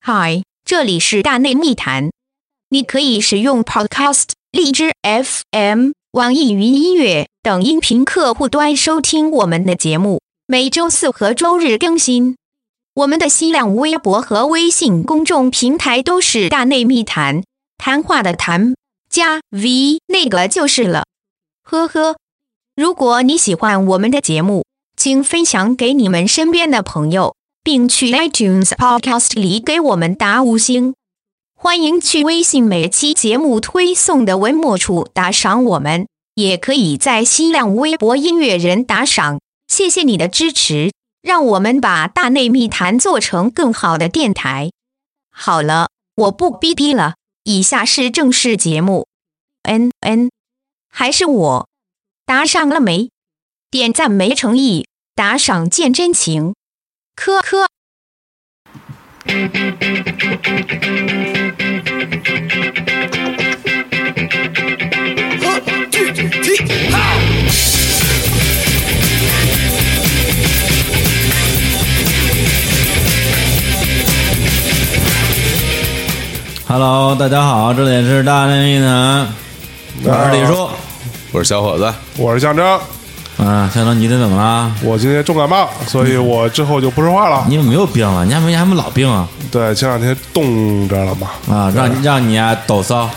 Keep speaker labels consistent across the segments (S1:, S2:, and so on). S1: 嗨，这里是大内密谈。你可以使用 Podcast、荔枝 FM、网易云音乐等音频客户端收听我们的节目，每周四和周日更新。我们的新浪微博和微信公众平台都是“大内密谈”，谈话的谈加 V 那个就是了。呵呵，如果你喜欢我们的节目，请分享给你们身边的朋友。并去 iTunes Podcast 里给我们打五星。欢迎去微信每期节目推送的文末处打赏我们，也可以在新浪微博音乐人打赏。谢谢你的支持，让我们把大内密谈做成更好的电台。好了，我不逼逼了，以下是正式节目。嗯嗯，还是我，打赏了没？点赞没诚意，打赏见真情。科科。
S2: Hello，大家好，这里是大内密谈，我是李叔。
S3: 我是小伙子，
S4: 我是象征，
S2: 啊，小张，你这怎么了？
S4: 我今天重感冒，所以我之后就不说话了。
S2: 你怎么又病了？你还没你还没老病啊？
S4: 对，前两天冻着了嘛，
S2: 啊，让你让你啊抖骚，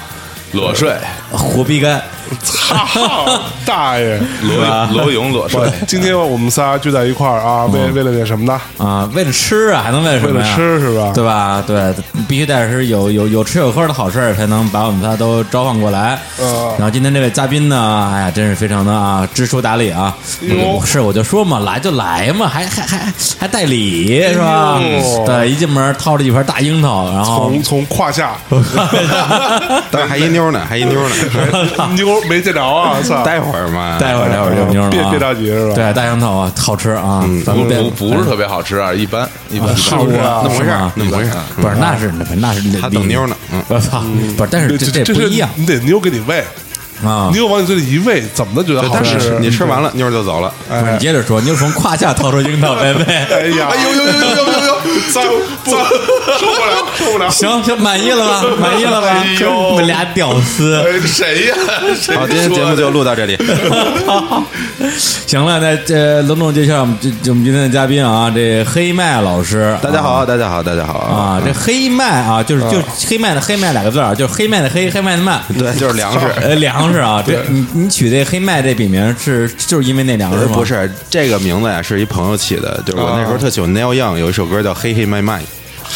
S3: 裸 睡，
S2: 活逼干，
S4: 操大爷！
S3: 裸裸泳裸睡
S4: 我，今天我们仨聚在一块儿啊，为为了点什么呢？
S2: 啊，为了吃啊，还能为了什
S4: 为
S2: 么
S4: 了
S2: 呀？
S4: 吃是吧？
S2: 对吧？对，必须得是有有有吃有喝的好事儿，才能把我们仨都召唤过来。
S4: 嗯
S2: 然后今天这位嘉宾呢，哎呀，真是非常的啊，知书达理啊。
S4: 哟
S2: 是，我就说嘛，来就来嘛，还还还还带礼是吧？
S4: 呦
S2: 对，一进门掏着一盘大樱桃，然后
S4: 从从胯下
S3: 但是还一妞呢，还一妞呢，
S4: 妞没见着啊！操，
S3: 待会儿嘛，
S2: 待会儿待会儿就明了、啊，
S4: 别别着急是吧？嗯
S2: 对，大樱桃啊，好吃啊，咱们别
S3: 不不不是特别好吃啊，一般一般，
S4: 是不是啊
S3: 那么回事
S2: 是
S3: 儿
S2: 吗，
S3: 那么回事儿，
S4: 嗯
S5: 嗯
S2: 不是，那是那是
S3: 他等妞呢，嗯，
S2: 我操，不是，但是
S4: 对，
S2: 这
S4: 这
S2: 不一样
S4: 是你得妞给你喂，
S2: 啊。
S4: 妞往你嘴里一喂，怎
S5: 嗯
S4: 么都觉得好
S3: 但
S4: 吃
S3: 是。你吃啊哎完了，妞就走 了，
S2: 不是你接着说，你就从胯下掏出樱桃来呗。
S4: 哎呀，
S3: 哎呦呦呦呦呦呦呦，
S4: 脏脏，受不了，受不了！
S2: 行行，满意了吧？满意了吧？
S4: 哎呦
S2: 你们俩屌丝。
S3: 哎谁呀？谁
S5: 啊好，今天节目就录到 这里。
S2: 行了，那这隆重介绍我们这这我们今天的嘉宾啊，这黑麦老师。
S5: 大家好，大家好，大家好
S2: 啊，这黑麦啊，就是就黑麦的黑麦两个字儿啊，就是黑麦的黑，黑麦的麦。
S5: 对，就是粮 食。
S2: 呃，粮食啊，这你你取这黑麦这笔名是就是因为那粮
S3: 呃
S2: 食吗？
S5: 呃不是这个名字呀，是一朋友起的，就是我那时
S3: 啊
S5: 候特喜欢 Neil Young，有一首歌叫《黑黑麦麦》。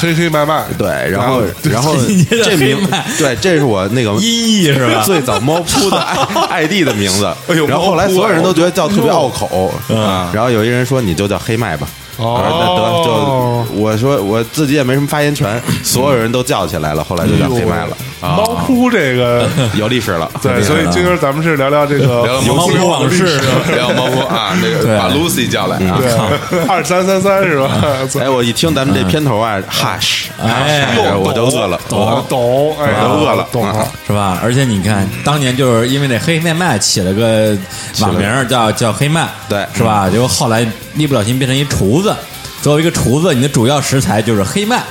S4: 黑黑麦麦，
S5: 对，然后然后
S2: 你这
S5: 这名
S2: 黑麦，
S5: 对，这是我那个
S2: 音译是 吧？
S5: 最早猫扑的 I- ID 的名字。
S4: 哎呦
S5: 然后后来
S4: 猫扑啊
S5: 所有人都觉得叫特别拗口啊，然后有一人说你就叫黑麦吧。
S4: 嗯哦
S5: 然后那得就我说我自己也没什么发 言权，所有人都叫起来了，后来就叫黑麦了，
S4: 猫扑这个，
S5: 有历史了。
S4: 哎 对，所以今儿咱们是聊聊这个
S3: 聊聊
S2: 猫扑往事，
S3: 聊猫扑啊，那
S2: 对
S3: 个把 Lucy 叫来啊，
S4: 对，二三三三是吧？
S5: 嗯哎，我一听咱们这片头啊，哈什，
S2: 哎
S5: 哈什我就饿了。
S4: 嗯懂懂，哎呀，
S5: 饿了
S4: 懂了
S5: 啊。
S2: 是吧？而且你看，当年就是因为那黑麦麦起了个网名儿叫叫黑麦，
S5: 对
S2: 是吧？结果后来一不小心变成一厨子，作为一个厨子，你的主要食材就是黑麦，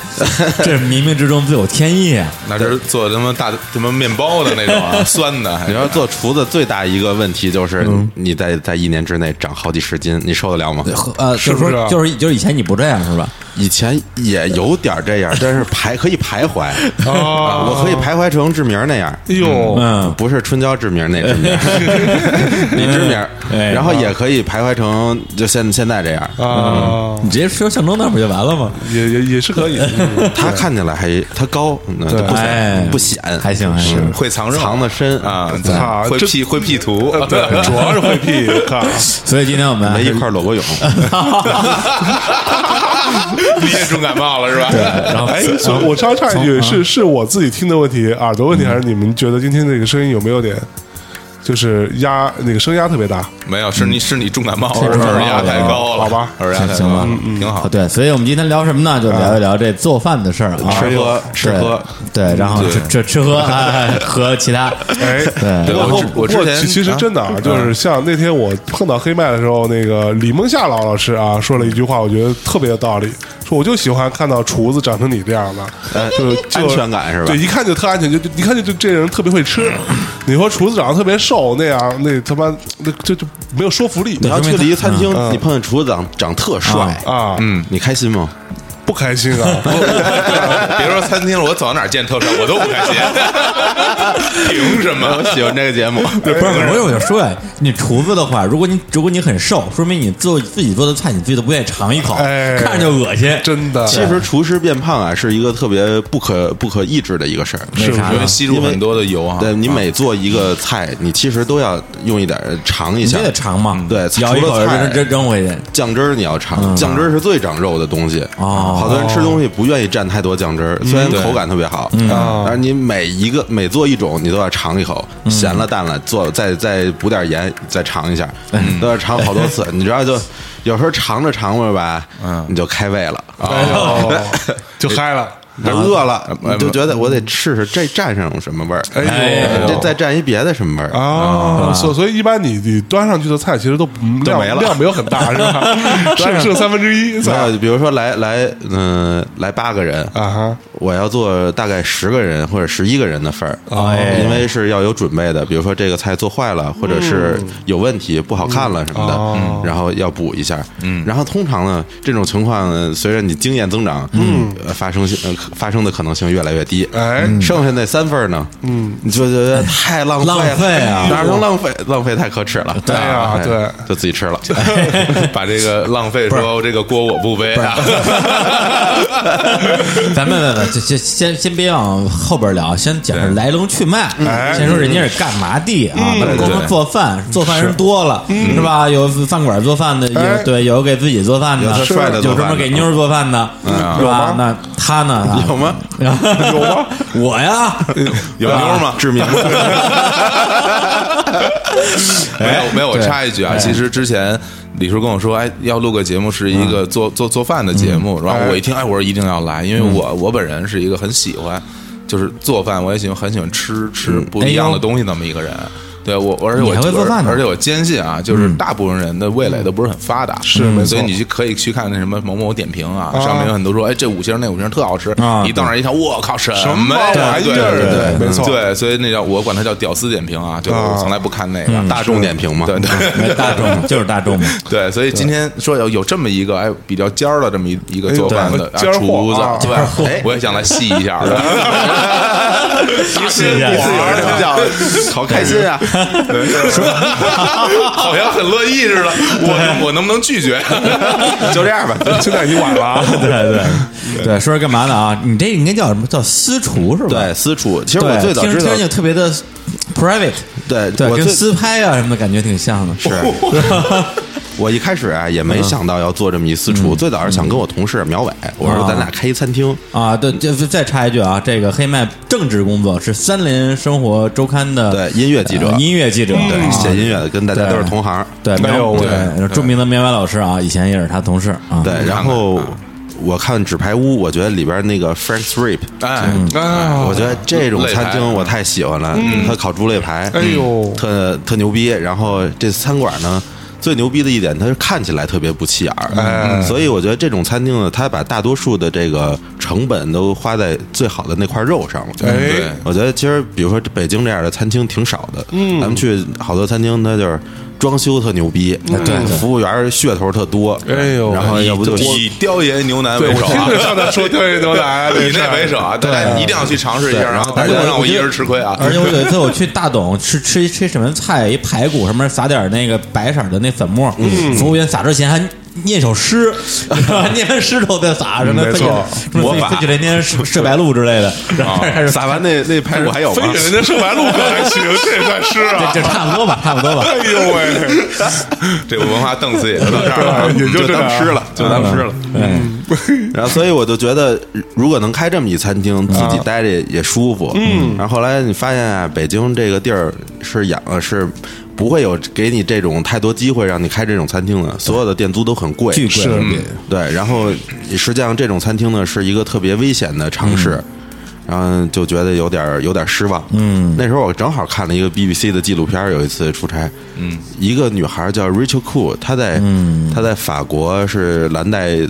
S2: 这冥冥之中自有天意啊！
S3: 那是做他妈大他妈面包的那种 啊，酸的，还
S5: 你要做厨子最大一个问题就是，
S4: 嗯
S5: 你在在一年之内长好几十斤，你受得了吗？
S2: 呃，就是
S4: 不是
S2: 说，
S4: 啊
S2: 就是就是以前你不这样是吧？
S5: 以前也有点这样，但是徘可以徘徊， 啊我可以徘徊成志明那样，
S4: 哎呦，
S2: 哦嗯，
S5: 不是春娇志明那志明， 李志明，
S2: 哎哦
S5: 然后也可以徘徊成就现现在这样。
S3: 嗯
S4: 啊，
S2: 你直接说象征那儿不就完了吗？
S4: 也也也是可以，嗯
S5: 他看起来还他高，那
S4: 对
S5: 不
S2: 哎
S5: 显不显，
S2: 还行还行
S5: 是
S3: 会藏肉
S5: 藏的深
S3: 啊，
S5: 对
S4: 啊
S3: 会
S4: 这呃
S3: P 会 P 图，
S4: 对，主要是会 P，看
S2: 所以今天我们还
S5: 没
S2: 是
S5: 一块儿裸过泳。
S3: 你也重感冒了是吧？
S2: 然后
S4: 哎，所以我插插
S3: 啊嗯
S4: 一句，是是我自己听的问题，耳朵问题，还是你们觉得今天这个声音有没有点？就是压那个声压特别大，
S3: 没有，是你是你重感冒 了，
S2: 重感冒
S3: 耳压太高了，嗯
S4: 好吧
S3: 耳压太
S2: 行
S3: 高
S2: 吧
S3: 了，挺好。
S2: 啊对，所以我们今天聊什么呢？就聊一聊这做饭的事儿啊，
S5: 吃喝吃喝
S2: 对，嗯对，然后
S3: 对
S2: 这这吃喝哎 和其他，
S4: 哎，
S2: 对
S3: 对，
S4: 不
S3: 我
S4: 过
S3: 之
S4: 不
S3: 我之
S4: 过
S3: 前
S4: 其其实真的
S5: 嗯
S4: 啊，就是像那天我碰到黑麦的时候，那个李梦夏老老师
S5: 嗯
S4: 啊说了一句话，我觉得特别有道理，说我就喜欢看到厨子长成你这样的，就就
S5: 嗯安全感是吧
S4: 对，一看就特安全，就就一看就就这人特别会吃。你说厨子长得特别瘦那样，那他妈那就就没有说服力
S5: 你要去了一餐厅，
S4: 嗯
S5: 你碰见厨子长长特帅，
S4: 啊，
S5: 嗯，你开心吗？
S4: 不开心啊。
S3: 别说餐厅了，我走到哪儿见特产我都不开 心，凭什么
S5: 我？喜欢这个节目，
S2: 不是，我有点说呀，你厨子的话，如果你如果你很瘦，说明你做自己做的菜，你自己都不愿意尝一口，
S4: 哎
S2: 看着就恶心，
S4: 真的，
S5: 其实厨师变胖啊，是一个特别不可不可抑制的一个事儿。
S2: 为啥
S3: 因
S2: 呢
S3: 为？吸入很多的油啊，
S5: 对你每做一个菜，你其实都要用一点儿尝一
S2: 你
S5: 下
S2: 就，得尝嘛，
S5: 对
S2: 咬一
S5: 除
S2: 口
S5: 了菜
S2: 扔扔扔回去，
S5: 酱汁儿你要
S4: 嗯
S5: 尝，酱汁儿是最长肉的东西。
S2: 哦
S5: 好多人吃东西不愿意蘸太多酱汁儿，
S4: 嗯
S5: 虽然口感特别好，啊但是你每一个每做一种，你都要尝一口，咸了淡了，做再再补点盐，再尝一下，
S4: 嗯
S5: 都要尝好多 次。你知道就有时候尝着尝着吧，你就开胃了，
S4: 嗯哎呦，就嗨了。
S5: 就饿了，你就觉得我得试试这蘸上什么味儿，
S4: 哎
S5: 这
S4: 呦，
S5: 再蘸一别的什么味儿。
S4: 啊，所所以一般你你端上去的菜其实都嗯量
S5: 没了
S4: 量没有很大是吧？只剩三分之一
S5: 没
S4: 菜
S5: 有，比如说来来，嗯、来八个人
S4: 啊哈，
S5: 我要做大概十个人或者十一个人的份儿，
S2: 哎
S5: 因为是要有准备的。比如说这个菜做坏了，或者是有问题、不好看了什么的，
S4: 哦
S5: 然后要补一下。嗯，然后通常呢，这种情况呢随着你经验增长，嗯，呃发生性、呃可发生的可能性越来越低。
S4: 哎
S5: 剩下那三份儿呢，嗯，你就觉得太浪费了，
S2: 浪费啊
S5: 哪能浪费？浪费太可耻了。
S4: 对啊
S5: 哎
S4: 对
S5: 就自己吃了。
S3: 把这个浪费说这个锅我不背啊，
S2: 咱们这这先先别往后边聊，先讲讲来龙去脉，先说人家是干嘛的啊？不能光说做饭，做饭人多了是吧？有饭馆做饭的，有
S4: 哎
S2: 对，有给自己做饭的，
S5: 有
S2: 是
S5: 帅的做
S2: 有
S5: 饭的
S2: 专门给妞儿做饭的，是吧？那他呢？
S5: 有吗？
S2: 有吗？我呀，
S5: 有妞
S2: 啊
S5: 吗？志明吗？
S3: 没有没有，我
S2: 哎对
S3: 插一句啊，其实之前李叔跟我说，哎，要录个节目是一个
S2: 嗯
S3: 做做做饭的节目，然后我一听，哎，我说一定要来，因为
S2: 嗯
S3: 我我本人是一个很喜欢，就是做饭，我也喜欢很喜欢吃吃不一样的东西那么一个人。对我，我而且我
S2: 嗯哎你还会做饭呢嗯
S3: 而且我坚信啊，就是大部分人的味蕾都不是很发达，是，所以你去可以去看那什么某某点评啊，上面有很多说，哎，这五星那五星特好吃
S2: 啊，
S3: 一到那儿一看，我靠，什
S4: 什么
S3: 呀
S4: 玩意儿
S3: 对对对
S4: 对没错
S3: 对，所以那叫我管它叫屌丝点评啊，就
S4: 啊
S3: 我从来不看那个
S5: 大众点评吗？
S3: 对对
S2: 大众就是大众嘛。
S3: 对，所以今天说有有这么一个哎比较尖儿的这么一一个做饭的啊
S4: 哎呦对尖儿货
S3: 厨子
S4: 啊，
S3: 对
S2: 尖儿货，
S3: 我也想来细一下。
S2: 是是
S5: 第四有人听 讲，好开心啊！
S3: 好像很乐意似的，我我能不能拒绝？
S5: 就这样吧，
S4: 现在已经晚 了啊。
S2: 对对对，说是干嘛的啊？你这应该叫什么叫私厨是吧？
S5: 对，私厨。其实
S2: 对，
S5: 我最早
S2: 听
S5: 知
S2: 着
S5: 道
S2: 听着，就特别的 private，
S5: 对
S2: 对，
S5: 我
S2: 跟
S5: 最
S2: 私拍啊什么的感觉挺像的，是
S5: 我一开始啊也
S2: 嗯
S5: 没想到要做这么一私厨，最早是想跟我同事苗伟，我说
S2: 啊
S5: 咱俩开一餐厅。
S2: 啊，对，就就再插一句啊，这个黑麦正职工作是三联生活周刊的
S5: 对音乐记者
S2: 呃音乐记者，
S5: 对，
S2: 啊
S5: 写音乐的，跟大家都是同行。
S2: 对，
S4: 哎
S2: 苗
S4: 呦我
S2: 对著名的苗白老师啊，以前也是他同事啊，
S5: 对，然后我看《纸牌屋》，我觉得里边那个 Frank Strip，
S3: 哎，
S2: 嗯
S4: 啊嗯
S5: 我觉得这种餐厅
S3: 肋排
S5: 我太喜欢了，他烤猪肋排，
S4: 哎呦
S5: 嗯特特牛逼。然后这餐馆呢，最牛逼的一点，它是看起来特别不起眼儿，嗯所以我觉得这种餐厅呢，它把大多数的这个成本都花在最好的那块肉上了。
S4: 哎
S5: 我觉得其实比如说北京这样的餐厅挺少的，嗯，咱们去好多餐厅，它就是。装修特牛逼，对，服务员儿噱头特多，
S4: 哎呦
S5: 然后要不就
S3: 以雕爷牛腩
S4: 对，
S3: 为
S4: 我
S3: 首
S4: 听
S3: 啊，
S4: 着像在说对牛 奶，
S3: 以那为首啊，大家一定要去尝试一下，
S5: 对
S3: 然后不能让我一人吃亏啊。
S2: 而且我有一次我去大董吃吃
S5: 嗯
S2: 吃什么菜，一排骨上面撒点那个白色的那粉末，服务员撒之前还念首诗， 念完诗头再撒什么
S4: 没
S2: 飞
S4: 错
S2: 卷
S5: 嗯魔
S2: 飞
S5: 法嗯
S2: 飞卷连天射射白鹿之类的，然后开始
S5: 撒完那那排骨还有
S4: 飞
S5: 吗？
S4: 雪人家射白鹿可还行，这也算诗 啊！
S2: 这差不多吧，差不多吧。
S4: 哎呦喂，
S3: 这个文化档次也就到这儿了，
S4: 对也就
S5: 就
S4: 这样
S5: 当吃了，就当吃了。
S2: 嗯，
S5: 然后，所以我就觉得，如果能开这么一餐厅，自己待着也也舒服。啊嗯，然后后来你发现啊，北京这个地儿是养呃是不会有给你这种太多机会让你开这种餐厅的，所有的店租都很贵，
S2: 巨贵是
S4: 嗯
S5: 对。然后实际上这种餐厅呢是一个特别危险的尝试。然后就觉得有点儿有点儿失望。嗯，那时候我正好看了一个 BBC 的纪录片儿，有一次出差，嗯，一个女孩叫 Rachel Cool，她在、她在法国是蓝带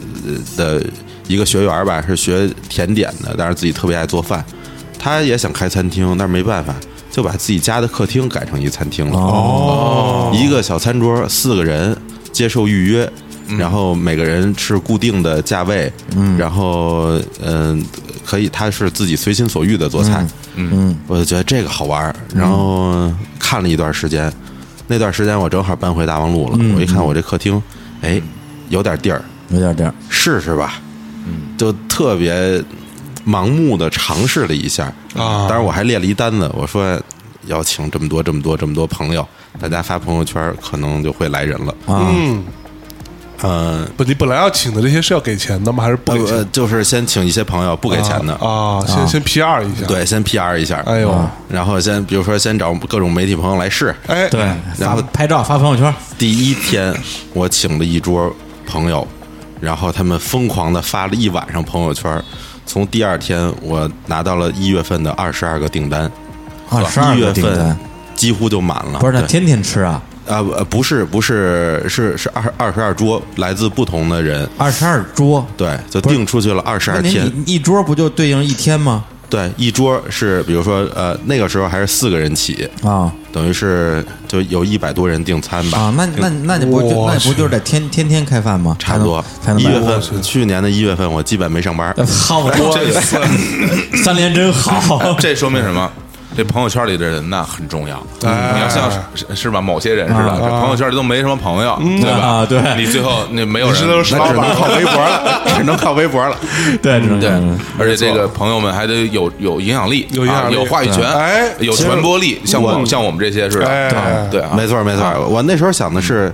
S5: 的一个学员吧，是学甜点的，但是自己特别爱做饭。她也想开餐厅，但是没办法，就把自己家的客厅改成一餐厅了。哦，一个小餐桌，四个人接受预约。然后每个人是固定的价位，嗯，然后嗯，可以，他是自己随心所欲的做菜，嗯，我就觉得这个好玩儿。然后看了一段时间，那段时间我正好搬回大望路了，我一看我这客厅，哎，有点地儿，
S2: 有点这样。
S5: 试试吧，嗯，就特别盲目的尝试了一下啊。当然我还列了一单子，我说要请这么多、这么多、这么多朋友，大家发朋友圈可能就会来人了，
S2: 啊，
S4: 嗯，
S5: 嗯。
S4: 不，你本来要请的这些是要给钱的吗？还是不给
S5: 呃，
S4: 钱？
S5: 就是先请一些朋友不给钱的，
S4: 啊，先先 PR 一下。，
S5: 对，啊先 PR 一下，
S4: 哎呦，
S5: 然后先比如说先找各种媒体朋友来试。
S4: 哎，
S2: 对，
S5: 然
S2: 发
S5: 后
S2: 拍照发朋友圈，
S5: 第一天我请了一桌朋友，然后他们疯狂的发了一晚上朋友圈。从第二天我拿到了一月份的二十二个订单，
S2: 二啊十二
S5: 一
S2: 个
S5: 月
S2: 订
S5: 份
S2: 单，
S5: 几乎就满了。
S2: 不是他
S5: 对
S2: 天天吃啊，
S5: 啊呃不是不是是是二二十二桌来自不同的人，
S2: 二十二桌，
S5: 对，就
S2: 不是
S5: 定出去了二十
S2: 那
S5: 二
S2: 您
S5: 天。
S2: 一一桌不就对应一天吗？
S5: 对，一桌是比如说呃那个时候还是四个人起，
S2: 啊
S5: 等于是就有一百多人订餐吧。
S2: 啊，那那那你不就
S4: 我
S2: 那不就是得天天天开饭吗？
S5: 差不多
S2: 才能
S5: 一
S2: 才
S5: 月
S2: 能买。
S5: 份，去年的一月份我基本没上班。
S2: 好，我
S3: 这算
S2: 三连真 好
S3: ，这说明什么？这朋友圈里的人呐很重要，
S4: 哎
S3: 嗯你要像是是吧？某些人似的，
S4: 啊
S3: 这朋友圈里都没什么朋友，对吧
S2: 啊？对
S3: 你最后那没有
S4: 这都
S3: 人
S4: 嗯是
S5: 那
S4: 老
S5: 只能
S4: 板
S5: 靠微博 了，只能靠微博了。
S2: 对，只能
S3: 对，而且这个朋友们还得有有影响力，
S4: 有影响力
S3: 啊有话语权，
S4: 哎
S3: 有传播力，像我像我们这些似
S4: 哎
S3: 的，对对啊，
S5: 没错没错，我那时候想的是，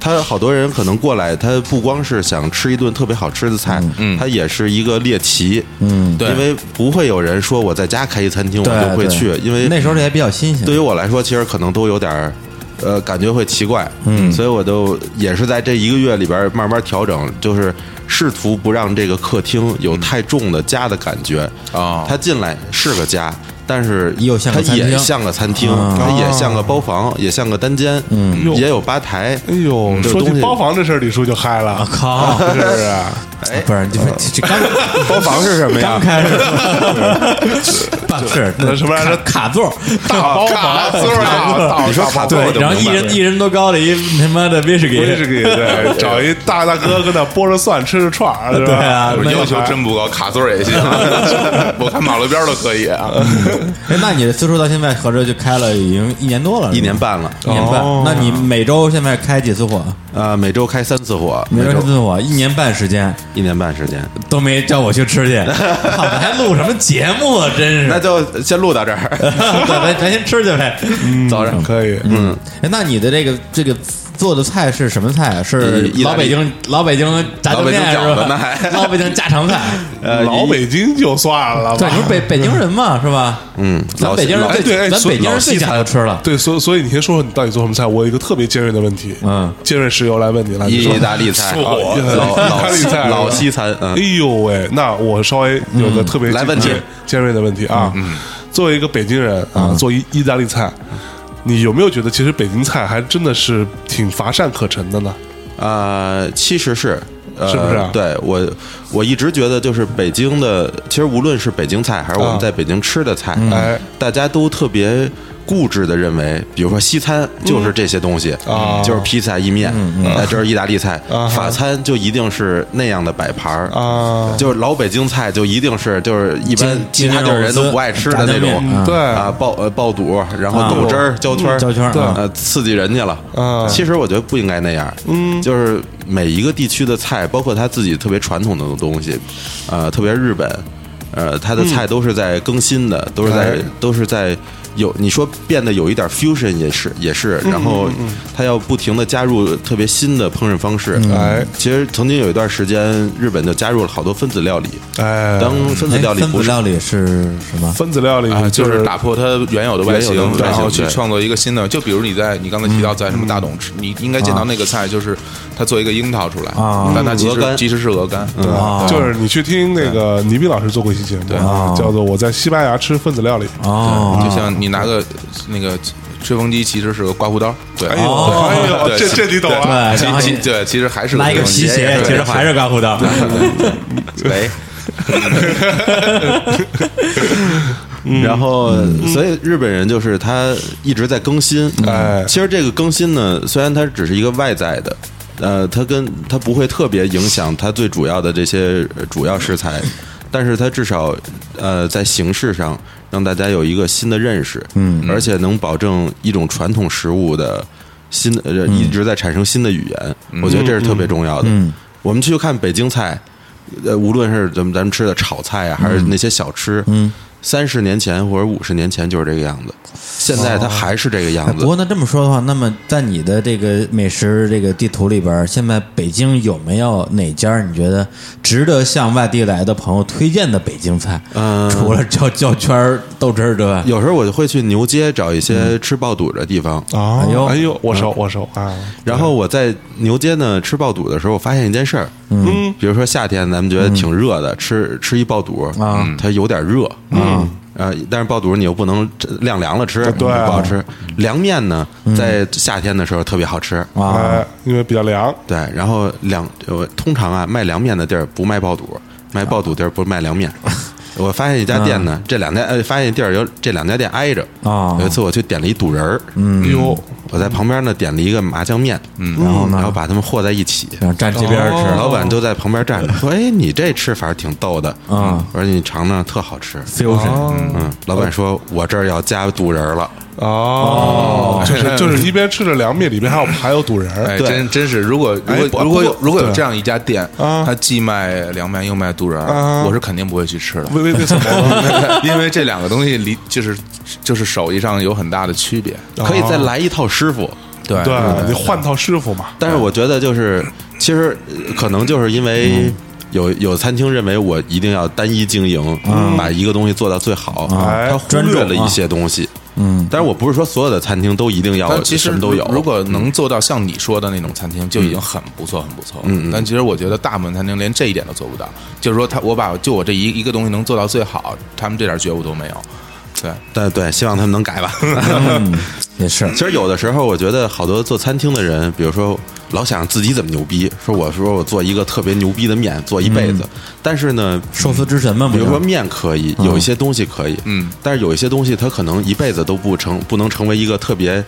S5: 他好多人可能过来，他不光是想吃一顿特别好吃的菜，他也是一个猎奇。嗯，
S3: 对
S5: 因为不会有人说我在家开一餐厅，我
S2: 对
S5: 就会去，
S2: 对
S5: 因为
S2: 那时候这也比较新鲜。
S5: 对于我来说，其实可能都有点儿，呃，感觉会奇怪，嗯，所以我就也是在这一个月里边儿慢慢调整，就是试图不让这个客厅
S2: 嗯
S5: 有太重的家的感觉
S3: 哦
S5: 它进来是个家，但是
S2: 又像
S5: 它
S2: 个餐厅啊
S5: 也像个餐厅，它也像个包房，也像个单间，嗯也有吧台，
S4: 哦哎呦，
S5: 这
S4: 说
S5: 东
S4: 起
S5: 西
S4: 包房这事儿，李叔就嗨 了，
S2: 靠，
S4: 是啊不是？
S2: 不是这这这刚
S5: 哎哦 包房是什么呀
S2: 刚？开 始，办事那
S4: 什么来着
S2: 卡座，
S4: 大包房，
S5: 你说卡啊座啊
S2: 对，
S5: 就
S2: 然后一人一人多高的一他妈的威士忌，
S4: 威士忌，对，找一大大哥跟那剥着蒜吃着串儿，是吧
S2: 对啊
S3: 我
S2: 没
S3: 要求真不高，卡座儿 也行，我看马路边儿都可以啊。
S2: 哎，那你的私厨到现在合着就开了已经一年多了，是吧
S5: 一年。半了，
S2: 一年半，
S4: 哦
S2: 那你每周现在开几次火？
S5: 呃，每周开三次火，
S2: 每
S5: 每
S2: 周开
S5: 周
S2: 几次火？一年半时间
S5: 一年半时间，
S2: 都没叫我去吃去， 靠，咱还录什么节目啊？真是
S5: 那， 就先录到这 儿，
S2: 对，咱咱先吃去呗。
S5: 早上。
S4: 可以，
S5: 嗯，
S2: 哎，那你的这个这个做的菜是什么菜啊？是
S5: 意意
S2: 老
S5: 大利
S2: 北京老北京炸酱面
S5: 老北京饺
S2: 是
S5: 子
S2: 吧？
S5: 那还
S2: 老北京家常菜。
S5: 呃，
S4: 老北京就算了
S2: 对，
S4: 吧
S2: 你。是北北京人嘛，是吧？
S5: 嗯
S2: 咱
S5: 老
S2: 北京人
S5: 老
S4: 哎，对，哎
S2: 最，咱
S4: 所以
S2: 北京人最讲究吃了。
S4: 对，所所以你先说说你到底做什么菜？我有一个特别尖锐的问题，
S2: 嗯，
S4: 尖锐石油来问你了，你说
S5: 意大利菜，
S4: 啊
S5: 老
S4: 意大
S5: 老
S4: 利菜
S5: 老西餐，
S4: 哎
S5: 嗯，
S4: 呦喂，那我稍微有个特别
S5: 来问
S4: 尖
S5: 题
S4: 尖锐的问题啊，作为一个北京人啊，做意意大利菜，你有没有觉得其实北京菜还真的是挺乏善可陈的呢？
S5: 呃，其实是。呃、
S4: 是不是啊
S5: 对我，我一直觉得就是北京的，其实无论是北京菜还是我们在北京吃的菜，
S4: 啊
S5: 嗯
S4: 哎
S5: 大家都特别固执的认为，比如说西餐就是这些东西，
S4: 嗯啊嗯
S5: 就是披萨、意面，哎，这是意大利菜，
S4: 啊哈
S5: 法餐就一定是那样的摆盘儿。
S4: 啊，
S5: 就是老北京菜，就一定是就是一般其
S2: 京
S5: 他地儿人都不爱吃的那
S2: 京肉丝炸酱面
S4: 嗯
S5: 种，
S4: 对
S5: 啊，爆呃爆肚，然后豆汁儿、焦圈儿、
S2: 啊嗯焦圈儿嗯对
S5: 呃，刺激人家了。
S4: 啊
S5: 其实我觉得不应该那样，嗯，就是每一个地区的菜，包括他自己特别传统的东西，呃，特别日本，呃，他
S2: 嗯
S5: 的菜都是在更新的，都是在
S4: 哎
S5: 都是在。有你说变得有一点 fusion 也是也是，
S2: 嗯
S5: 然后他要不停的加入特别新的烹饪方式。
S2: 嗯
S5: 嗯
S4: 哎
S5: 其实曾经有一段时间，日本就加入了好多分子料理，
S4: 哎，
S5: 当分子料理
S2: 哎分
S5: 不
S2: 子
S5: 是
S2: 料理是什么？
S4: 分子料理
S3: 啊，就是是打破它原有的外形
S5: 原有的，外
S3: 然后
S5: 形
S3: 去
S5: 对
S3: 创作一个新的。就比如你在你刚才提到在什么大董吃，你应该见到那个菜，就是它做一个樱桃出来
S2: 啊，
S3: 但它其
S5: 鹅
S3: 实
S5: 肝
S3: 其实是鹅肝。
S2: 啊
S4: 就是你去听那个倪斌老师做过一期节目啊，叫做《我在西班牙吃分子料理》。
S3: 啊
S2: 哦，
S3: 就像你拿个那个吹风机，其实是个刮胡刀。对，
S4: 哎呦，
S2: 哦
S4: 哎呦，
S3: 对
S4: 这这你懂啊？
S2: 对，然后
S3: 其
S2: 你
S3: 其对，其实还是
S2: 来哎一个
S3: 吹风
S2: 皮
S3: 机哎
S2: 鞋，
S3: 对哎
S2: 其实还是干胡刀。
S3: 喂，
S5: 然后，所以日本人就是他一直在更新。
S4: 哎
S5: 其实这个更新呢，虽然它只是一个外在的，呃，它跟它不会特别影响它最主要的这些呃主要食材，但是它至少呃在形式上让大家有一个新的认识，嗯，而且能保证一种传统食物的新的呃一直在产生新的语言，我觉得这是特别重要的。
S2: 嗯
S5: 我们去看北京菜，呃，无论是咱们咱们吃的炒菜啊，还是那些小吃，嗯，三十年前或者五十年前就是这个样子，现在它还是这个
S2: 哎
S5: 样
S2: 不
S5: 子。
S2: 过那这么说的话，那么在你的这个美食这个地图里边，现在北京有没有哪家你觉得值得向外地来的朋友推荐的北京菜？
S5: 嗯
S2: 除了焦焦圈儿、豆汁儿之外，
S5: 有时候我就会去牛街找一些吃爆肚的地方，
S4: 啊
S2: 哎呦
S4: 哎呦，我熟我熟啊！
S5: 然后我在牛街呢吃爆肚的时候，我发现一件事儿，嗯，比如说夏天咱们觉得挺热的，吃吃一爆肚
S2: 啊
S5: 它有点热，嗯。呃，但是爆肚你又不能真晾凉了吃，
S4: 对啊
S5: 不好吃。凉面呢，在夏天的时候特别好吃，
S2: 啊，
S4: 哎，因为比较凉，
S5: 对，然后凉，我通常啊卖凉面的地儿不卖爆肚，卖爆肚地儿不卖凉面。 我发现一家店呢，这两家呃，发现地儿有这两家店挨着。
S2: 哦
S5: 有一次我去点了一肚仁儿，
S4: 哎呦，
S5: 我在旁边呢点了一个麻酱面，嗯，然后然后把它们和在一起。
S2: 然后站街边儿吃，
S4: 哦
S5: 老板就在旁边站着，说：“哎，你这吃法挺逗的
S2: 啊
S5: 我说：“你尝尝，特好吃。
S2: fusion，”
S5: 嗯，老板说：“我这儿要加肚仁儿了。
S4: 哦，就是就是一边吃着凉面，里边还有还有肚仁儿
S3: 哎，真真是，如果
S5: 哎
S3: 如果
S5: 不
S3: 如果有
S5: 不过
S3: 如果有
S4: 对
S3: 这样一家店，
S4: 啊
S3: 它既卖凉面又卖肚仁
S4: 啊
S3: 儿，我是肯定不会去吃的。
S4: 为为为什么？
S3: 因为这两个东西离就是就是手艺上有很大的区别。”
S5: 可以再来一套师傅，
S3: 对
S4: 对你换套师傅嘛，
S3: 嗯
S5: 但是我觉得就是，其实呃可能就是因为
S3: 嗯
S5: 有有餐厅认为我一定要单一经营，
S3: 嗯
S5: 把一个东西做到最好，
S4: 哎
S5: 他忽略了一些东西。嗯，但是我不是说所有的餐厅都一定要
S3: 但其实
S5: 什么都有。
S3: 如果能做到像你说的那种餐厅，就已经很不错，很不错。嗯，但其实我觉得大部分餐厅连这一点都做不到，就是说他我把就我这一一个东西能做到最好，他们这点觉悟都没有。对，
S5: 对对，希望他们 能改吧。
S2: 嗯也 是
S5: 其实有的时候，我觉得好多做餐厅的人，比如说老想自己怎么牛逼，说我说我做一个特别牛逼的面，做一辈子。
S3: 嗯
S5: 但是呢，
S2: 寿司之神嘛，不
S5: 比如
S2: 是
S5: 说面可以，有一些东西可以，
S3: 嗯，
S5: 但是有一些东西它可能一辈子都不成，不能成为一个特别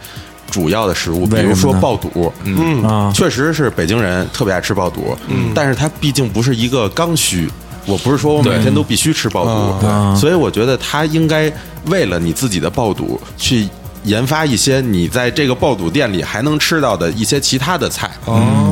S5: 主要的食物，比
S2: 为什么
S5: 如说
S2: 呢
S5: 爆肚，嗯，
S2: 啊，
S5: 确实是北京人特别爱吃爆肚，嗯，但是它毕竟不是一个刚需。我不是说我每天都必须吃爆
S2: 啊
S5: 肚，所以我觉得他应该为了你自己的爆肚去研发一些你在这个爆肚店里还能吃到的一些其他的菜。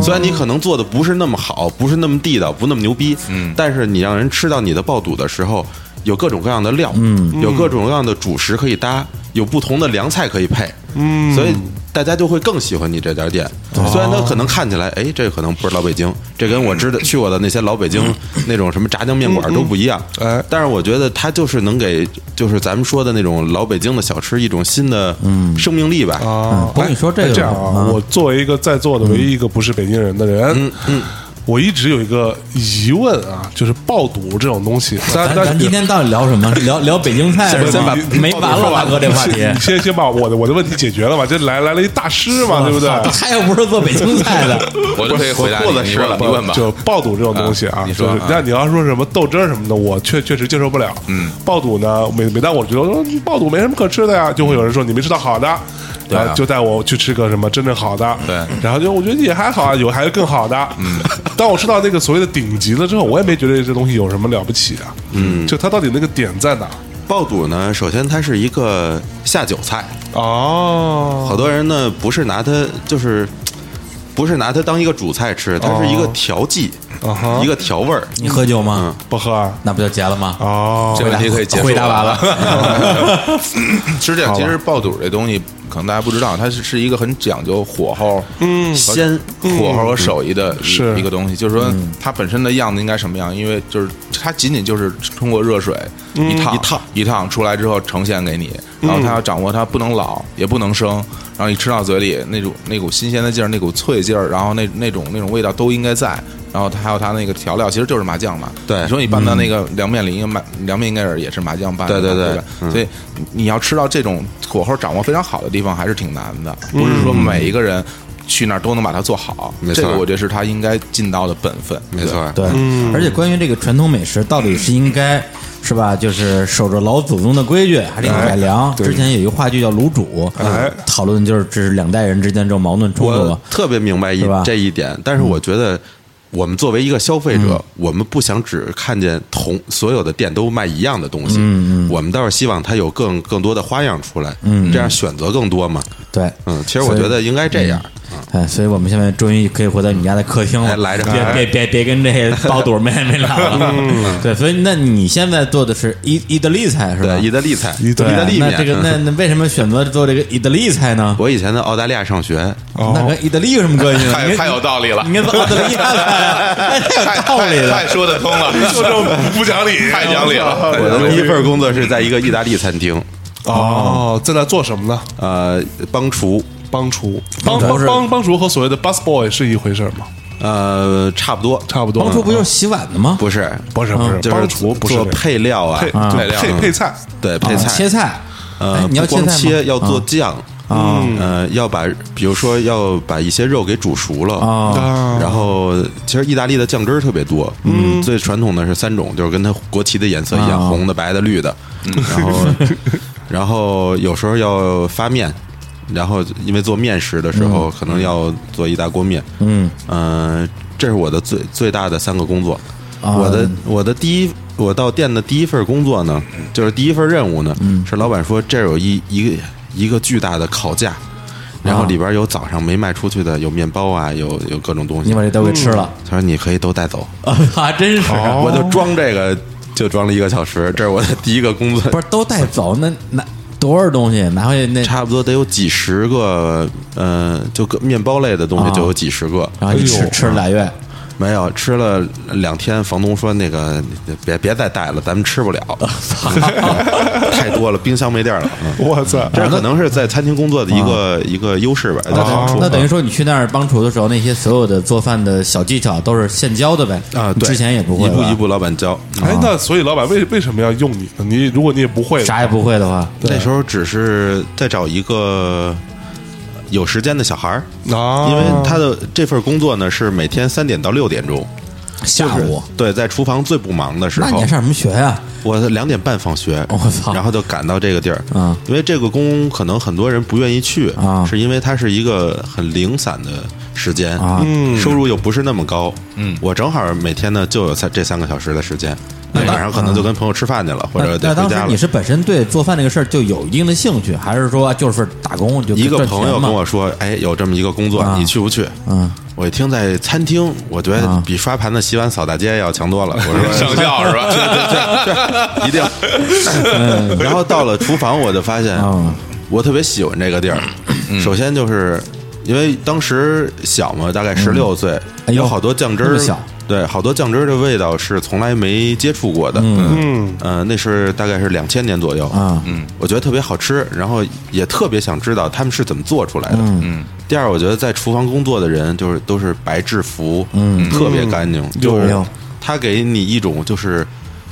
S5: 虽然你可能做的不是那么好，不是那么地道，不那么牛逼，嗯，但是你让人吃到你的爆肚的时候，有各种各样的料，嗯，有各种各样的主食可以搭，有不同的凉菜可以配，嗯，所以大家就会更喜欢你这家店。虽然它可能看起来，哎，这可能不是老北京，这跟我知道去过的那些老北京那种什么炸酱面馆都不一样，
S4: 哎
S5: 但是我觉得它就是能给，就是咱们说的那种老北京的小吃一种新的生命力吧。
S4: 啊
S2: 不过你说这个
S4: 这样啊，我作为一个在座的唯一一个不是北京人的人，嗯，我一直有一个疑问啊，就是爆肚这种东西，
S2: 嗯咱咱今天到底聊什么？聊聊北京菜是吧？没完了，大哥这话题。
S4: 你先先把我的我的问题解决了吧，这来来了一大师嘛，对不对？
S2: 他又不是做北京菜的，
S3: 我就可以回答
S5: 我
S3: 你，你问吧，你问吧。
S4: 就爆肚这种东西啊，
S3: 你
S4: 就
S3: 说
S4: 是
S3: 啊
S4: 但你要说什么豆汁儿什么的，我确确实接受不了。
S3: 嗯，
S4: 爆肚呢，每每当我觉得说爆肚没什么可吃的呀，就会有人说你没吃到好的。
S3: 对啊
S4: 然后就带我去吃个什么真正好的，
S3: 对
S4: 然后就我觉得也还好啊，有还有更好的。嗯，当我吃到那个所谓的顶级了之后，我也没觉得这东西有什么了不起啊。嗯，就它到底那个点在哪？
S5: 爆肚呢，首先它是一个下酒菜，
S4: 哦，
S5: 好多人呢不是拿它就是。不是拿它当一个主菜吃，它是一个调剂，
S4: 啊哈
S5: 一个调味儿。
S2: 你喝酒吗？
S5: 嗯
S4: 不喝啊？
S2: 那不就结了吗？
S4: 哦
S3: 这，问题可以结束
S2: 回答完
S3: 了。
S2: 了。
S3: 是这样，其实爆肚这东西可能大家不知道，它是是一个很讲究火候，嗯，
S5: 鲜
S3: 火候
S5: 嗯
S3: 和手艺的一
S4: 是
S3: 一个东西，就是说它本身的样子应该什么样，因为就是它仅仅就是通过热水
S5: 嗯
S3: 一烫一烫一烫出来之后呈现给你，然后它要掌握它不能老也不能生，然后你吃到嘴里那种那股新鲜的劲儿，那股脆劲儿，然后那那种那种味道都应该在。然后它还有它那个调料，其实就是麻酱嘛。
S5: 对嗯
S3: 你说你拌到那个凉面里，应该麻凉面应该是也是麻酱拌的嘛，
S5: 对对对嗯
S3: 对吧，所以你要吃到这种火候掌握非常好的地方，还是挺难的，不是说每一个人。去那儿都能把它做好，
S5: 没
S3: 这
S5: 错
S3: 个我觉得是他应该尽到的本分。
S5: 没错，
S2: 对，
S5: 嗯
S2: 而且关于这个传统美食，到底是应该是吧？就是守着老祖宗的规矩，还是应该改
S5: 哎
S2: 良？之前有一个话剧叫《卤煮》，
S4: 哎
S2: 讨论就是这是两代人之间这种矛盾冲突
S5: 我
S2: 嘛。
S5: 特别明白一
S2: 是吧嗯
S5: 这一点，但是我觉得我们作为一个消费者，我们不想只看见同所有的店都卖一样的东西，
S2: 嗯
S5: 我们倒是希望它有更更多的花样出来，这样选择更多嘛。
S2: 对，
S5: 嗯，其实我
S2: 所以
S5: 觉得应该这样。
S2: 哎，所以我们现在终于可以回到你家的客厅了，
S5: 哎嗯来着
S2: 别别别别跟这些包肚妹妹聊了。对，所以那你现在做的是意意大利菜是吧？哎
S5: 对，意大利菜，
S4: 意
S5: 意
S4: 大
S5: 大
S4: 利
S5: 利
S2: 那
S5: 面。嗯
S2: 这个那那为什么选择做这个意大利菜呢？
S5: 我以前在澳大利亚上学，
S4: 啊
S2: 那跟意大利有什么关系呢？你
S3: 太
S2: 跟
S3: 太有道理了
S2: 你，跟澳大利亚菜啊，哎太
S3: 太
S2: 有道理
S3: 太
S2: 了
S3: 太。说得通了，
S4: 就这种不讲理，
S3: 太讲理 了
S5: 我的第一份工作是在一个意大利餐厅，
S4: 哦，在那做什么呢？
S5: 呃，帮厨，
S4: 帮厨，帮
S2: 厨
S4: 帮
S2: 是
S4: 帮帮厨和所谓的 bus boy 是一回事儿吗？
S5: 呃，差不多，
S4: 差不多。
S2: 帮厨不就是洗碗的吗？
S5: 不是，
S4: 不是不是，
S5: 就是
S4: 帮厨不是
S5: 做
S4: 那个
S5: 配料啊
S4: 配，就
S3: 配料
S4: 配配菜
S5: 对，配
S2: 啊
S5: 菜，
S2: 切菜。哎
S5: 呃，
S2: 你要
S5: 不光
S2: 切
S5: 切，要做
S2: 啊
S5: 酱啊，呃，要把比如说要把一些肉给煮熟了
S2: 啊
S4: 啊，
S5: 然后其实意大利的酱汁儿特别多，嗯，最传统的是三种，就是跟它国旗的颜色一
S2: 啊嗯
S5: 样，红的、白的、绿的，然后然后有时候要发面。然后，因为做面食的时
S2: 嗯
S5: 候，可能要做一大锅面。嗯，呃，这是我的最最大的三个工作。
S2: 啊
S5: 我的我的第一，我到店的第一份工作呢，
S2: 嗯
S5: 就是第一份任务呢，是老板说这儿有一一个一个巨大的烤
S2: 啊
S5: 架，然后里边有早上没卖出去的，有面包啊，有有各种东西
S2: 你把。这都给吃了
S5: 他说你可以都带走，
S2: 啊，还真是。
S5: 我就装这个，就装了一个小时，这是我的第一个工 作
S2: 不，是都带走那拿多少东西拿回去那，
S5: 差不多得有几十个，呃，就个面包类的东
S2: 啊
S5: 西就有几十个，
S2: 然后一吃吃了俩月，
S5: 啊没有吃了两天，房东说那个别别再带了，咱们吃不了，
S2: 啊
S5: 嗯太多了，冰箱没地儿了。嗯
S4: 我操，
S5: 这可能是在餐厅工作的一个一个优势吧，在当初
S2: 啊那等于说你去那儿帮厨的时候，那些所有的做饭的小技巧都是现教的呗？
S5: 啊，对
S2: 之前也不会
S5: 一步
S2: 吧啊
S5: 一步老板教。嗯
S4: 哎，那所以老板为为什么要用你呢？你如果你也不会的
S2: 啥也不会的话，
S5: 那时候只是在找一个有时间的小孩儿，
S4: 啊，
S5: 因为他的这份工作呢是每天三点到六点钟，
S2: 下午
S5: 对，在厨房最不忙的时
S2: 那你
S5: 候
S2: 还。上什么学呀？
S5: 我两点半放学，
S2: 我操
S5: 然后就赶到这个地儿
S2: 啊
S5: 因为这个工可能很多人不愿意去
S2: 啊
S5: 是因为它是一个很零散的时间
S2: 啊
S5: 收入又不是那么高，嗯，我正好每天呢就有三这三个小时的时间，那晚上可能就跟朋友吃饭去了，或
S2: 那
S5: 者
S2: 那
S5: 得
S2: 当
S5: 回
S2: 时
S5: 家了
S2: 你。是本身对做饭这个事儿就有一定的兴趣，还是说就是打工就
S5: 一个
S2: 赚钱
S5: 朋友
S2: 嘛
S5: 跟我说，哎，有这么一个工作
S2: 啊，
S5: 你去不去？
S2: 嗯，
S5: 我一听在餐厅，我觉得
S2: 啊
S5: 比刷盘子、洗碗、扫大街要强多了。我 说
S3: 上校是吧？
S5: 一定。然后到了厨房，我就发现
S2: 嗯，
S5: 我特别喜欢这个地儿。首先就是因为当时小嘛，大概十六岁，
S2: 哎呦
S5: 有好多酱汁
S2: 那
S5: 儿
S2: 么小，
S5: 对，好多酱汁儿的味道是从来没接触过的。嗯
S4: 嗯，
S5: 呃，那是大概是两千年左右
S2: 啊
S5: 嗯，我觉得特别好吃，然后也特别想知道他们是怎么做出来的。嗯，第二，我觉得在厨房工作的人就是都是白制服，嗯，特别干净，就
S2: 哎
S5: 是
S2: 呦
S5: 他给你一种就是。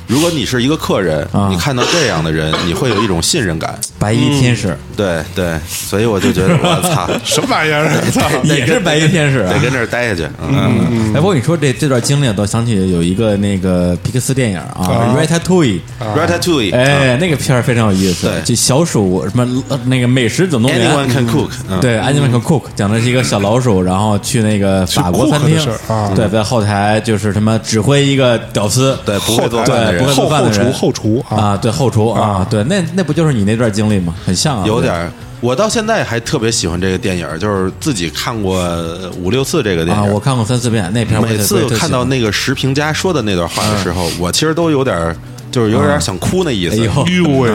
S5: 如果你是一个客人，
S2: 啊
S5: 你看到这样的人，你会有一种信 任感。
S2: 白衣天使
S5: 对对，所以我就觉得，我操，
S4: 什么玩意儿？啊操！
S2: 也是白衣天使啊
S5: 嗯得。跟这儿待下去。嗯，
S2: 哎，不过你说这这段经历，啊倒想起有一个那个皮克斯电影啊，《
S4: 啊
S2: Ratatouille》。
S5: Ratatouille，
S2: 哎，那个片儿非常有意思
S5: 对，
S2: 就小鼠什么呃那个美食总动员
S5: Anyone can cook，嗯
S2: 对，Anyone can cook，讲的是一个小老鼠，然后去那个法国
S4: cook
S2: 餐厅
S4: 的事儿啊，
S2: 对，在后台就是什么指挥一个屌丝，
S5: 对，不会做
S2: 对
S5: 饭 的
S2: 不
S5: 人
S2: 会做
S4: 后
S2: 饭
S4: 后
S2: 的人
S4: 厨后厨啊，
S2: 啊，对后厨啊，对，那那不就是你那段经历吗？很像啊，
S5: 有点儿。我到现在还特别喜欢这个电影儿，就是自己看过五六次这个电
S2: 啊，
S5: 影儿。
S2: 我看过三四遍那片儿我也
S5: 每
S2: 特，
S5: 次
S2: 我也特
S5: 看到
S2: 喜欢嗯
S5: 那个食评家说的那段话的时候，我其实都有点儿，就是有点儿想哭那意思。
S2: 哎呦
S4: 哎呦喂，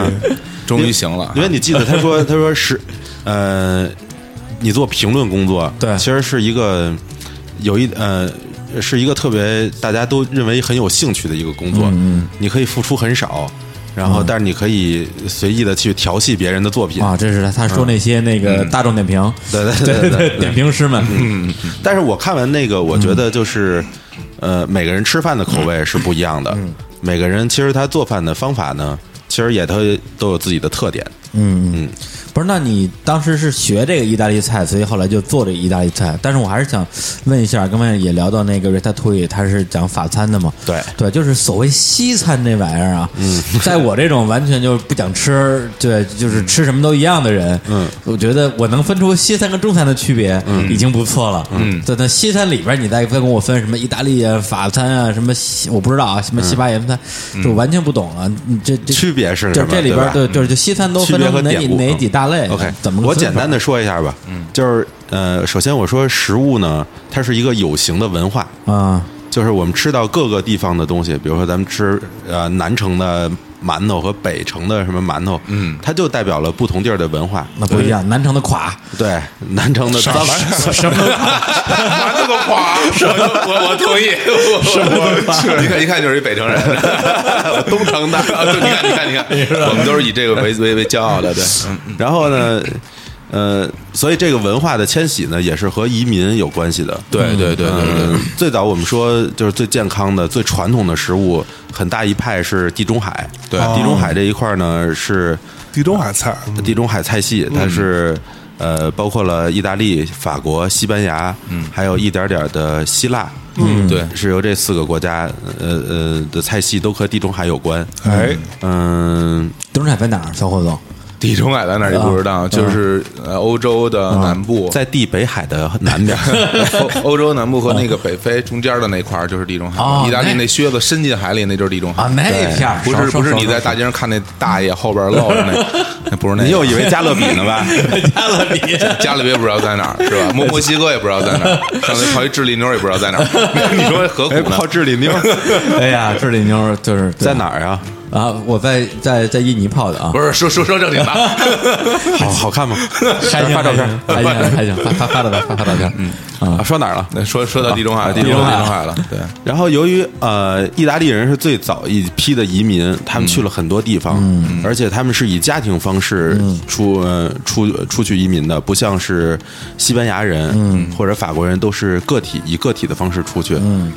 S3: 终于行了
S5: 因，为 你记得 他说，他说是，呃，你做评论工作，
S2: 对
S5: 其实是一个有一呃，是一个特别大家都认为很有兴趣的一个工作，嗯，你可以付出很少，
S2: 嗯
S5: 然后但是你可以随意的去调戏别人的作品，
S2: 啊，这是他说那些那个大众点评，
S5: 对对
S2: 对
S5: 对对
S2: 对，点评师们，
S5: 嗯，但是我看完那个，我觉
S2: 嗯
S5: 得就是，呃，每个人吃饭的口味是不一样的，
S2: 嗯
S5: 每个人其实他做饭的方法呢，其实也都都有自己的特点，
S2: 嗯不是，那你当时是学这个意大利菜，所以后来就做这个意大利菜。但是我还是想问一下，刚才也聊到那个 ratatouille，它是讲法餐的嘛？
S5: 对
S2: 对，就是所谓西餐这玩意儿啊，嗯， 在我这种完全就是不讲吃，对，就是吃什么都一样的人，嗯，我觉得我能分出西餐跟中餐的区别，嗯，已经不错了，嗯，对，那西餐里边儿你再再跟我分什么意大利啊、法餐啊、什么西我不知道啊，什么西班牙餐，就完全不懂了。你这这
S5: 区别是
S2: 就
S5: 什么
S2: 这里边儿
S5: 对
S2: 对，就是就西餐都
S5: 区
S2: 分
S5: 别
S2: 成
S5: 和
S2: 哪
S5: 典
S2: 几
S5: 故
S2: 哪
S5: 嗯
S2: 几大类呃
S5: ，OK，
S2: 怎么个
S5: 我
S2: 分
S5: 简单
S2: 法
S5: 的说一下吧，嗯，就是呃，首先我说食物呢，它是一个有形的文化，
S2: 啊，
S5: 就是我们吃到各个地方的东西，比如说咱们吃呃南城的馒头和北城的什么馒头，嗯，它就代表了不同地儿的文化，
S2: 那不一样，南城的垮，
S5: 对，南城的脏。
S2: 什么都垮，
S3: 完了个垮，我我我同意， 我一看一看就是一北城人，我 东城的，啊对你看你看你看，我们都是以这个为为为骄傲的，对，嗯
S5: 然后呢，呃，所以这个文化的迁徙呢，也是和移民有关系的。
S3: 对对对对对
S5: 嗯、最早我们说就是最健康的、最传统的食物，很大一派是地中海。
S3: 对
S5: 地中海这一块呢是
S4: 地中海菜，
S3: 哦
S4: 嗯
S5: 地中海菜系，它是。呃，包括了意大利、法国、西班牙，嗯，还有一点点的希腊，嗯
S3: 对
S5: 是由这四个国家，呃呃的菜系都和地中海有关。
S4: 哎，
S5: 嗯，
S2: 东海在哪儿？小伙 总，
S3: 地中海在哪儿就不知道，就是呃欧洲的南部，
S5: 在地北海的南 边，
S3: 欧欧洲南部和那个北非中间的那块儿就是地中海
S2: 哦，
S3: 意大利
S2: 那
S3: 那靴子伸进海里那就是地中海
S2: 啊那片儿
S3: 对不
S2: 少
S3: 是
S2: 少
S3: 不是
S2: 少
S3: 你在大街上看那大爷后边露着那，那不是那个，
S5: 你又以为加勒比呢吧？
S2: 加勒比，
S3: 加勒比也不知道在哪儿，是吧？墨墨西哥也不知道在哪儿，上次跑一智利妞儿也不知道在哪儿。你说何苦
S5: 哎，
S3: 呢
S5: 泡？智利 妞
S2: 哎呀，这里妞儿就是
S5: 在哪儿啊？
S2: 儿啊？我在在在印尼泡的啊
S3: 不，是说说说正经的，
S5: 好哦好看吗？
S2: 还行
S5: 发照片儿
S2: 还行还行，发发发照片，发发照片，嗯啊
S5: 啊，说哪儿了？
S3: 那说说到地中海，地
S2: 中海
S3: 海，地中海了。对，
S5: 然后由于呃，意大利人是最早一批的移民，他们去了很多地方，而且他们是以家庭方式出、呃出出去移民的，不像是西班牙人、或者法国人都是个体以个体的方式出去，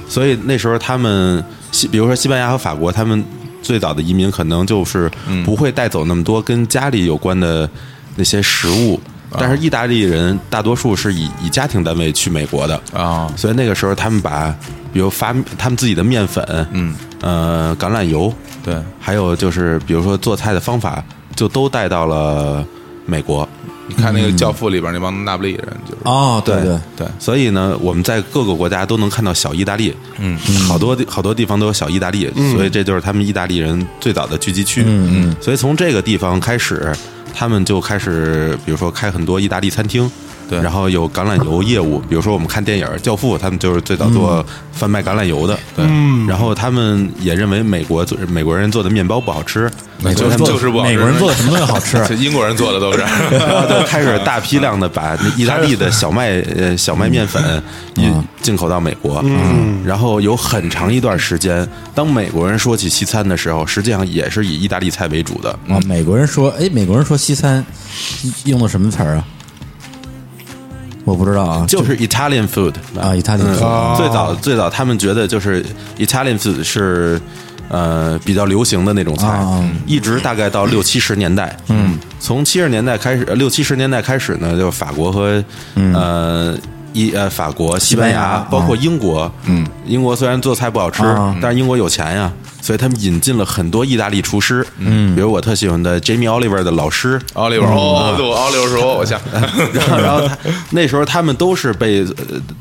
S5: 所以那时候他们西比如说西班牙和法国，他们最早的移民可能就是不会带走那么多跟家里有关的那些食物。但是意大利人大多数是以以家庭单位去美国的
S3: 啊
S5: 所以那个时候他们把，比如发他们自己的面粉，嗯，呃，橄榄油，
S3: 对
S5: 还有就是比如说做菜的方法，就都带到了美国。
S3: 你看那个《教父》里边那帮那不勒人，就是
S2: 哦，对对，
S3: 对
S5: 所以呢，我们在各个国家都能看到小意大利，嗯，好多地好多地方都有小意大利，所以这就是他们意大利人最早的聚集区，嗯嗯，所以从这个地方开始，他们就开始，比如说开很多意大利餐厅，
S3: 对
S5: 然后有橄榄油业务，比如说我们看电影《教父》，他们就是最早做贩卖橄榄油的，嗯对。然后他们也认为美国美国人做的面包不好吃，
S3: 那
S5: 所
S3: 就
S5: 以
S3: 是
S5: 他们
S3: 做就是不好吃
S2: 美国人做的什么东西好 吃？
S3: 这英国人做的都是，
S5: 然后 就开始大批量的把那意大利的小麦呃小麦面粉运进口到美国，嗯，然后有很长一段时间，当美国人说起西餐的时候，实际上也是以意大利菜为主的，
S2: 啊，美国人说，哎，美国人说西餐用的什么词儿啊？我不知道啊，
S5: 就是嗯 Italian food
S2: 啊，Italian food
S4: 哦
S5: 最早最早他们觉得就是 Italian food 是呃比较流行的那种菜，
S2: 啊
S5: 一直大概到六七十年代，嗯，从七十年代开始，呃六七十年代开始呢，就法国和、呃。一呃，法国、西班
S2: 西班
S5: 牙
S2: 牙，
S5: 包括英国，嗯，英国虽然做菜不好吃，
S2: 啊
S5: 但是英国有钱呀，所以他们引进了很多意大利厨师，嗯，比如我特喜欢的 Jamie Oliver 的老师，
S3: 奥利弗，哦，对，奥利弗说，我想，
S5: 然后，然后他那时候他们都是被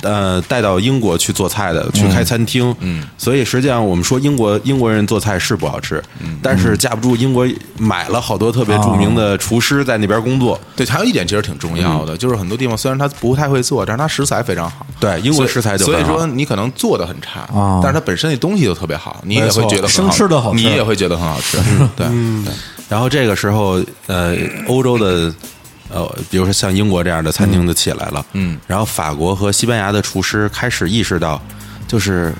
S5: 呃带到英国去做菜的，去开餐厅。嗯，所以实际上我们说英国英国人做菜是不好吃，但是架不住英国买了好多特别著名的厨师在那边工作。
S3: 对，还有一点其实挺重要
S5: 嗯
S3: 的，就是很多地方虽然它不太会做，但是它食材非常好。
S5: 对，英国
S3: 所以
S5: 食材就
S3: 所以
S5: 很好
S3: 说你可能做的很差
S2: 啊，
S3: 但是它本身那东西就特别好，你也
S2: 没
S3: 会
S2: 错
S3: 觉得很
S2: 生吃的好吃
S3: 你也会觉得很好吃。
S5: 嗯
S3: 对，对
S5: 然后这个时候，呃，欧洲的呃，比如说像英国这样的餐厅就起来了，
S3: 嗯，
S5: 然后法国和西班牙的厨师开始意识到，就是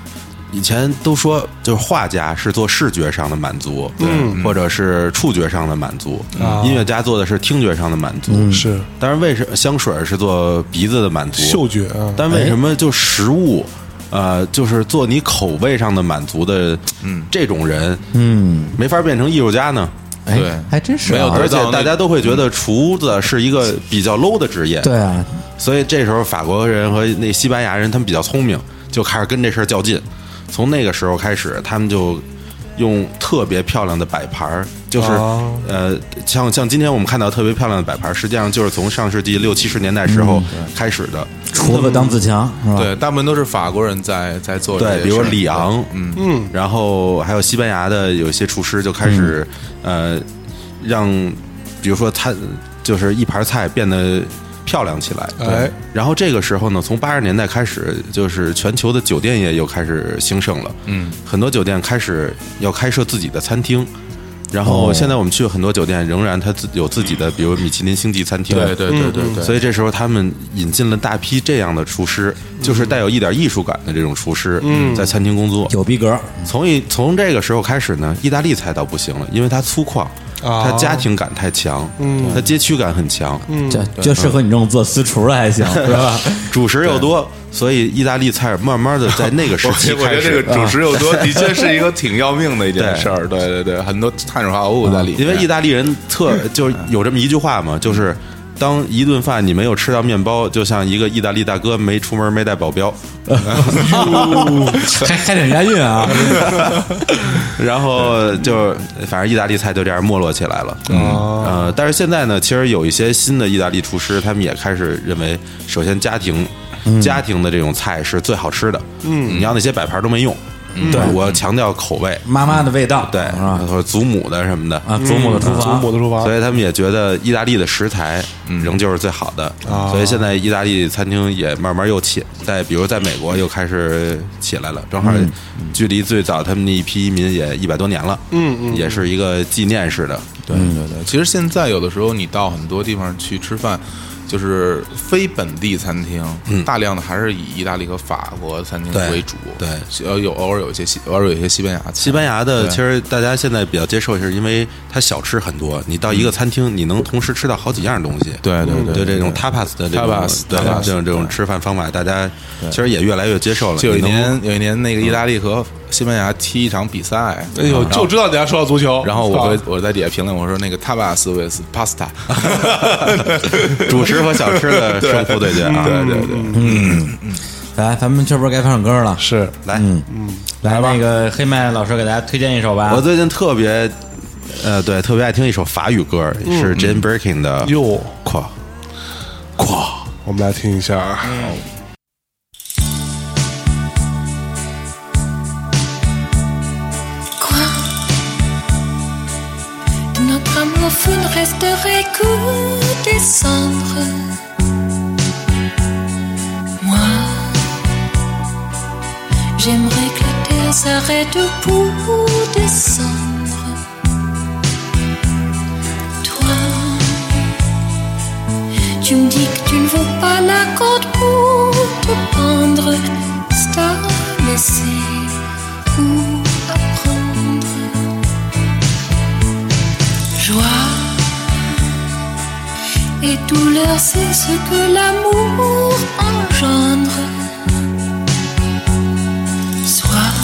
S5: 以前都说就是画家是做视觉上的满足，对，或者是触觉上的满足，
S4: 啊
S5: 音乐家做的是听觉上的满足，
S4: 是
S5: 当然为什么香水是做鼻子的满足，
S4: 嗅觉啊，
S5: 但为什么就食物，呃，就是做你口味上的满足的，嗯，这种人，嗯，没法变成艺术家呢？
S2: 哎
S3: 对，
S2: 还真是、啊，
S3: 没有
S5: 而
S3: 得
S5: 且
S3: 到那
S5: 大家都会觉得厨子是一个比较 low 的职业，
S2: 对啊，
S5: 所以这时候法国人和那西班牙人他们比较聪明，就开始跟这事儿较劲。从那个时候开始，他们就用特别漂亮的摆盘儿，就是、
S4: 哦
S5: 呃，像像今天我们看到特别漂亮的摆盘儿，实际上就是从上世纪六七十年代时候开始的。
S2: 厨子当自强是吧？
S3: 对，大部分都是法国人在在做这些事，
S5: 嗯对，比如里昂，嗯嗯，然后还有西班牙的有一些厨师就开始，
S3: 嗯
S5: 呃，让比如说他就是一盘菜变得漂亮起来，
S4: 哎，
S5: 然后这个时候呢，从八十年代开始，就是全球的酒店业又开始兴盛了，嗯，很多酒店开始要开设自己的餐厅。然
S3: 哦
S5: 后现在我们去很多酒店，仍然它自有自己的，比如米其林星级餐厅，嗯
S3: 对对对对对，
S5: 所以这时候他们引进了大批这样的厨师，
S3: 嗯
S5: 就是带有一点艺术感的这种厨师，在餐厅工作。
S2: 有逼格，
S5: 从一从这个时候开始呢，意大利菜倒不行了，因为它粗犷，
S4: 啊
S5: 它家庭感太强，
S3: 嗯
S5: 它街区感很强，
S2: 这就适合你这种做私厨的还行，是吧？
S5: 主食又多，所以意大利菜慢慢的在那个时
S3: 我
S5: 期
S3: 觉 我觉
S5: 开
S3: 得这
S5: 始
S3: 个。
S5: 啊
S3: 主食又多，的确是一个挺要命的一件
S5: 对啊
S3: 事儿。对对对，很多碳水化合物在里面，
S5: 因为意大利人特
S3: 嗯
S5: 就是有这么一句话嘛，就是当一顿饭你没有吃到面包，就像一个意大利大哥没出门没带保镖。
S2: 还还挺押韵啊，
S5: 然后就反正意大利菜就这样没落起来了。
S2: 哦
S5: 呃，但是现在呢，其实有一些新的意大利厨师，他们也开始认为，首先家庭、
S2: 嗯
S5: 家庭的这种菜是最好吃的。嗯，你要那些摆盘都没用。对，我强调口味。
S2: 妈妈的味道，
S5: 对，
S2: 嗯是吧？
S5: 或者祖母的什么的
S2: 啊，祖母的厨
S4: 嗯祖
S2: 房，
S4: 母的厨房
S5: 所以他们也觉得意大利的食材仍旧是最好的，所以现在意大利餐厅也慢慢又起，在比如在美国又开始起来了，正好距离最早他们那一批移民也一百多年了，嗯嗯，也是一个纪念式的，
S3: 对对对，其实现在有的时候你到很多地方去吃饭，就是非本地餐厅，大量的还是以意大利和法国餐厅
S5: 对
S3: 为主。
S5: 对
S3: 呃，有偶尔有一些西，偶尔有一些西班牙菜。
S5: 西班牙的
S3: 对
S5: 其实大家现在比较接受，是因为它小吃很多，你到一个餐厅，你能同时吃到好几样东西。嗯
S3: 对对对
S5: 就这种
S3: 对
S5: tapas 的这种
S3: tapas，
S5: 对
S3: tapas，
S5: 这种这种
S3: 对
S5: 吃饭方法，大家其实也越来越接受了。
S3: 就有一
S5: 你能
S3: 年，有一年那个意大利和西班牙踢一场比赛，
S4: 哎呦，就知道你要说到足球，
S3: 然后我
S4: 啊
S3: 会我在底下评论我说那个 tapas with pasta，
S5: 主食和小吃的胜负 对决啊！
S3: 对对对，
S2: 来，咱们这不是该放首歌了？
S4: 是
S5: 来，
S2: 来，那个黑麦老师给大家推荐一首吧。
S5: 嗯我最近特别，呃，对，特别爱听一首法语歌，是 Jane Birkin 的《
S4: 哟，
S5: 跨跨
S4: 我们来听一下啊。
S6: Quoi Notre amour fou ne resterait qu'aux des cendres J'aimerais que la terre s'arrête pour descendre. Toi, tu me dis que tu ne vaux pas la corde pour te pendre. Star laissé ou apprendre. Joie. Et douleur, c'est ce que l'amour engendre. Sois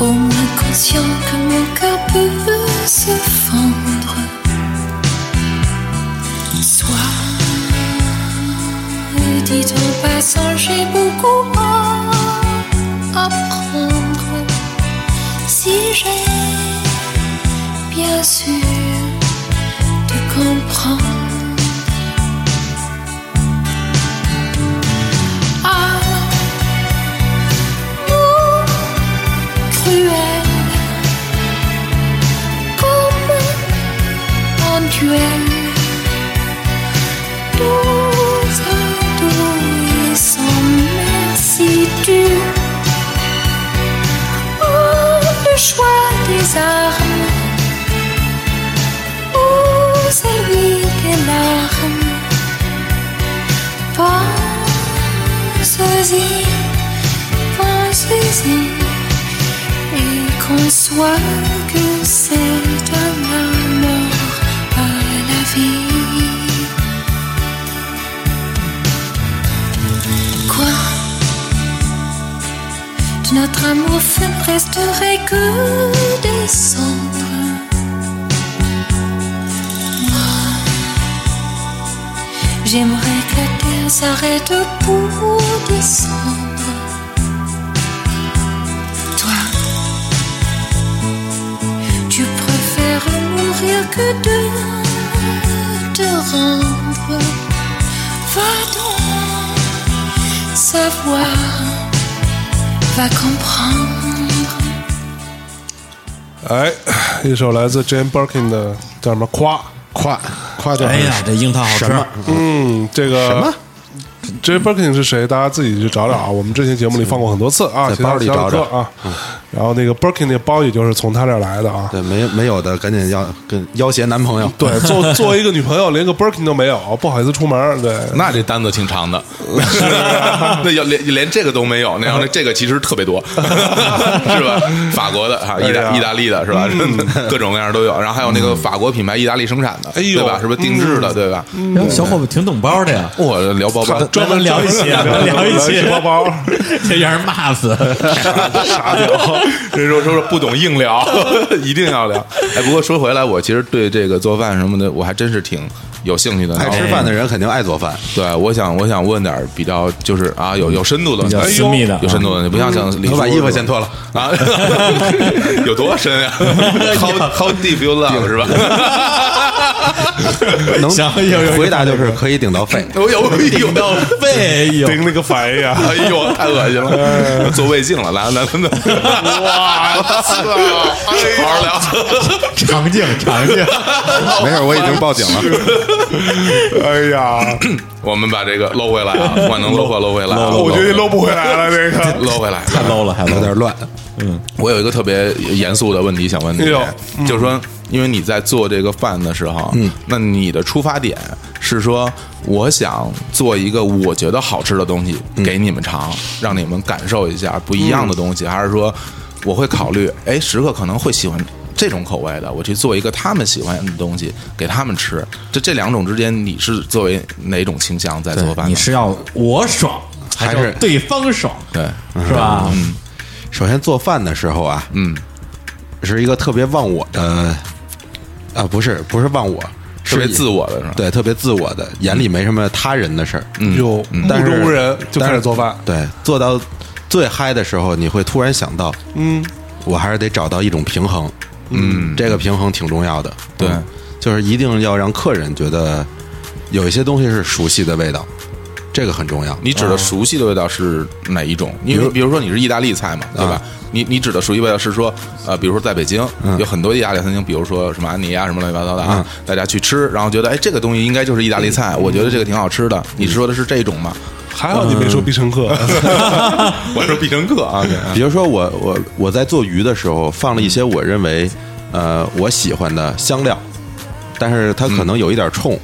S6: au moins conscient que mon cœur peut se fendre. Sois, dit en passant, j'ai beaucoup à apprendre. Si j'ai bien sûr te comprendre. Amour cruel, comme un duel. Tous adolescents, merci tu. Oh, le choix des armes où servir des larmes. Pense-y, pense-y, et conçois que c'est un amour à la vie. Quoi de notre amour feu ne resterait que des cendres J'aimerais que la terre s'arrête pour descendre. Toi, tu préfères mourir que de te rendre. Va donc savoir, va comprendre.
S4: 哎，一首来自 Jane Birkin 的叫什么？夸
S5: 夸夸张。
S2: 哎呀，这樱桃好吃
S5: 什么？
S4: 嗯，这个什么？J. Birkin 是谁？大家自己去找找啊！我们之前节目里放过很多次啊，
S5: 在
S4: 其他
S5: 包里
S4: 其他的
S5: 找嗯找
S4: 歌啊。然后那个 Birkin 那包也就是从他这儿来的啊。
S5: 对，没没有的，赶紧要跟要挟男朋友。
S4: 对，做做一个女朋友，连个 Birkin 都没有，啊不好意思出门。 对，
S3: 那这单子挺长的， 那要连连这个都没有，那然后那这个其实特别多，是吧？法国的哈，意
S4: 哎
S3: 大
S4: 呀
S3: 意大利的是吧？各种各样都有，然后还有那个法国品牌，意大利生产的，
S4: 哎呦
S3: 对吧？是不是定制的，对吧？
S2: 哟哎小伙子挺懂包的呀，
S3: 我聊包包，
S2: 专门聊一期啊，
S4: 聊
S2: 聊一期
S4: 聊包包，
S2: 这让人骂死。
S3: 傻屌，人说说不懂硬聊，一定要聊。哎，不过说回来，我其实对这个做饭什么的，我还真是挺有兴趣的。
S5: 爱吃饭的人肯定爱做饭，
S3: 对，我想我想问点儿比较就是啊有有深度的
S2: 比较
S3: 问题，
S2: 私密的嗯
S3: 哎呦有深度的问题，不像像李
S5: 我
S3: 叔
S5: 把衣服先脱了。
S3: 啊， 有多深 呀？How how deep you love 是吧？
S5: 能
S2: 行有有有
S5: 回答就是可以顶到肺。
S3: 我有有到
S2: 哎呦，
S4: 顶那个反应啊！
S3: 哎呦，太恶心
S2: 哎
S3: 了，做胃镜了，来来来来， 哇操！
S5: 哎
S3: 好好聊。
S2: 场景场景，
S5: 没事，我已经报警了。
S4: 哎呀，
S3: 我们把这个搂回来啊，我能搂回搂回来啊，
S4: 我觉得搂不回来了。这个，
S3: 搂回来。
S2: 太 low 了，嗯太 low
S5: 嗯有
S2: 了。
S5: 点乱，
S3: 我有一个特别严肃的问题想问你
S4: 哎呦，
S3: 就是说，因为你在做这个饭的时候，嗯，那你的出发点是说，我想做一个我觉得好吃的东西
S2: 嗯
S3: 给你们尝，让你们感受一下不一样的东西，还是说我会考虑，哎，食客可能会喜欢。这种口味的，我去做一个他们喜欢的东西给他们吃，这这两种之间，你是作为哪种倾向在做饭呢？
S2: 你是要我爽，还
S5: 还是
S2: 要对方爽，
S3: 对，
S2: 是吧？
S5: 首先做饭的时候啊，
S3: 嗯，
S5: 是一个特别忘我的，啊，不是不是忘我，
S3: 特
S5: 是
S3: 别自我的是吧？
S5: 对，特别自我的，眼里没什么他人的事儿。嗯，
S4: 哟，目
S5: 但是嗯
S4: 中无人就开始做饭。
S5: 对，做到最嗨的时候，你会突然想到，嗯，我还是得找到一种平衡。嗯，这个平衡挺重要的。
S3: 对
S5: 嗯就是一定要让客人觉得有一些东西是熟悉的味道，这个很重要。
S3: 你指的熟悉的味道是哪一种？因为比如说你是意大利菜嘛，
S5: 啊
S3: 对吧？你你指的熟悉味道是说，呃，比如说在北京
S5: 嗯
S3: 有很多意大利餐厅，比如说什么安妮啊，什么乱七八糟的啊，
S5: 嗯
S3: 大家去吃，然后觉得哎，这个东西应该就是意大利菜，我觉得这个挺好吃的。你是说的是这种吗？
S4: 还好你没说必胜客，
S3: 我还说必胜客啊，对啊
S5: 比如说我我我在做鱼的时候放了一些我认为呃我喜欢的香料，但是它可能有一点冲。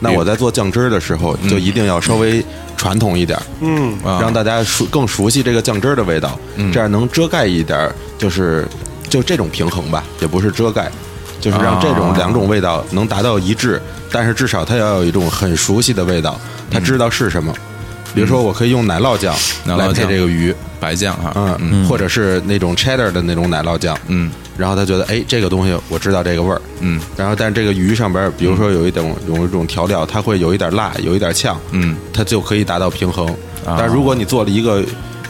S5: 那我在做酱汁儿的时候，就一定要稍微传统一点，
S4: 嗯，
S3: 嗯啊嗯
S5: 让大家熟更熟悉这个酱汁儿的味道，这样能遮盖一点儿，就是就这种平衡吧，也不是遮盖，就是让这种
S3: 啊
S5: 两种味道能达到一致，但是至少它要有一种很熟悉的味道，他知道是什么。比如说，我可以用奶酪酱
S3: 嗯奶酪
S5: 来配
S3: 酱
S5: 这个鱼，
S3: 白酱啊哈，
S5: 嗯，或者是那种 cheddar 的那种奶酪酱，
S3: 嗯
S5: 然后他觉得，哎，这个东西我知道这个味儿，
S3: 嗯
S5: 然后但是这个鱼上边儿，比如说有一种有一种调料，它会有一点辣，有一点呛，
S3: 嗯，
S5: 它就可以达到平衡。
S3: 啊
S5: 但如果你做了一个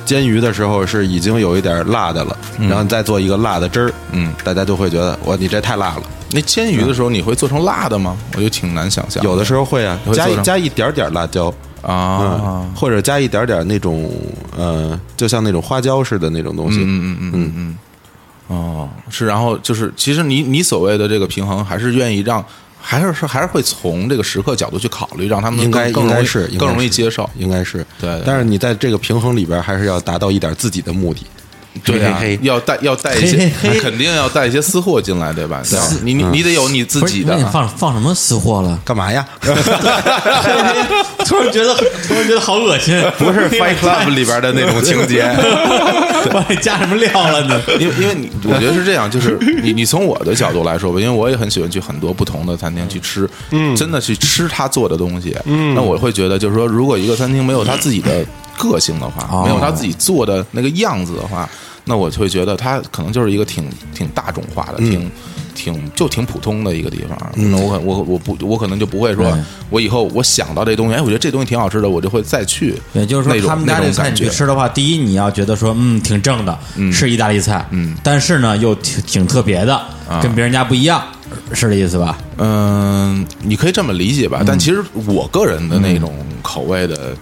S5: 煎鱼的时候是已经有一点辣的了，然后你再做一个辣的汁儿，
S3: 嗯，
S5: 大家就会觉得哇，你这太辣了。
S3: 那煎鱼的时候你会做成辣的吗？我就挺难想象的，
S5: 有的时候会啊，
S3: 会
S5: 加
S3: 做
S5: 一
S3: 成
S5: 加一点点辣椒，
S3: 啊
S5: 嗯，，或者加一点点那种呃，就像那种花椒似的那种东西，
S3: 嗯嗯嗯嗯嗯，哦，是，然后就是，其实你你所谓的这个平衡，还是愿意让，还是是还是会从这个食客角度去考虑，让他们
S5: 应该
S3: 更
S5: 应
S3: 更
S5: 该
S3: 容易
S5: 是应该
S3: 更容易
S5: 是
S3: 接受。
S5: 应该是
S3: 对对
S5: 但是你在这个平衡里边，还是要达到一点自己的目的。
S3: 对啊
S5: 嘿嘿，
S3: 要带要带一些
S2: 嘿嘿嘿，
S3: 肯定要带一些私货进来，对吧？对吧
S2: 私
S3: 你你你得有你自
S2: 不是
S3: 己
S2: 那
S3: 的啊
S2: 你放放什么私货了？
S5: 干 嘛呀？
S2: 突然觉得，突然觉得好恶心，
S3: 不 是 Fight Club 里边的那种情节。
S2: 往里加什么料了呢？
S3: 因为因为你我觉得是这样，就是你你从我的角度来说吧，因为我也很喜欢去很多不同的餐厅去吃，嗯，真的去吃他做的东西，嗯，那我会觉得就是说，如果一个餐厅没有他自己的个性的
S2: 哦
S3: 话，没有他自己做的那个样子的话，那我就会觉得他可能就是一个挺挺大众化的，挺。挺就挺普通的一个地方，
S2: 嗯
S3: 那我可我我不我可能就不会说，
S2: 哎
S3: 我以后我想到这东西，哎，我觉得这东西挺好吃的，我就会再去那种。
S2: 也就是说，他们家
S3: 那
S2: 这
S3: 种
S2: 菜
S3: 感
S2: 你
S3: 觉
S2: 去吃的话，第一你要觉得说，嗯，挺正的，是意大利菜，嗯，但是呢又挺挺特别的，
S3: 啊
S2: 跟别人家不一样，是这意思吧？
S3: 嗯，你可以这么理解吧，
S5: 嗯
S3: 但其实我个人的那种口味的，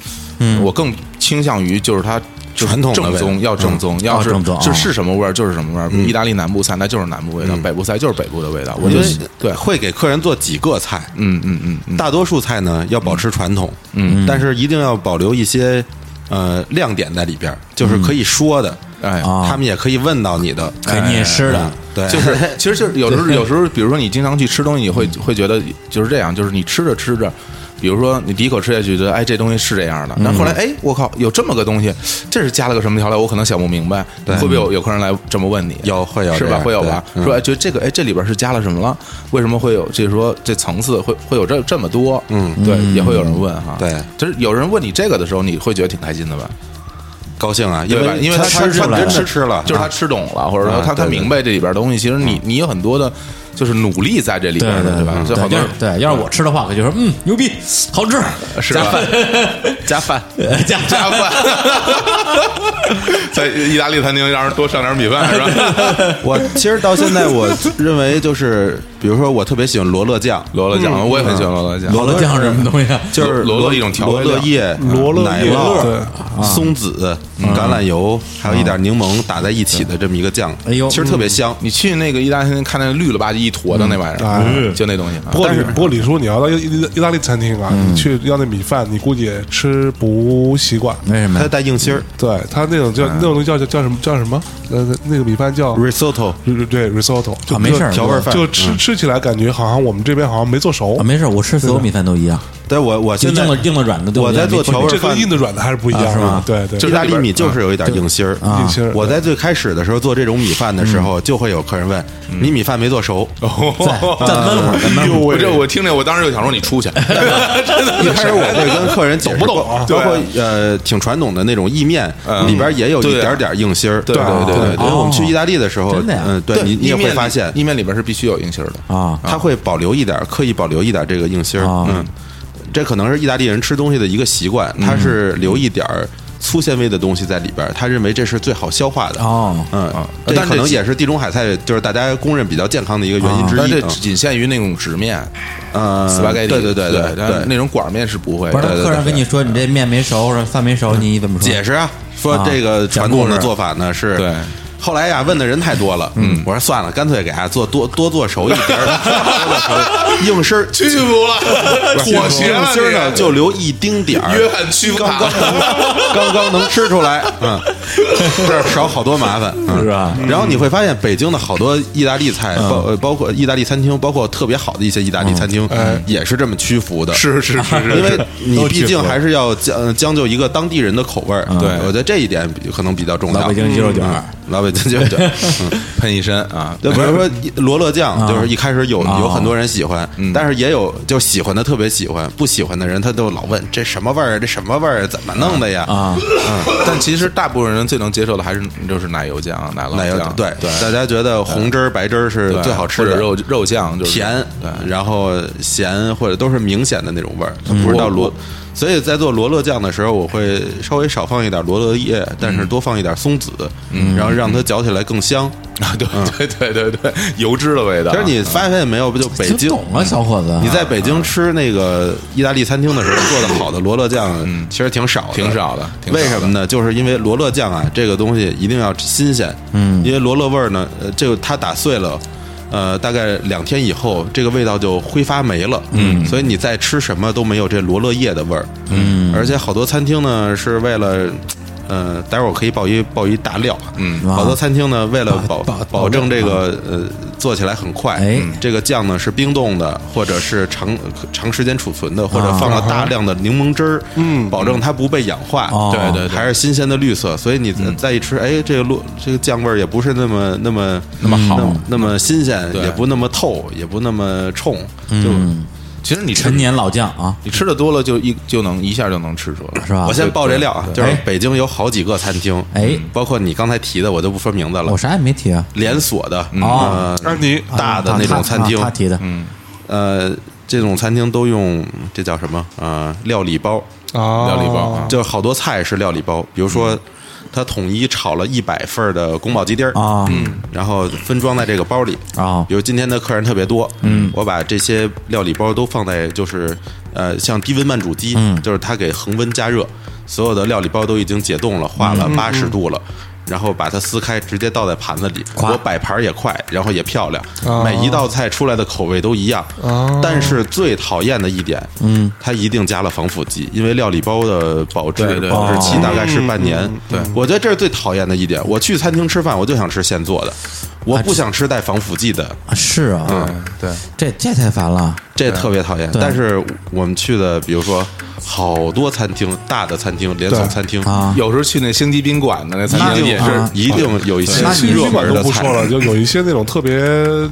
S3: 我更倾向于就是它就是
S5: 嗯传统的
S3: 正
S5: 味道嗯
S3: 宗，要正宗，要
S2: 哦
S3: 是
S2: 正宗
S3: 是
S2: 哦
S3: 是什么味儿就是什么味儿。意大利南部菜那就是南部味道，
S5: 嗯
S3: 北部菜就是北部的味道。我
S5: 因
S3: 觉
S5: 为
S3: 得对，
S5: 会给客人做几个菜，
S3: 嗯嗯嗯嗯，
S5: 大多数菜呢要保持传统，嗯，但是一定要保留一些呃亮点在里边儿，就是可
S3: 嗯
S5: 以说的，
S3: 哎。
S2: 啊
S5: 他们也可以问到你的，
S2: 可以念诗的
S5: 嗯哦对，
S3: 就是， 其实就是有时候，有时候，比如说你经常去吃东西，你会
S5: 嗯
S3: 会觉得就是这样，就是你吃着吃着，比如说你第一口吃下去，觉得哎这东西是这样
S5: 嗯
S3: 的，然后后来哎我靠有这么个东西，这是加了个什么调料，我可能想不明白，会不会有有客人来这么问你？
S5: 有会有
S3: 是
S5: 这
S3: 吧？
S5: 样
S3: 会有吧？
S5: 对嗯
S3: 说哎，觉得这个哎，这里边是加了什么了？为什么会有？这说这层次会会有这这么多？
S5: 嗯
S3: 对，也会有人问哈。
S5: 对
S3: 就是有人问你这个的时候，你会觉得挺开心的吧？
S5: 高兴啊，因
S3: 对吧
S5: 为？
S3: 因为
S5: 他
S3: 吃
S5: 他
S3: 出来了，
S5: 真的吃了，
S3: 就是他
S5: 啊
S3: 吃懂了，或者说
S5: 啊
S3: 他他
S5: 对对嗯
S3: 明白这里边东西。其实你你有很多的，就是努力在这里边的，对吧？所以好多
S2: 对，要
S3: 人
S2: 是对，要是我吃的话，我就说，嗯，牛逼，好吃，
S3: 是
S2: 加
S3: 吧
S2: 饭，
S3: 加 饭
S2: 加
S3: 加饭，在意大利餐厅让人多上点米饭是 吧？
S5: 我其实到现在，我认为就是，比如说我特别喜欢罗勒酱，
S3: 罗勒酱，我也很喜欢罗勒酱。
S2: 罗勒酱是什么 东西啊？
S5: 就是
S3: 罗罗勒一种调味
S5: 罗勒
S3: 料
S5: 叶、
S2: 嗯
S4: 罗勒
S5: 奶
S4: 叶
S5: 酪啊
S4: 对、
S5: 松子、橄榄油，还有一点柠檬打在一起的这么一个酱，
S2: 嗯哎呦
S5: 其实特别香。
S3: 你去那个意大利餐厅看那绿了吧唧一坨的那玩意
S5: 嗯哎
S3: 儿，就那东西啊。
S4: 不过李不过李叔，你要到意意大利餐厅啊，你去要那米饭，你估计也吃不习惯。
S2: 为什么
S5: 它
S2: 呀？
S5: 带硬芯儿
S4: 对他那种叫那种东西叫叫叫什么叫什么？呃，那个米饭叫
S5: 啊 risotto，
S4: 对 risotto，就
S2: 啊没事儿
S5: 调味饭
S4: 就吃吃起来感觉好像我们这边好像没做熟
S2: 啊，。没事，我吃所有米饭都一样，
S5: 但我我
S2: 就
S5: 现
S2: 硬
S5: 在
S2: 了硬了软的都一样。
S5: 我在做
S2: 没
S5: 调味
S4: 这
S5: 饭
S4: 跟，硬的软的还是不一样
S2: 啊是吗
S4: 对对，
S5: 意大利米就是有一点
S2: 就
S5: 硬芯儿
S2: 啊嗯
S4: 硬芯儿
S5: 我在最开始的时候做这种米饭的时候，就会有客人问你米饭没做熟，
S3: 哦
S5: 哎
S2: 再再焖会儿，再焖会儿。
S3: 我这我听着，我当时就想说你出去，
S5: 一开始我会跟客人解释，
S3: 懂不懂啊嗯
S5: 包括呃，挺传统的那种意面，里边也有一点点硬芯儿。对
S3: 对对对对
S5: 因为我们去意大利的时候
S2: 真的呀，
S5: 嗯，对你你也
S3: 意面
S5: 会
S3: 里
S5: 发现，
S3: 意面里边是必须有硬芯儿的
S2: 啊
S5: 他会保留一点，刻意保留一点这个硬芯儿
S2: 啊。
S5: 嗯，这可能是意大利人吃东西的一个习惯，他
S3: 嗯
S5: 是留一点儿粗纤维的东西在里边儿，他认为这是最好消化的。
S2: 哦
S5: 嗯
S3: 啊，
S5: 这
S3: 但
S5: 可能
S3: 这
S5: 也是地中海菜，就是大家公认比较健康的一个原因之
S3: 但
S5: 一
S3: 这
S5: 啊。
S3: 仅限于那种直面，
S5: 嗯，
S3: 斯巴盖蒂，
S5: 对对对
S3: 对
S5: 对
S3: 但
S5: 对，
S3: 那种管儿面是不会
S2: 不
S3: 的。
S2: 是，
S3: 对
S2: 客人跟你
S3: 对
S2: 说你这
S5: 嗯
S2: 面没熟或者饭没熟，你怎么说？
S5: 啊解释啊，说这个传统的做法呢是
S3: 对
S5: 后来呀，问的人太多了，嗯，我说算了，干脆给他做多多做熟一碟 儿，多做熟一硬身儿
S3: 屈服了，妥协
S5: 硬
S3: 了，
S5: 心儿呢
S3: 你
S5: 就留一丁点儿，
S3: 约翰屈服
S5: 刚
S3: 塔
S5: 刚能刚刚能吃 出来，嗯，这儿少好多麻烦，嗯、
S2: 是吧？嗯
S5: 然后你会发现，北京的好多意大利菜，包呃包括意大利餐厅，包括特别好的一些意大利餐厅，
S2: 嗯
S5: 也是这么屈服的，
S4: 哎是是是
S5: 因为
S4: 是，
S5: 你毕竟还是要将呃将就一个当地人的口味儿，呃
S3: 对
S5: 我觉得这一点比可能比较重
S2: 嗯
S5: 要。
S2: 老北京鸡肉卷儿
S5: 嗯，老北京鸡肉 卷儿，嗯
S3: 喷一身啊，
S5: 对，比 如说罗勒酱，就是一开始有
S2: 啊
S5: 有很多人喜欢，
S3: 嗯
S5: 但是也有就喜欢的特别喜欢，不喜欢的人他都老问这什么味儿，这什么味儿，怎么弄的呀？
S2: 啊，
S3: 但其实大部分人最能接受的还是就是奶油酱、啊奶酪
S5: 奶油
S3: 酱，
S5: 对
S3: 对，
S5: 大家觉得红汁儿、白汁儿是
S3: 对
S5: 最好吃
S3: 或
S5: 的
S3: 者肉肉酱就是
S5: 甜，
S3: 对，嗯
S5: 然后咸或者都是明显的那种味儿，它不是
S3: 我
S5: 到罗
S3: 我。
S5: 所以在做罗勒酱的时候，我会稍微少放一点罗勒叶，但
S3: 嗯
S5: 是多放一点松子，然后让它嚼起来更香。
S3: 啊，对 对对对 对，油脂的味道。啊
S5: 其实你发现没有，不就北
S2: 挺
S5: 京？
S2: 懂啊，小伙子，
S5: 你在北京吃那个意大利餐厅的时候，做的好的罗勒酱其实挺少的，
S3: 嗯挺少的挺少的
S5: 为什么呢？就是因为罗勒酱啊，这个东西一定要新鲜，嗯，因为罗勒味儿呢，呃，这个它打碎了。呃，大概两天以后，这个味道就挥发没了。嗯，所以你再吃什么都没有这罗勒叶的味儿。嗯，而且好多餐厅呢是为了，呃，待会儿我可以报一报一大料。嗯，好多餐厅呢为了保
S2: 保
S5: 保证这个呃做起来很快，
S2: 哎
S5: 嗯这个酱呢是冰冻的，或者是长长时间储存的，或者放了大量的柠檬汁儿，啊嗯，保证它不被氧化。
S2: 哦对
S3: 对对
S5: 还是新鲜的绿色，所以你再一吃，哎，这个落这个酱味儿也不是那么那么那么好，那么新鲜，
S3: 对
S5: 也不那么透，也不那么冲，就。
S3: 其实你吃
S2: 陈年老酱啊，
S3: 你吃的多了就一就能一下就能吃出来，
S2: 是吧？
S5: 我先爆这料啊，
S3: 对
S5: 就
S3: 对
S5: 是北京有好几个餐厅，
S2: 哎
S5: 包括你刚才提的，我就不说名字了
S2: 我，啥也没提啊，
S5: 连锁的，
S2: 哦
S5: 呃，
S4: 安妮
S5: 大的
S2: 啊
S5: 那
S2: 他
S5: 种餐厅
S2: 他他提的，嗯，
S5: 呃，这种餐厅都用这叫什么？呃，料理包，
S4: 啊，
S5: 哦
S3: 料理包啊
S5: 就是好多菜是料理包，比如说。他统一炒了一百份儿的宫保鸡丁儿
S2: 啊
S5: 嗯，然后分装在这个包里
S2: 啊
S5: 比如今天的客人特别多，嗯，我把这些料理包都放在就是呃，像低温慢煮机，嗯，就是它给恒温加热，所有的料理包都已经解冻了，化了八十度了。然后把它撕开，直接倒在盘子里。
S2: 夸
S5: 我摆盘儿也快，然后也漂亮，每一道菜出来的口味都一样。但是最讨厌的一点，哦嗯，它一定加了防腐剂，因为料理包的保质
S3: 对对嗯
S5: 保质期
S2: 哦
S5: 大概是半年。对，我觉得这是最讨厌的一点。我去餐厅吃饭，我就想吃现做的，我不想吃带防腐剂的。
S2: 是
S5: 嗯
S2: 啊，
S3: 嗯对，
S2: 这这太烦了，
S5: 这特别讨厌。
S2: 对
S5: 但是我们去的，比如说好多餐厅，大的餐厅、连锁
S4: 对
S5: 餐厅，
S2: 啊
S3: 有时候去那星级宾馆的那餐
S5: 一
S3: 厅也
S5: 定
S3: 是
S5: 是一定有一些
S2: 那
S4: 其
S2: 你
S4: 实
S5: 热
S4: 宾馆
S5: 门
S4: 都
S5: 的
S4: 不
S5: 菜
S4: 说。了，就有一些那种特别，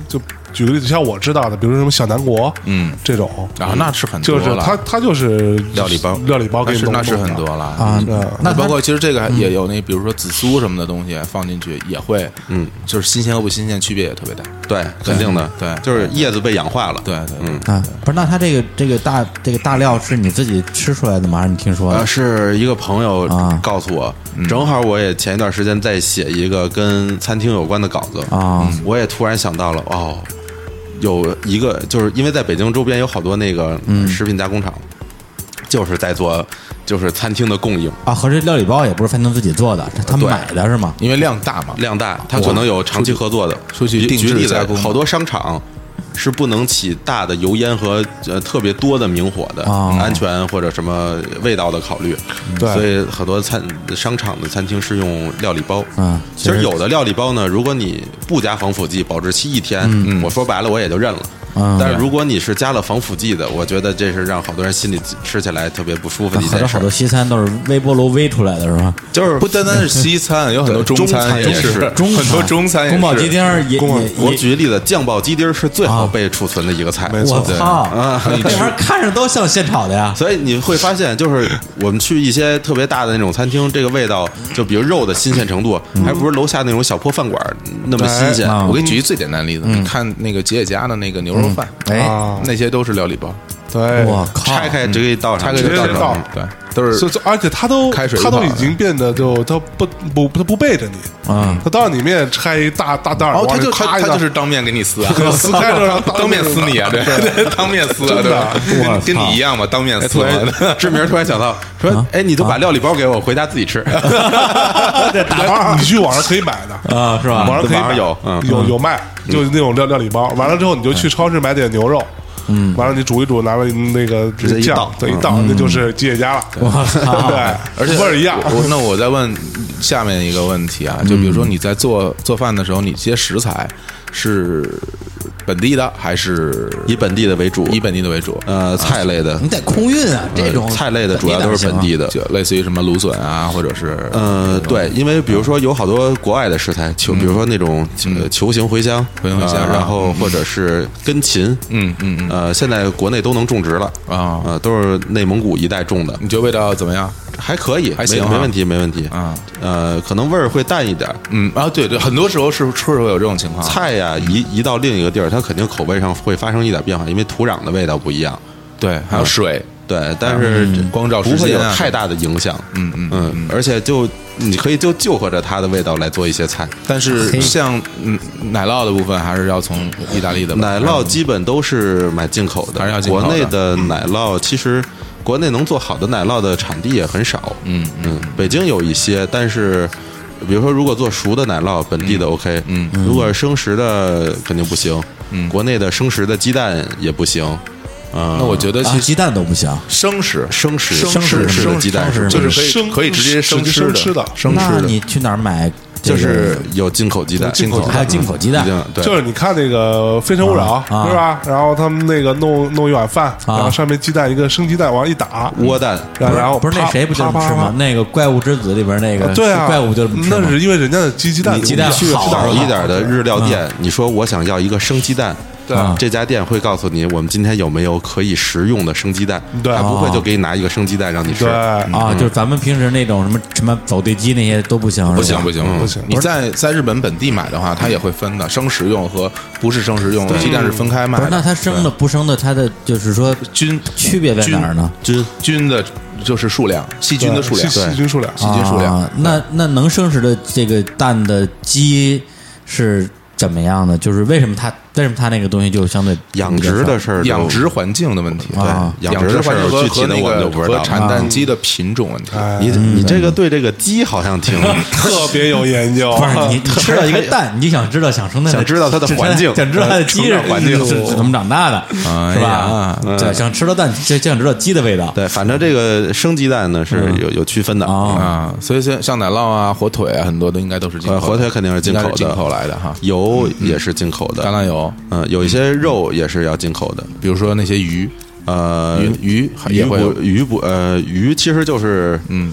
S4: 就举个例子，像我知道的，比如说什么小南国，嗯，这种，
S3: 啊，那是很多
S4: 就是
S3: 了
S4: 他，他就是
S5: 料理包
S4: 料理包给
S3: 那
S4: 你
S3: 是
S4: 弄
S3: 那是很多
S4: 弄
S3: 了
S2: 啊
S3: 嗯，
S2: 那
S3: 包
S2: 他
S3: 括其实这个还也有那，比如说紫苏什么的东西放进去也会，嗯，就是新鲜和不新鲜区别也特别大。
S5: 对，肯定的，
S3: 对
S5: 就是叶子被氧化了。
S3: 对对对
S5: 嗯，
S2: 啊，不是，那他这个这个大这个大料是你自己吃出来的吗？还是你听说
S5: 呃，
S2: 的？
S5: 是一个朋友
S2: 啊
S5: 告诉我，正好我也前一段时间在写一个跟餐厅有关的稿子
S2: 啊
S5: 嗯我也突然想到了，哦，有一个就是因为在北京周边有好多那个食品加工厂，就是在做就是餐厅的供应，
S2: 啊，合着料理包也不是饭厅自己做的，他他
S5: 对
S2: 买的是吗？
S3: 因为量大嘛，
S5: 量大，它可能有长期合作的。
S3: 出去定
S5: 举举
S3: 制
S5: 例子
S3: 加工，
S5: 好多商场是不能起大的油烟和呃特别多的明火的，
S2: 哦
S5: 安全或者什么味道的考虑。
S4: 对
S5: 所以很多餐商场的餐厅是用料理包。
S2: 嗯
S5: 其实有的料理包呢，如果你不加防腐剂，保质期一天，我说白了我也就认了。
S2: 嗯
S5: 但是如果你是加了防腐剂的，我觉得这是让好多人心里吃起来特别不舒服的一
S2: 啊好
S5: 件
S2: 多
S5: 事
S2: 好
S5: 儿
S2: 多。西餐都是微波炉微出来的是吧？
S5: 就是
S3: 不单单是西餐，有很多
S5: 对中
S3: 餐
S5: 餐也
S3: 是
S5: 是，
S2: 中
S3: 很多中
S5: 哎
S3: 餐也是，
S2: 宫保鸡丁儿也
S4: 宫保
S2: 也
S5: 我
S2: 也
S5: 举例子，酱爆鸡丁是最好
S2: 啊
S5: 被储存的一个菜。
S4: 没错
S2: 我
S4: 对
S2: 操，
S5: 啊
S2: 那玩意儿看着都像现炒的呀。
S5: 所以你会发现，就是我们去一些特别大的那种餐厅，这个味道，就比如肉的新鲜程度，还不如楼下那种小破饭馆那么新鲜。
S2: 啊
S3: 嗯我给你举一最简单的例子，你看那个吉野家的那个牛肉饭，
S2: 哎，
S4: 啊，
S3: 那些都是料理包，
S4: 对，
S2: 我靠，
S5: 拆开直接倒上，
S3: 拆开
S4: 直接
S3: 就
S4: 倒
S3: 上
S4: 上
S3: 了对，都是
S4: 所以，而且他都
S3: 开水一
S4: 他都
S3: 泡
S4: 已经变得就他不不他不背着你，
S2: 啊，
S4: 他到你面拆一大大袋儿，
S3: 哦，
S4: 往
S3: 他
S4: 里
S3: 就
S4: 咔
S3: 他
S4: 一
S3: 他
S4: 下
S3: 就是当面给你 撕啊，
S4: 对撕开之后然后
S3: 当面撕你啊， 对，对当面撕啊，对吧？跟跟你一样嘛，当面
S5: 哎，
S3: 撕啊
S5: 突
S3: 嘛。
S5: 然志明突然想到，
S3: 啊
S5: 说，哎，你都把料理包给我，回家自己吃。
S3: 啊
S4: 打包， 你去网上可以买的
S2: 啊是吧
S4: 网上可以
S5: 网
S4: 买
S5: 上有嗯
S4: 有有卖，就是那种料料理包。完了之后，
S2: 嗯
S4: 你就去超市买点牛肉，嗯，完了你煮一煮，拿了那个
S5: 直接一
S4: 酱
S5: 倒，
S4: 对，一倒那
S2: 嗯
S4: 就是吉野家了，对，
S3: 嗯 而且
S4: 味儿一样。
S3: 我那我再问下面一个问题啊，就比如说你在做做饭的时候，你这些食材是本地的还是
S5: 以本地的为主，
S3: 以本地的为主？
S5: 呃菜类的
S2: 你，得空运啊，这种
S5: 呃菜类的主要都是本地的。
S3: 就类似于什么芦笋啊，或者是
S5: 呃，对，因为比如说有好多国外的食材，球，比如说那种呃球形茴香，
S3: 嗯茴香茴香
S5: 呃
S3: 啊
S5: 然后或者是根芹，
S3: 嗯嗯嗯
S5: 呃，现在国内都能种植了
S3: 啊
S5: 呃，都是内蒙古一带种的，
S3: 你觉得味道怎么样？
S5: 还可以，
S3: 还行啊
S5: 没没问题，没问题
S3: 啊。
S5: 呃，可能味儿会淡一点儿，
S3: 嗯啊，对对，很多时候是是会有这种情况。
S5: 菜呀移移到另一个地儿，它肯定口味上会发生一点变化，因为土壤的味道不一样。
S3: 对，还有水，
S5: 对，但是这
S3: 嗯光照
S5: 不
S3: 时
S5: 会
S3: 间
S5: 有
S3: 啊
S5: 太大的影响。
S3: 嗯嗯嗯
S5: 嗯，而且就你可以就就和着它的味道来做一些菜。
S3: 但 是像嗯奶酪的部分还是要从意大利的吧
S5: 奶酪基本都是买进口的，
S3: 还是要进口
S5: 国
S3: 的
S5: 内的奶酪其实国内能做好的奶酪的产地也很少。
S3: 嗯
S5: 嗯，北京有一些，但是比如说如果做熟的奶酪，本地的 OK，
S3: 嗯，
S5: 如果是生食的肯定不行，
S3: 嗯
S5: 国内的生食的鸡蛋也不行，嗯，
S3: 那我觉得
S2: 啊，
S3: 其实
S2: 鸡蛋都不行，
S3: 生食
S5: 生食
S2: 生食
S5: 式的鸡蛋
S2: 生食
S5: 是
S3: 就
S5: 不
S3: 是
S5: 行
S3: 可以可
S4: 生
S3: 以直接生
S4: 直接生
S3: 吃
S4: 吃的
S3: 生
S2: 那
S3: 吃的。
S2: 你去哪儿买这
S5: 就
S2: 个？
S5: 是有进口鸡蛋，
S4: 进口鸡蛋
S2: 还有进口鸡
S5: 已
S2: 蛋
S5: 经对，
S4: 就是你看那个《非诚勿扰》
S2: 啊
S4: 是吧？然后他们那个弄弄一碗饭，
S2: 啊
S4: 然后上面鸡蛋一个生鸡蛋往上一打，
S5: 窝蛋。
S4: 然后然后
S2: 不是那
S4: 啪
S2: 谁不就这么
S4: 啪
S2: 吃
S4: 啪
S2: 吗
S4: 啪？
S2: 那个怪物之子里边那个
S4: 对啊，
S2: 怪物就这么吃
S4: 那
S2: 吗
S4: 是因为人家的鸡鸡蛋
S2: 你鸡蛋
S4: 去
S2: 好
S5: 哦好嗯一点的日料店，你说我想要一个生鸡蛋，
S4: 对
S2: 啊
S5: 这家店会告诉你我们今天有没有可以食用的生鸡蛋，
S4: 对
S5: 他不会就给你拿一个生鸡蛋让你吃
S4: 对，，
S2: 啊，就是咱们平时那种什么什么走地鸡那些都不行，
S3: 不
S2: 不
S3: 行不行嗯
S4: 不行
S3: 你在在日本本地买的话，它也会分的，生食用和不是生食用鸡蛋是分开卖
S2: 不
S3: 的
S2: 是，。那它生的不生的，它的就是说
S3: 菌
S2: 区别在哪儿呢？
S3: 菌
S5: 嗯
S3: 菌的就是数量，细菌的数量，
S4: 细细菌数量
S3: 细菌数量
S2: 啊。那那能生食的这个蛋的鸡是怎么样的？就是为什么它为什么它那个东西就相对
S5: 养殖的事儿都，
S3: 养殖环境的问题
S2: 啊
S5: 对
S3: 养殖
S5: 养殖
S3: 环境和
S5: 是具体
S3: 和
S5: 的
S3: 那
S5: 我们
S3: 个
S5: 就不知道啊哎
S3: 和产蛋鸡的品种问题。
S5: 你你这个对这个鸡好像挺，
S4: 特别有研究。
S2: 不是你， 你吃到一个蛋，你就想知道想生蛋的，
S5: 哦想知道它的环境 呃
S2: 想知道它的鸡是
S5: 成长环境嗯
S2: 是是怎么长大的，
S3: 哎呀
S2: 是吧？对，想吃到蛋，就就想知道鸡的味道。
S5: 对，反正这个生鸡蛋呢是有有区分的
S2: 啊，
S3: 啊，所以像像奶酪啊、火腿啊，很多的应该都是进口
S5: 呃，
S3: 的，
S5: 火腿肯定是进口
S3: 应
S5: 的，
S3: 该是进口来的哈。
S5: 油也是进口的，
S3: 橄榄油，
S5: 嗯，有一些肉也是要进口的，
S3: 比如说那些鱼，
S5: 呃，
S3: 鱼鱼
S5: 鱼
S3: 也会有
S5: 不鱼不呃鱼其实就是嗯。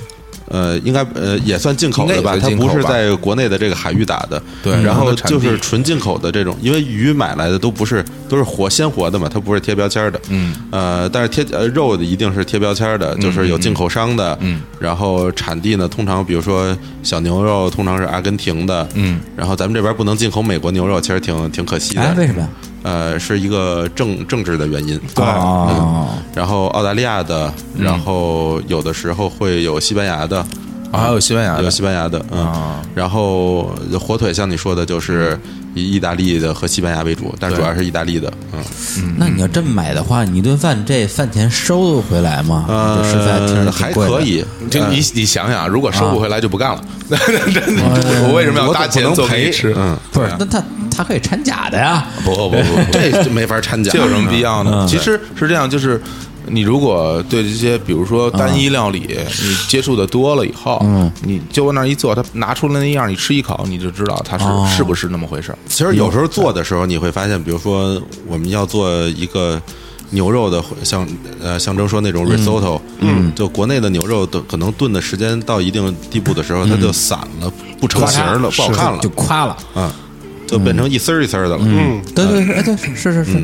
S5: 呃，应该呃也算进口的吧，
S3: 应该
S5: 它
S3: 也算进口
S5: 不
S3: 吧
S5: 是在国内的这个海域打的，
S3: 对它
S5: 然后
S3: 的产地
S5: 就是纯进口的这种，因为鱼买来的都不是都是活鲜活的嘛，它不是贴标签的，
S3: 嗯，
S5: 呃，但是贴呃肉的一定是贴标签的，就是有进口商的，
S3: 嗯，
S5: 然后产地呢，通常比如说小牛肉通常是阿根廷的，
S3: 嗯，
S5: 然后咱们这边不能进口美国牛肉，其实挺挺可惜的，
S2: 哎，为什么呀？
S5: 呃，是一个政政治的原因，
S4: 对
S2: 哦，
S5: 然后澳大利亚的，
S2: 嗯
S5: 然后有的时候会有西班牙的，
S3: 啊，还有西班牙
S5: 有
S3: 的
S5: 西班牙的，嗯
S2: 哦
S3: 啊，
S5: 然后火腿像你说的，就是以意大利的和西班牙为主，但主要是意大利的，嗯，
S2: 那你要这么买的话，你一顿饭这饭钱收得回来吗？
S5: 呃，
S2: 这食材听着挺
S5: 还
S2: 贵的
S5: 可。以，
S3: 就你你想想，如果收不回来就不干了， 真的，我为什么要搭钱做给你吃？
S5: 嗯，
S2: 不是，那它它可以掺假的呀。
S3: 不不不 不，
S5: 这这没法掺假，
S3: 这有什么必要呢
S2: 嗯？
S3: 其实是这样，就是你如果对这些，比如说单一料理，你接触的多了以后，你就往那儿一坐，他拿出来那样，你吃一口，你就知道它是、
S2: 哦
S3: 是不是那么回事儿。
S5: 其实有时候做的时候，你会发现，比如说我们要做一个牛肉的，像呃象征说那种 risotto，嗯，就国内的牛肉都可能炖的时间到一定地步的时候，它就散了，不成形了，不好看了
S2: 就，夸了。
S5: 嗯，就变成一丝儿一丝儿的了，嗯，
S2: 对对对，哎对是是是是，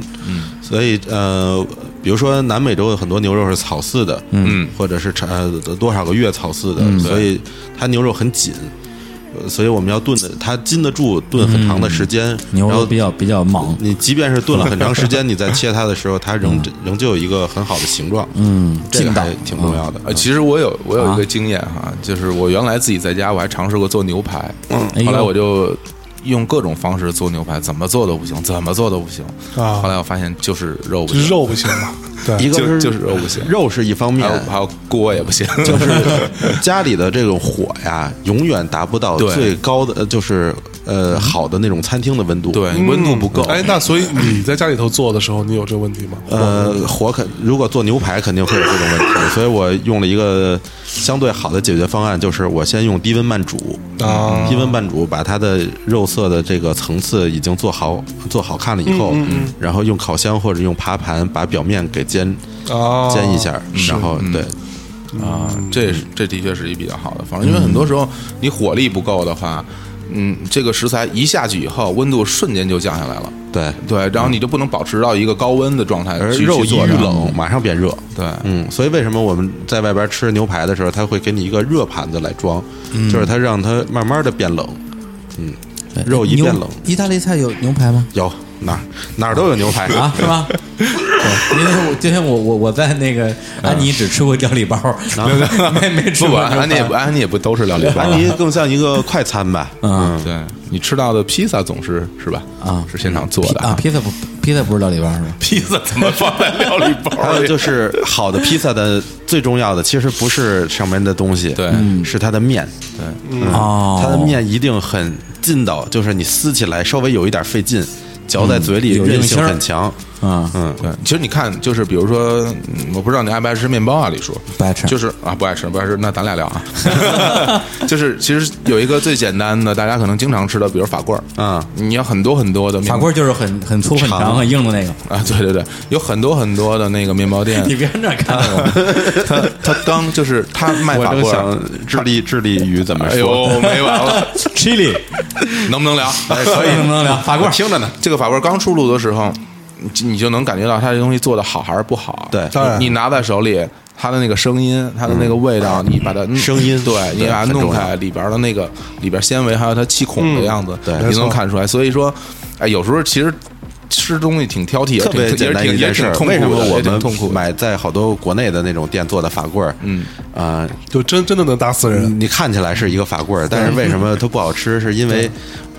S5: 所以呃，比如说南美洲有很多牛肉是草饲
S3: 嗯
S2: 嗯
S5: 的，嗯，或者是产呃多少个月草饲的，所以它牛肉很紧。呃所以我们要炖的，它禁得住炖很长的时间，
S2: 嗯牛
S5: 然
S2: 肉
S5: 后
S2: 比较比较猛，
S5: 你即便是炖了很长时间，你在切它的时候，它仍
S2: 嗯
S5: 仍旧有一个很好的形状，嗯，这个还挺重要的。
S2: 嗯
S3: 呃，其实我有我有一个经验哈，就是我原来自己在家，我还尝试过做牛排，
S2: 哎呦
S3: 后来我就用各种方式做牛排，怎么做都不行，怎么做都不行。
S4: 啊
S3: 后来我发现就是肉不
S4: 就是
S3: 行，
S4: 肉不行嘛，对
S5: 一个
S3: 就是就是肉不行
S5: 肉是一方面
S3: 还，有还有锅也不行，
S5: 就是家里的这种火呀，永远达不到
S3: 对
S5: 最高的，呃就是呃好的那种餐厅的温度。
S3: 对温度不够。
S4: 哎，那所以你在家里头做的时候，你有这个问题吗？
S5: 呃，火肯如果做牛排肯定会有这种问题，所以我用了一个相对好的解决方案，就是我先用低温慢煮，
S4: 啊
S5: 低温慢煮把它的肉色的这个层次已经做好做好看了以
S3: 嗯
S5: 后，然后用烤箱或者用爬盘把表面给煎
S3: 哦
S4: 啊，
S5: 煎一下，然后
S3: 嗯
S5: 对
S3: 啊，这是这的确是一比较好的方式，因为很多时候你火力不够的话，嗯，这个食材一下去以后，温度瞬间就降下来了。
S5: 对，
S3: 对，然后你就不能保持到一个高温的状态
S5: 而
S3: 去
S5: 肉
S3: 去
S5: 一
S3: 做
S5: 遇
S3: 它
S5: 冷马上变热。
S3: 对，
S5: 嗯，所以为什么我们在外边吃牛排的时候，它会给你一个热盘子来装，
S2: 嗯
S5: 就是它让它慢慢的变冷。嗯，肉一
S2: 牛
S5: 变冷，
S2: 意大利菜有牛排吗？
S5: 有哪儿哪儿都有牛排
S2: 啊，是吗？对因为我今天我我我在那个安妮只吃过料理包， 没没吃
S3: 不
S2: 过
S3: 不，
S2: 牛排。
S3: 安妮也不安妮也不都是料理包啊
S5: 安。妮啊更像一个快餐吧，
S2: 嗯
S3: 对你吃到的披萨总是是吧？
S2: 啊
S3: 是现场做的
S2: 啊，披萨不披萨不是料理包是吧？
S3: 披萨怎么放在料理
S5: 还
S3: 包
S5: 有
S3: 里？
S5: 就是好的披萨的最重要的其实不是上面的东西，
S3: 对，
S5: 是它的面，
S2: 哦，
S5: 它的面一定很劲道，就是你撕起来稍微有一点费劲，嚼在嘴里
S2: 嗯有
S5: 韧
S2: 硬
S5: 性
S2: 芯儿
S5: 很强。
S2: 啊，
S5: 嗯，
S3: 对，其实你看，就是比如说，嗯我不知道你爱不爱吃面包啊，李叔
S2: 不爱吃
S3: 就是啊不爱吃不爱吃，那咱俩聊啊。 就是其实有一个最简单的，大家可能经常吃的，比如法棍儿
S5: 嗯，
S3: 你有很多很多的面
S2: 法棍就是很很粗很长
S5: 长
S2: 很硬的那个。
S3: 啊，对对对，有很多很多的那个面包店，
S2: 你别那看着
S3: 啊
S2: 我，
S3: 他他刚就是他卖
S5: 我
S3: 法
S5: 正
S3: 棍儿，
S5: 想智利智利语怎么
S3: 哎
S5: 说？
S3: 呦没完了，
S2: c h
S3: 能不能 聊？哎
S2: 可以能不能聊法棍儿
S3: 听着呢。这个法棍儿刚出炉的时候，你你就能感觉到它这东西做的好还是不好。啊
S5: 对
S4: 当然
S3: 你拿在手里，它的那个声音，它的那个味道，你把它
S5: 嗯声音
S3: 对你
S5: 对
S3: 把它
S5: 很
S3: 弄
S5: 重要
S3: 开里边儿的那个里边儿纤维，还有它气孔的样子，
S5: 对
S3: 你
S4: 没错
S3: 能看出来。所以说，哎，有时候其实。吃东西挺挑剔，也
S5: 特
S3: 挺
S5: 别简单
S3: 也
S5: 一
S3: 挺也
S5: 件事
S3: 挺
S5: 儿，
S3: 痛苦
S5: 为什么
S3: 的
S5: 我
S3: 也挺痛苦
S5: 们
S3: 的
S5: 买在好多国内的那种店做的法棍儿，嗯啊，
S4: 就真真的能打死人。
S5: 你看起来是一个法棍儿，但是为 什么它不好吃？是因为。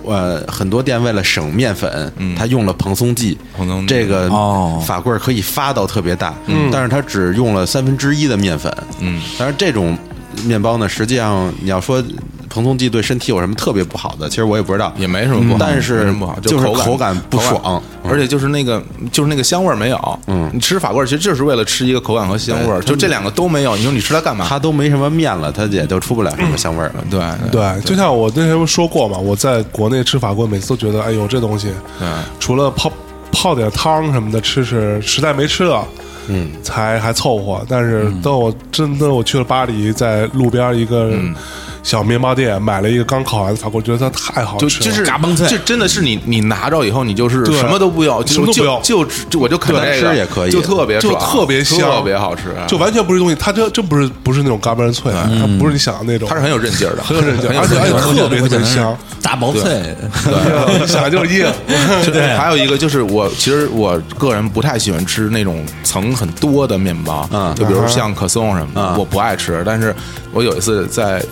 S5: 呃，很多店为了省面粉，它用了蓬松剂。
S3: 嗯蓬松剂嗯
S5: 这个
S2: 哦
S5: 法棍儿可以发到特别大，但是它只用了三分之一的面粉。嗯，但是这种面包呢，实际上你要说蓬松剂对身体有什么特别不好的，其实我也不知道，
S3: 也没什么不好，
S5: 嗯但
S3: 没
S5: 是
S3: 什么不好，
S5: 就是
S3: 口
S5: 口
S3: 感嗯
S5: 感不爽，
S3: 而且就是那个就是那个香味儿没有。嗯，你吃法棍儿其实就是为了吃一个口感和香味儿，就这两个都没有，你说你吃它干嘛？
S5: 它都没什么面了，它也就出不了什么香味儿了。
S3: 对
S4: 对，就像我那天不是说过嘛，我在国内吃法棍，每次都觉得，哎呦，这东西
S3: 对
S4: 除了泡泡点汤什么的吃吃，实在没吃了，嗯，才还凑合。但是
S3: 嗯
S4: 等我真的我去了巴黎，在路边一个
S3: 嗯
S4: 小面包店买了一个刚烤完的法棍，觉得它太好
S3: 就
S4: 吃了，
S3: 就是
S2: 嘎嘣脆
S3: 这真的是你你拿着以后，你就是
S4: 对
S3: 什么都不要，就
S4: 什么都不
S3: 就
S4: 要
S3: 就只就我就啃
S5: 对
S3: 这个
S5: 吃也可以
S3: 就特别
S4: 就
S3: 爽
S4: 特别香
S3: 特别好吃，
S4: 就完全不是东西，它这真不是不是那种嘎嘣脆，它不是你想的那种，
S3: 嗯它是很有韧劲儿的，很
S4: 有韧劲儿
S3: 很有
S4: 而且
S3: 劲儿
S4: 而且特别特别香，
S2: 大薄脆，
S4: 对，啊你想的就是硬。
S3: 对，还有一个就是我，其实我个人不太喜欢吃那种层很多的面包，就比如像可颂什么的，我不爱吃。但是我有一次在，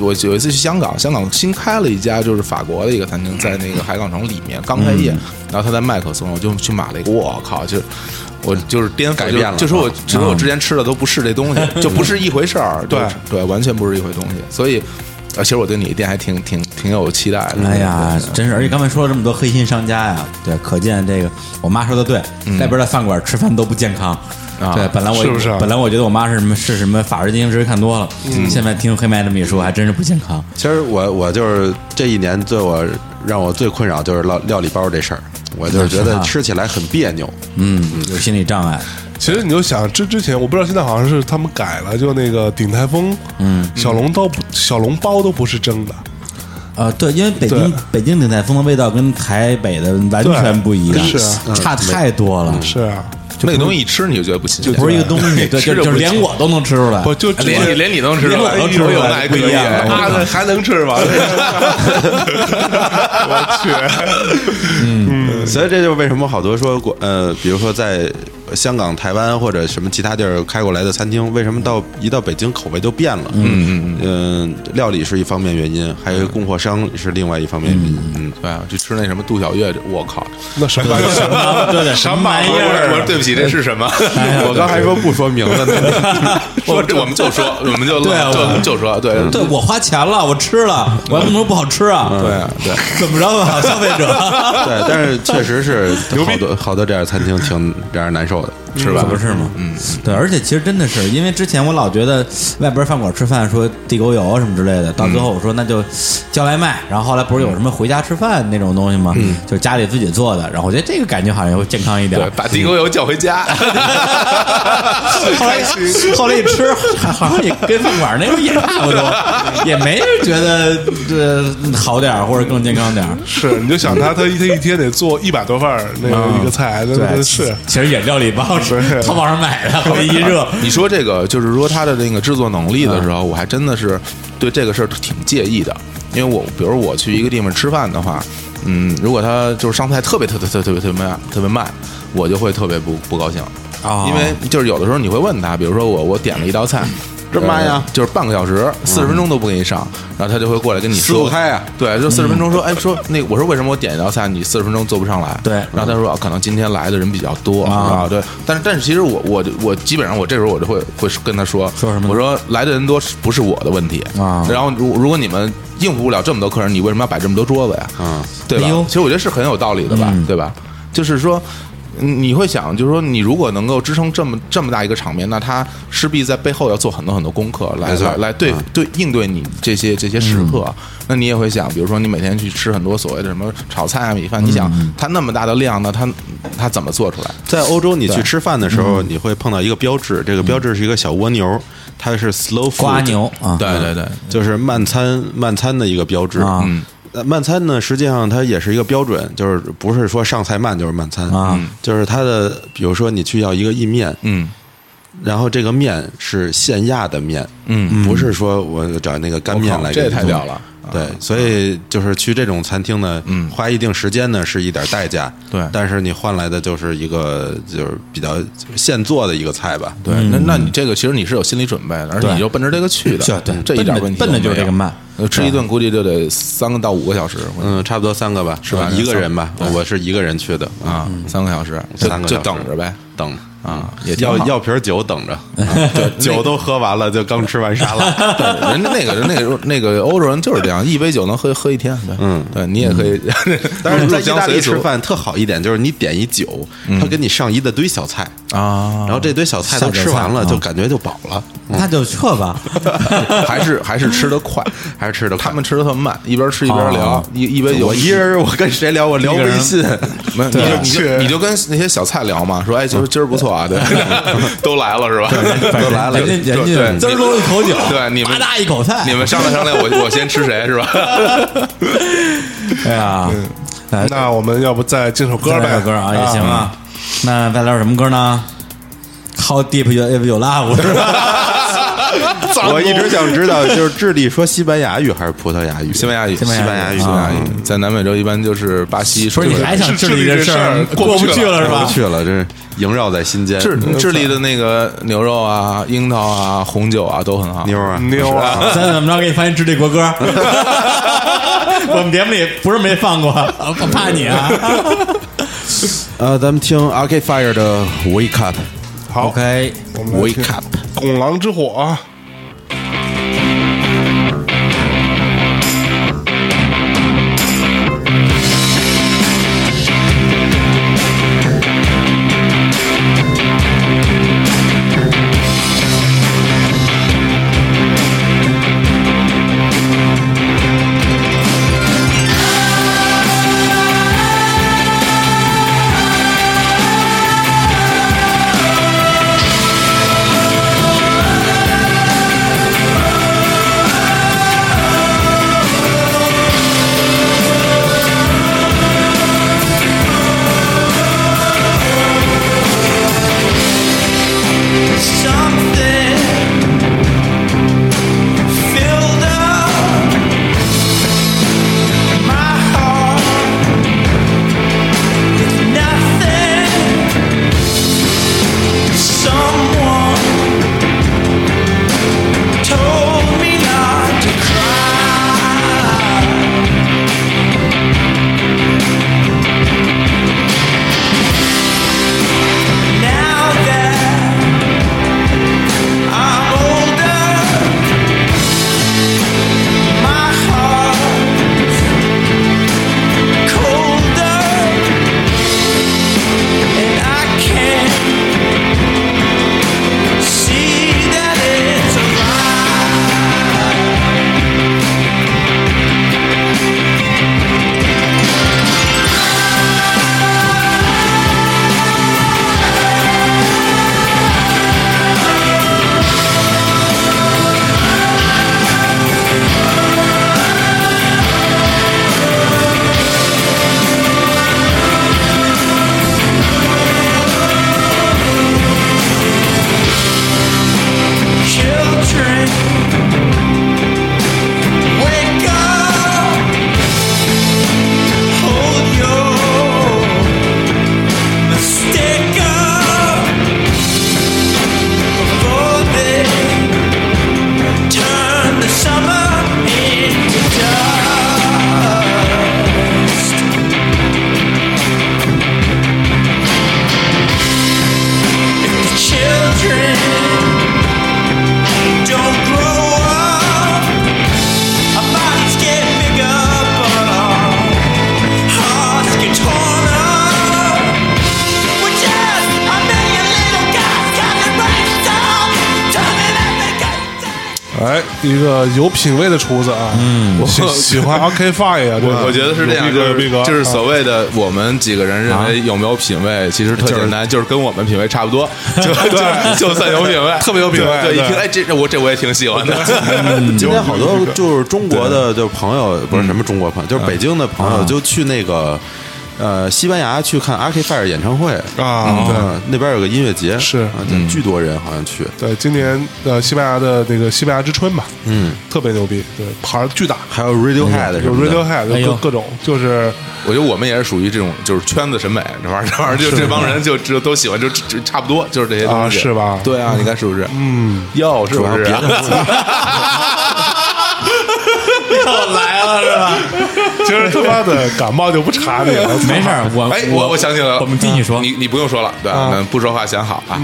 S3: 我有一次去香港，香港新开了一家就是法国的一个餐厅，在那个海港城里面刚开业，然后他在卖可颂，我就去买了一个，我靠，就是。我就是颠覆啊
S5: 改变了
S3: 就就说我，只是我之前吃的都不是这东西， 就不是一回事儿，
S4: 对
S3: 就是对，完全不是一回东西。所以，呃，其实我对你的店还挺挺挺有期待的。
S2: 哎呀
S3: 对，
S2: 真是！而且刚才说了这么多黑心商家呀，对，可见这个我妈说的对，外边的饭馆吃饭都不健康。
S3: 啊
S2: 对，本来我
S4: 是不是啊
S2: 本来我觉得我妈是嗯什么是什么法制进行时看多了，现在听黑麦这么一说，还真是不健康。
S5: 其实我我就是这一年对我让我最困扰就是料料理包这事儿，我就是觉
S2: 是
S5: 得
S2: 吧
S5: 吃起来很别扭。
S2: 嗯，有心理障碍。
S4: 其实你就想，之之前我不知道，现在好像是他们改了，就那个鼎泰丰，嗯，小笼都不小笼包都不是蒸的，
S2: 呃，对，因为北京
S4: 对
S2: 北京鼎泰丰的味道跟台北的完全不一样，
S4: 对是啊
S2: 差太多了。嗯
S4: 是啊，
S3: 那个东西一吃你就觉得不新鲜，
S2: 不是一个东 西，对，
S3: 吃
S2: 就
S3: 着
S2: 就是
S3: 不
S2: 连
S3: 新
S2: 我都能吃出来，
S4: 不就
S3: 连你连你能吃
S2: 连我
S3: 了，
S2: 都吃
S3: 哎呦
S2: 出来
S3: 那还
S2: 不
S3: 可
S2: 一
S3: 以
S2: 样了
S3: 啊
S4: 啊，那还能吃 吗？我去，
S5: 所以这就是为什么好多说国呃，比如说在香港、台湾或者什么其他地儿开过来的餐厅，为什么到一到北京口味就变了？嗯嗯嗯、料理是一方面原因，还有一个供货商是另外一方面原因。嗯，
S3: 对啊，就吃那什么杜小月，我靠！
S4: 那什么什么
S2: 对对， 什么玩意
S3: 我
S2: 儿？啊哎
S3: 说对不起，这是什么？
S5: 我刚还说不说名字 呢，
S3: 说这我们就说，我们就
S2: 对啊我
S3: 就就说对
S2: 对我花钱了，我吃了，我还不能说不好吃啊？
S3: 对啊对，
S2: 怎么着吧，消费 者
S5: 对，但是确实是好多好多这样餐厅挺让人难受的。
S3: 是吧
S2: 可？不是吗？嗯，对，而且其实真的是，因为之前我老觉得外边饭馆吃饭说地沟油什么之类的，到最后我说那就叫外卖，然后后来不是有什么回家吃饭那种东西吗？就家里自己做的，然后我觉得这个感觉好像会健康一点
S3: 对，。把地沟油叫回家，
S2: 后来后来一吃，好像也跟饭馆那种也差不多，也没觉得这好点儿或者更健康点儿。
S4: 是，你就想他，他一他一天得做一百多份儿那个一个菜，那
S2: 嗯对，
S4: 那是
S2: 其实也料理不好吃，
S4: 对
S2: 淘宝上买的，回一热，
S3: 你说这个就是说他的那个制作能力的时
S5: 嗯
S3: 候，我还真的是对这个事儿挺介意的，因为我比如我去一个地方吃饭的话，嗯，如果他就是上菜特别特别特别特别特别慢，特别慢，我就会特别不不高兴，
S2: 哦
S3: 因为就是有的时候你会问他，比如说我我点了一道菜。
S5: 这么慢呀嗯
S3: 呃就是半个小时，四十分钟都不给你上，然后他就会过来跟你
S5: 四五
S3: 说
S5: 开呀嗯
S3: 对，就四十分钟说，哎，说那我说为什么我点一道菜你四十分钟做不上来？
S2: 对
S3: 然后他说啊可能今天来的人比较多
S2: 啊
S3: 啊，对，但是但是其实我我我基本上我这时候我就会会跟他说
S2: 说什么呢
S3: 我说来的人多是不是我的问题
S2: 啊
S3: 然后如如果你们应付不了这么多客人，你为什么要摆这么多桌子呀？
S5: 嗯，
S3: 对吧
S2: 哎呦？
S3: 其实我觉得是很有道理的吧，
S2: 嗯
S3: 对吧？就是说。嗯你会想，就是说，你如果能够支撑这么这么大一个场面，那他势必在背后要做很多很多功课来
S5: 没错
S3: 来来对对应对你这些这些时刻。啊那你也会想，比如说你每天去吃很多所谓的什么炒菜啊、米饭，你想他那么大的量呢，他他怎么做出来？
S5: 在欧洲，你去吃饭的时
S2: 嗯
S5: 候，你会碰到一个标志，这个标志是一个小蜗牛，它是 slow food，
S2: 瓜牛啊，
S3: 对对对，
S5: 就是慢餐慢餐的一个标志
S2: 啊
S5: 嗯呃慢餐呢，实际上它也是一个标准，就是不是说上菜慢就是慢餐
S2: 啊，
S5: 就是它的，比如说你去要一个意面，
S3: 嗯
S5: 然后这个面是现压的面，
S3: 嗯，
S5: 不是说我找那个干
S3: 我
S5: 面
S3: 靠
S5: 来给
S3: 这
S5: 你做，
S3: 太屌了。啊
S5: 对，所以就是去这种餐厅呢，
S3: 嗯
S5: 花一定时间呢是一点代价，
S3: 对
S5: 但是你换来的就是一个就是比较现做的一个菜吧，
S3: 对，那那你这个其实你是有心理准备的，而且
S2: 对
S3: 你就奔着这个去的，
S2: 是对
S3: 这一
S2: 奔
S3: 点
S2: 着
S3: 问题
S2: 奔着就是
S3: 没有
S2: 这个慢，
S3: 呃吃一顿估计就得三个到五个小时，我觉得
S5: 嗯，差不多三个吧，是
S3: 吧
S5: 一个人吧，
S3: 三个
S5: 我是一个人去的
S3: 啊，三个小时，就
S5: 三个
S3: 就
S5: 小时
S3: 等着呗，
S5: 等
S3: 啊也挺
S5: 要
S3: 好
S5: 要瓶酒等 着，啊酒都喝完了，就刚吃完沙拉，
S3: 对，人家那个人那个那个欧洲人就是这样，一杯酒能喝喝一天，对，嗯，对你也可以，
S5: 但是在
S3: 入
S5: 意
S3: 乡
S5: 大利
S3: 随
S5: 吃
S3: 俗嗯
S5: 饭特好一点，就是你点一酒，他给你上一大堆小菜，
S3: 啊
S5: 然后这堆小菜
S2: 小
S5: 都
S2: 的
S5: 吃
S2: 菜
S5: 完了，
S2: 啊
S5: 就感觉就饱了，
S2: 那就撤吧。
S3: 还是还是吃的快，
S5: 还是吃的
S3: 他们吃的特慢，一边吃一边聊
S2: 哦，
S3: 一一杯酒，
S5: 我一人我跟谁聊？我聊
S2: 一个人
S5: 微信，
S3: 没有，你就你就是你就跟那些小菜聊嘛，说哎，今儿今儿不错啊，对，都来了是 吧？
S2: 反正
S5: 来了
S2: 人家
S3: 就
S2: 人
S3: 对
S2: 家
S3: 你
S2: 滋儿落一口酒，
S3: 对你们
S2: 啪嗒一口菜，
S3: 你们商量商量，我我先吃谁是吧？
S2: 哎呀，来
S4: 那我们要不再进首歌
S2: 再来
S4: 呗？
S2: 首歌啊也行啊。那再来首什么歌呢？How deep you if you love 是 吧？
S5: 我一直想知 道，就是智利说西班牙语还是葡萄牙语？
S3: 西班牙语，
S2: 西班牙语
S5: 西
S3: 西
S5: 班
S3: 班
S5: 牙
S3: 牙
S5: 语
S3: 语，在南美洲一般就是巴西，
S2: 不是你
S3: 智利
S2: 还想
S4: 是
S2: 治理
S4: 这
S2: 事
S4: 事儿
S2: 过
S4: 过
S2: 不
S4: 不
S2: 去
S4: 去
S2: 了是
S5: 过不
S2: 吧？
S5: 去了，真是萦绕在心间。嗯
S3: 智智利的那个牛肉啊、樱桃啊、红酒啊都很好，
S5: 妞儿啊，
S4: 妞啊，
S2: 咱怎么着给你放一智利国 歌？我们节目里不是没放过，我怕你啊。
S5: 呃，咱们听 Arcade Fire 的 Wake Up。
S4: 好，
S2: OK，
S4: 我们来听
S5: Wake Up
S4: 拱狼之火啊。
S6: 「あなたの声が聞こえる」
S4: 哎，一个有品位的厨子啊，嗯，喜喜欢 RK Five 啊，这个
S3: 我觉得是这样，
S4: 有逼
S3: 就
S4: 格有逼
S3: 是
S4: 格，啊
S3: 就是所谓的我们几个人认为有没有品位，其实特简单，就是跟我们品位差不多，就就就算有品位，
S4: 特别有品位
S3: 对，一
S4: 对
S3: 听哎，这这我这我也挺喜欢 的。
S5: 嗯
S3: 嗯
S5: 今天好多就是中国的就朋友，不是什么中国朋
S3: 嗯
S5: 友，就是北京的朋友，就去那个呃西班牙去看 Arcade Fire 演唱会
S3: 哦
S4: 啊对
S5: 嗯那边有个音乐节，
S4: 是
S5: 啊
S3: 嗯
S5: 巨多人好像去，
S4: 对，今年呃西班牙的那个西班牙之春吧，
S5: 嗯，
S4: 特别牛逼，对，牌儿巨大，
S5: 还有
S3: 嗯
S5: Radiohead 什
S4: 有
S5: 么的。
S4: Radiohead，
S2: 哎
S4: 有
S2: 呦
S4: 各各种，就是
S3: 我觉得我们也是属于这种，就是圈子审美这玩意儿，这玩意儿就这帮人就就都喜欢，就就就差不多，就是这些
S4: 啊
S3: 东西，
S4: 是吧
S3: 对啊，你看是不是？嗯，哟，是
S5: 主
S3: 不
S5: 要
S3: 是
S5: 别
S3: 啊？
S5: 的，
S2: 又来了是吧？
S4: 今儿他妈的感冒就不查 你了，
S2: 没事儿，我
S3: 哎，我我想起来了，
S2: 我们听你说
S3: 你你不用说了，对，嗯不说话想好啊，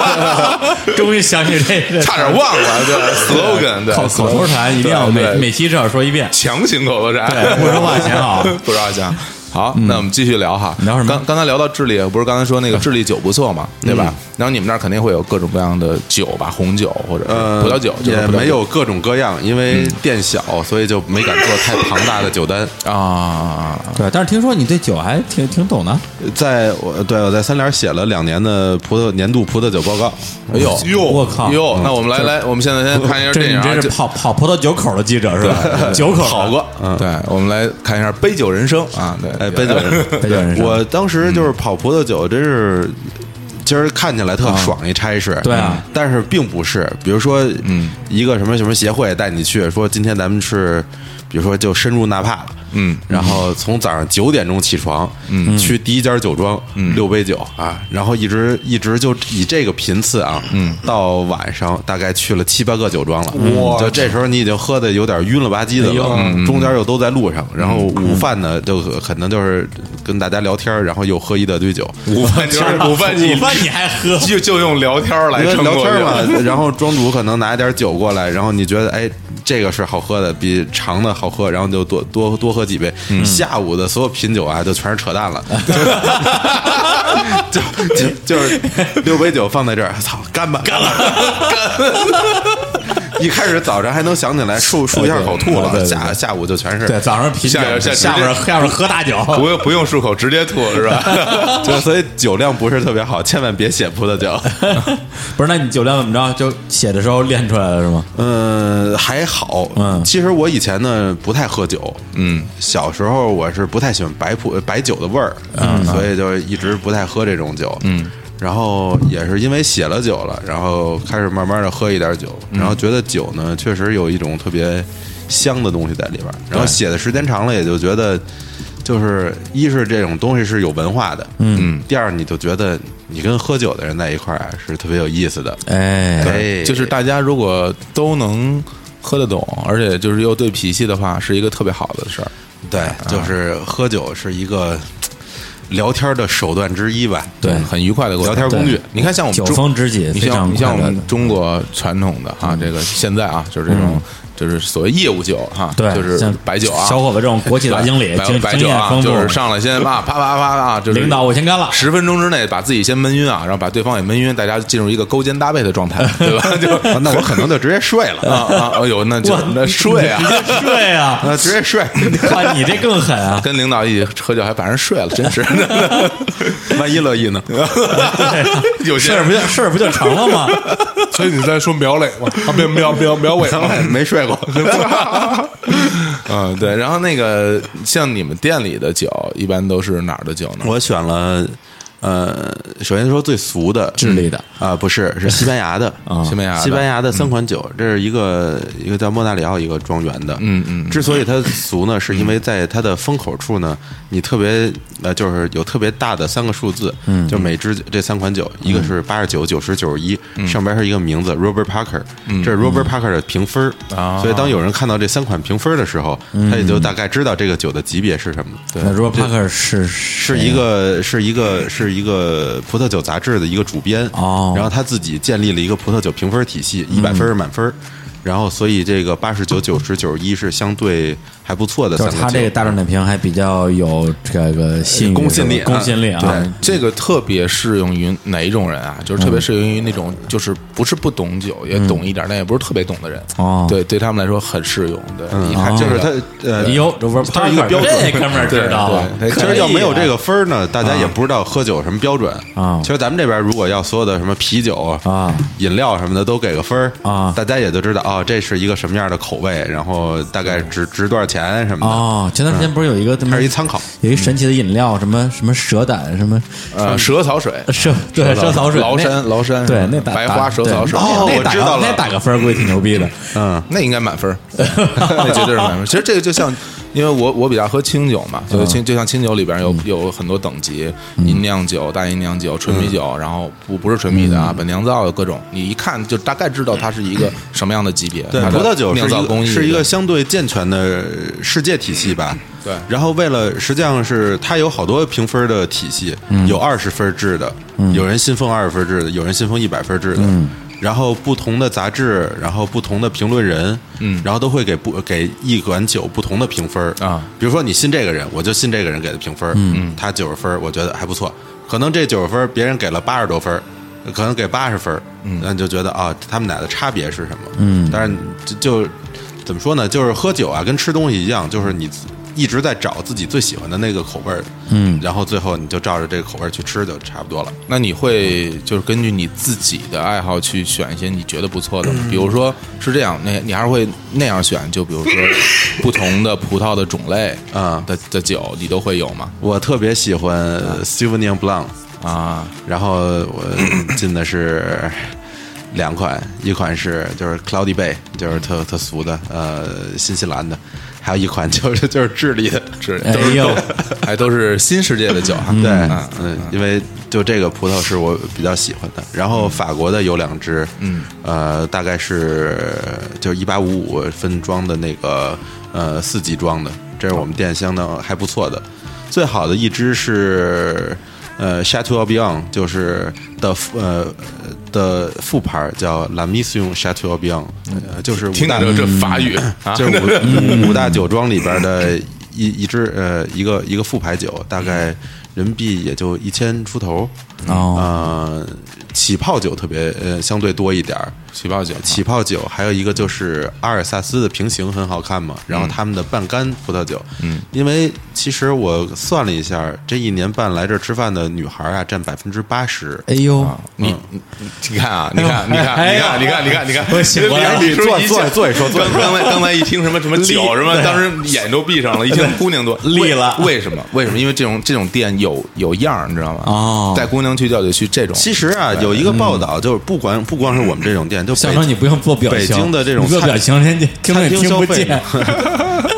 S2: 终于想起这 个，
S3: 差点忘了，对，slogan，对，
S2: 口口头禅一定要
S3: 对
S2: 每
S3: 对
S2: 每期至少说一遍，
S3: 强行口头禅，
S2: 对不说话显好
S3: 不说话显好。好，那我们继续聊哈。
S2: 聊什么嗯
S3: 刚刚才聊到智利，不是刚才说那个智利酒不错嘛，对吧？然后你们那儿肯定会有各种各样的酒吧，红酒或者
S5: 呃，
S3: 是嗯葡萄酒，就是
S5: 也
S3: 葡萄酒
S5: 没有各种各样，因为店小，所以就没敢做太庞大的酒单。
S3: 啊。
S2: 对，但是听说你对酒还挺挺懂的，
S3: 嗯
S5: 在我对我在三联写了两年的葡萄年度葡萄酒报告，
S3: 哎呦
S4: 哟，
S2: 我靠，
S5: 嗯
S3: 哟，那我们来来，我们现在先看一下
S2: 这
S3: 电影
S2: 你
S3: 啊，
S2: 这
S3: 这
S2: 是跑跑葡萄酒口的记者是吧？酒口
S3: 跑
S2: 的
S3: 过，对，我们来看一下《杯酒人生》啊，对，
S5: 嗯哎，杯酒 人，
S2: 杯酒人生
S5: 我当时就是跑葡萄酒，真是今儿看起来特爽一差事，
S2: 对啊，
S5: 但是并不是，比如说，嗯，一个什么什么协会带你去，说今天咱们是，比如说就深入纳帕了，
S3: 嗯，
S5: 然后从早上九点钟起床，嗯，去第一家酒庄，嗯，六杯酒啊，然后一直一直就以这个频次啊，嗯，到晚上大概去了七八个酒庄了，哇，哎嗯就这时候你已经喝的有点晕了吧唧的了，中间又都在路上，然后午饭呢就可能就是跟大家聊天儿，然后又喝一大堆酒，
S3: 午饭就是 午饭，
S2: 午饭你还喝？
S3: 就就用聊天儿来
S5: 因为
S3: 撑
S5: 聊
S3: 过去
S5: 天嘛，然后庄主可能拿一点酒过来，然后你觉得哎，这个是好喝的，比长的好喝，然后就多多多喝几杯。
S2: 嗯
S5: 下午的所有品酒啊，就全是扯 淡了，就就就是六杯酒放在这儿，操，干吧，干了，干。 一开始早上还能想起来漱漱一下口吐
S2: 对对
S5: 了，
S2: 对
S5: 下下午就全是
S2: 对，早上啤酒
S3: 下边，下边
S2: 下边下边喝大酒，
S3: 不用不用漱口，直接吐是吧？
S5: 就所以酒量不是特别好，千万别写葡萄酒。
S2: 不是？那你酒量怎么着？就写的时候练出来了是吗？
S5: 嗯，还好。
S2: 嗯
S5: 其实我以前呢不太喝酒。嗯，小时候我是不太喜欢白葡白酒的味儿，嗯，所以就一直不太喝这种酒。嗯，然后也是因为写了酒了，然后开始慢慢的喝一点酒，然后觉得酒呢确实有一种特别香的东西在里边儿。然后写的时间长了，也就觉得。就是一是这种东西是有文化的，嗯，第二你就觉得你跟喝酒的人在一块儿啊是特别有意思的，
S2: 哎，
S5: 哎，
S3: 就是大家如果都能喝得懂，而且就是又对脾气的话，是一个特别好的事儿。
S5: 对，就是喝酒是一个聊天的手段之一吧。
S2: 对
S3: 很愉快的过程
S5: 聊天工具
S3: 对你看像我们
S2: 酒
S3: 中
S2: 逢知己
S3: 你
S2: 非
S3: 像
S2: 常
S3: 你像我
S2: 快乐嗯
S3: 们
S2: 的
S3: 中国传统的啊，这个现在啊，就是这种就是所谓业务酒哈，
S2: 嗯对，
S3: 就是
S2: 像
S3: 白酒啊，
S2: 小伙子这种国企大经理，
S3: 白
S2: 经
S3: 白
S2: 经
S3: 酒
S2: 验
S3: 啊，
S2: 丰富，
S3: 就是上来先啊，啪啪啪啊，就是
S2: 领导我先干了
S3: 十分钟之内把自己先闷晕啊，然后把对方也闷晕，大家进入一个勾肩搭背的状态，对吧？就
S5: 啊那我可能就直接睡了，
S3: 啊啊，哎呦，那就那睡啊，
S2: 对 啊，
S5: 啊，直接睡。
S2: 哇，你这更狠 啊！
S3: 跟领导一起喝酒还把人睡了，真 是的。
S5: 万一乐意呢？
S3: 有
S2: 事
S3: 些
S2: 儿
S3: 人
S2: 不就事儿不就成了 吗？
S4: 所以你在说苗磊嘛，啊，苗苗苗苗伟嘛，
S5: 没睡过，
S3: 嗯，对。然后那个像你们店里的酒，一般都是哪儿的酒呢？
S5: 我选了。呃，首先说最俗的，
S2: 智利的
S5: 啊、不是，是西班牙 的
S2: 啊
S3: 西班牙的
S5: 西班牙的嗯三款酒，这是一个一个叫莫纳里奥一个庄园的，
S3: 嗯嗯
S5: 之所以它俗呢，是因为在它的风口处呢，你特别呃，就是有特别大的三个数字，嗯，嗯就每支这三款酒，一个是八十九、九十、九十一，上边是一个名字 Robert Parker，这是 Robert Parker 的评分
S3: 啊
S5: 所以当有人看到这三款评分的时候，他也就大概知道这个酒的级别是什么。对
S2: 那 Rob Parker 是是
S5: 是一个是一个是一个葡萄酒杂志的一个主编
S2: 哦嗯
S5: 然后他自己建立了一个葡萄酒评分体系，一百分是满分，然后所以这个八十九、九十、九十一是相对还不错的
S2: 就
S5: 三
S2: 是
S5: 个
S2: 他这个
S5: 球。
S2: 大众点评还比较有这个吸引
S5: 公信力啊
S2: 公信力啊，
S5: 对
S4: 嗯
S3: 这个特别适用于哪一种人啊？就是特别适用于那种，就是不是不懂酒，
S4: 嗯
S3: 也懂一点，但也不是特别懂的人。
S2: 哦
S3: 对，对他们来说很适用。对，
S4: 嗯
S3: 你看这
S5: 就是
S3: 个，
S4: 哦
S5: 他呃，
S2: 有这不是
S5: 它是一个标准
S2: 这哥们儿知道了，
S3: 对对
S5: 其
S3: 可
S5: 实
S3: 以
S5: 要没有
S3: 啊
S5: 这个分儿呢，大家也不知道喝酒什么标准
S2: 啊
S5: 其实咱们这边如果要所有的什么啤酒
S2: 啊、
S5: 饮料什么的都给个分儿
S2: 啊
S5: 大家也就知道啊，这是一个什么样的口味，然后大概值值多少钱什么
S2: 哦，前段时间不是有一个这
S5: 的，
S2: 么
S5: 还是一参考。
S2: 有一神奇的饮料，什么什么蛇胆，什么
S3: 呃，蛇草水，
S2: 蛇对蛇草水，
S3: 崂
S2: 那
S3: 山，崂山，
S2: 对那打
S3: 白
S2: 打
S3: 花蛇草水
S2: 对，那
S5: 哦
S2: 那
S5: 我
S2: 打
S5: 知
S2: 个
S5: 道了
S2: 那打个分儿估计挺牛逼的，
S5: 嗯，
S3: 那应该满 分儿，那绝对是满分儿。其实这个就像，因为我我比较喝清酒嘛，
S5: 嗯
S3: 所以清就像清酒里边有有很多等级，银酿酒、大吟酿酒、纯米
S5: 嗯
S3: 酒，然后不不是纯米的啊，本酿造有各种，你一看就大概知道它是一个什么样的级别。
S5: 对，
S3: 它的
S5: 葡萄酒是
S3: 酿
S5: 一
S3: 造工
S5: 个
S3: 艺
S5: 是一个相对健全的世界体系吧。
S3: 对
S5: 然后为了实际上是它有好多评分的体系，
S3: 嗯
S5: 有二十分制的，有人信奉二十分制的，有人信奉一百分制的。
S3: 嗯
S5: 然后不同的杂志，然后不同的评论人，嗯，然后都会给不给一款酒不同的评分
S3: 啊。
S5: 比如说你信这个人，我就信这个人给的评分，嗯，他九十分，我觉得还不错。可能这九十分别人给了八十多分，可能给八十分，嗯，那你就觉得啊，他们俩的差别是什么？嗯，但是就就怎么说呢？就是喝酒啊，跟吃东西一样，就是你自一直在找自己最喜欢的那个口味儿，嗯，然后最后你就照着这个口味儿去吃，就差不多了。
S3: 那你会就是根据你自己的爱好去选一些你觉得不错的
S5: 嗯
S3: 吗，比如说是这样，那你还是会那样选，就比如说不同的葡萄的种类
S5: 啊
S3: 的的酒，你都会有吗？
S5: 我特别喜欢 s y v i g n o n Blanc，
S3: 啊，
S5: 然后我进的是两款，一款是就是 Cloudy Bay，就是特特俗的，呃，新西兰的，还有一款就是就是智利的，
S3: 是，
S2: 哎
S3: 都是
S2: 呦，
S3: 还都是新世界的酒哈。
S5: 对
S3: 嗯，
S5: 嗯，因为就这个葡萄是我比较喜欢的。然后法国的有两支，嗯，呃，大概是就是一八五五分装的那个呃四级装的，这是我们店相当还不错的。最好的一支是呃 Chateau Beyond，就是的副呃的副牌叫 La Mission Chateau Beyond，、呃、就是五
S3: 听
S5: 大
S3: 着这法语啊，
S5: 就是五五五大酒庄里边的一一支呃一个一个副牌酒，大概人民币也就一千出头。
S2: 哦，
S5: 呃，起泡酒特别呃相对多一点儿，
S3: 起泡酒，
S5: 起泡酒还有一个就是阿尔萨斯的瓶型很好看嘛，然后他们的半干葡萄酒，嗯，因为其实我算了一下，这一年半来这儿吃饭的女孩啊占百分之八十，
S2: 哎呦，
S5: 啊
S3: 你
S5: 嗯
S3: 你你看啊，你看你
S2: 哎呦
S3: 看你看你看你看你看，
S2: 我醒过来了
S3: 你是不是
S5: 啊坐
S3: 一
S5: 坐
S3: 下
S5: 坐一说坐一
S3: 刚刚才刚才一听什么什么酒什么，当时眼都闭上了，一听姑娘多
S2: 立了
S3: 为为什么？为什么？因为这种这种店有有样儿，你知道吗？
S2: 哦
S3: 带姑娘去就得去这种。
S5: 其实啊，有一个报道就是不管不光是我们这种店，就
S2: 小
S5: 北
S2: 张你不用做表情，
S5: 北京的这种
S2: 你做
S5: 菜
S2: 表情，人家根
S5: 餐
S2: 本
S5: 厅
S2: 听
S5: 消
S2: 不
S5: 费
S2: 见，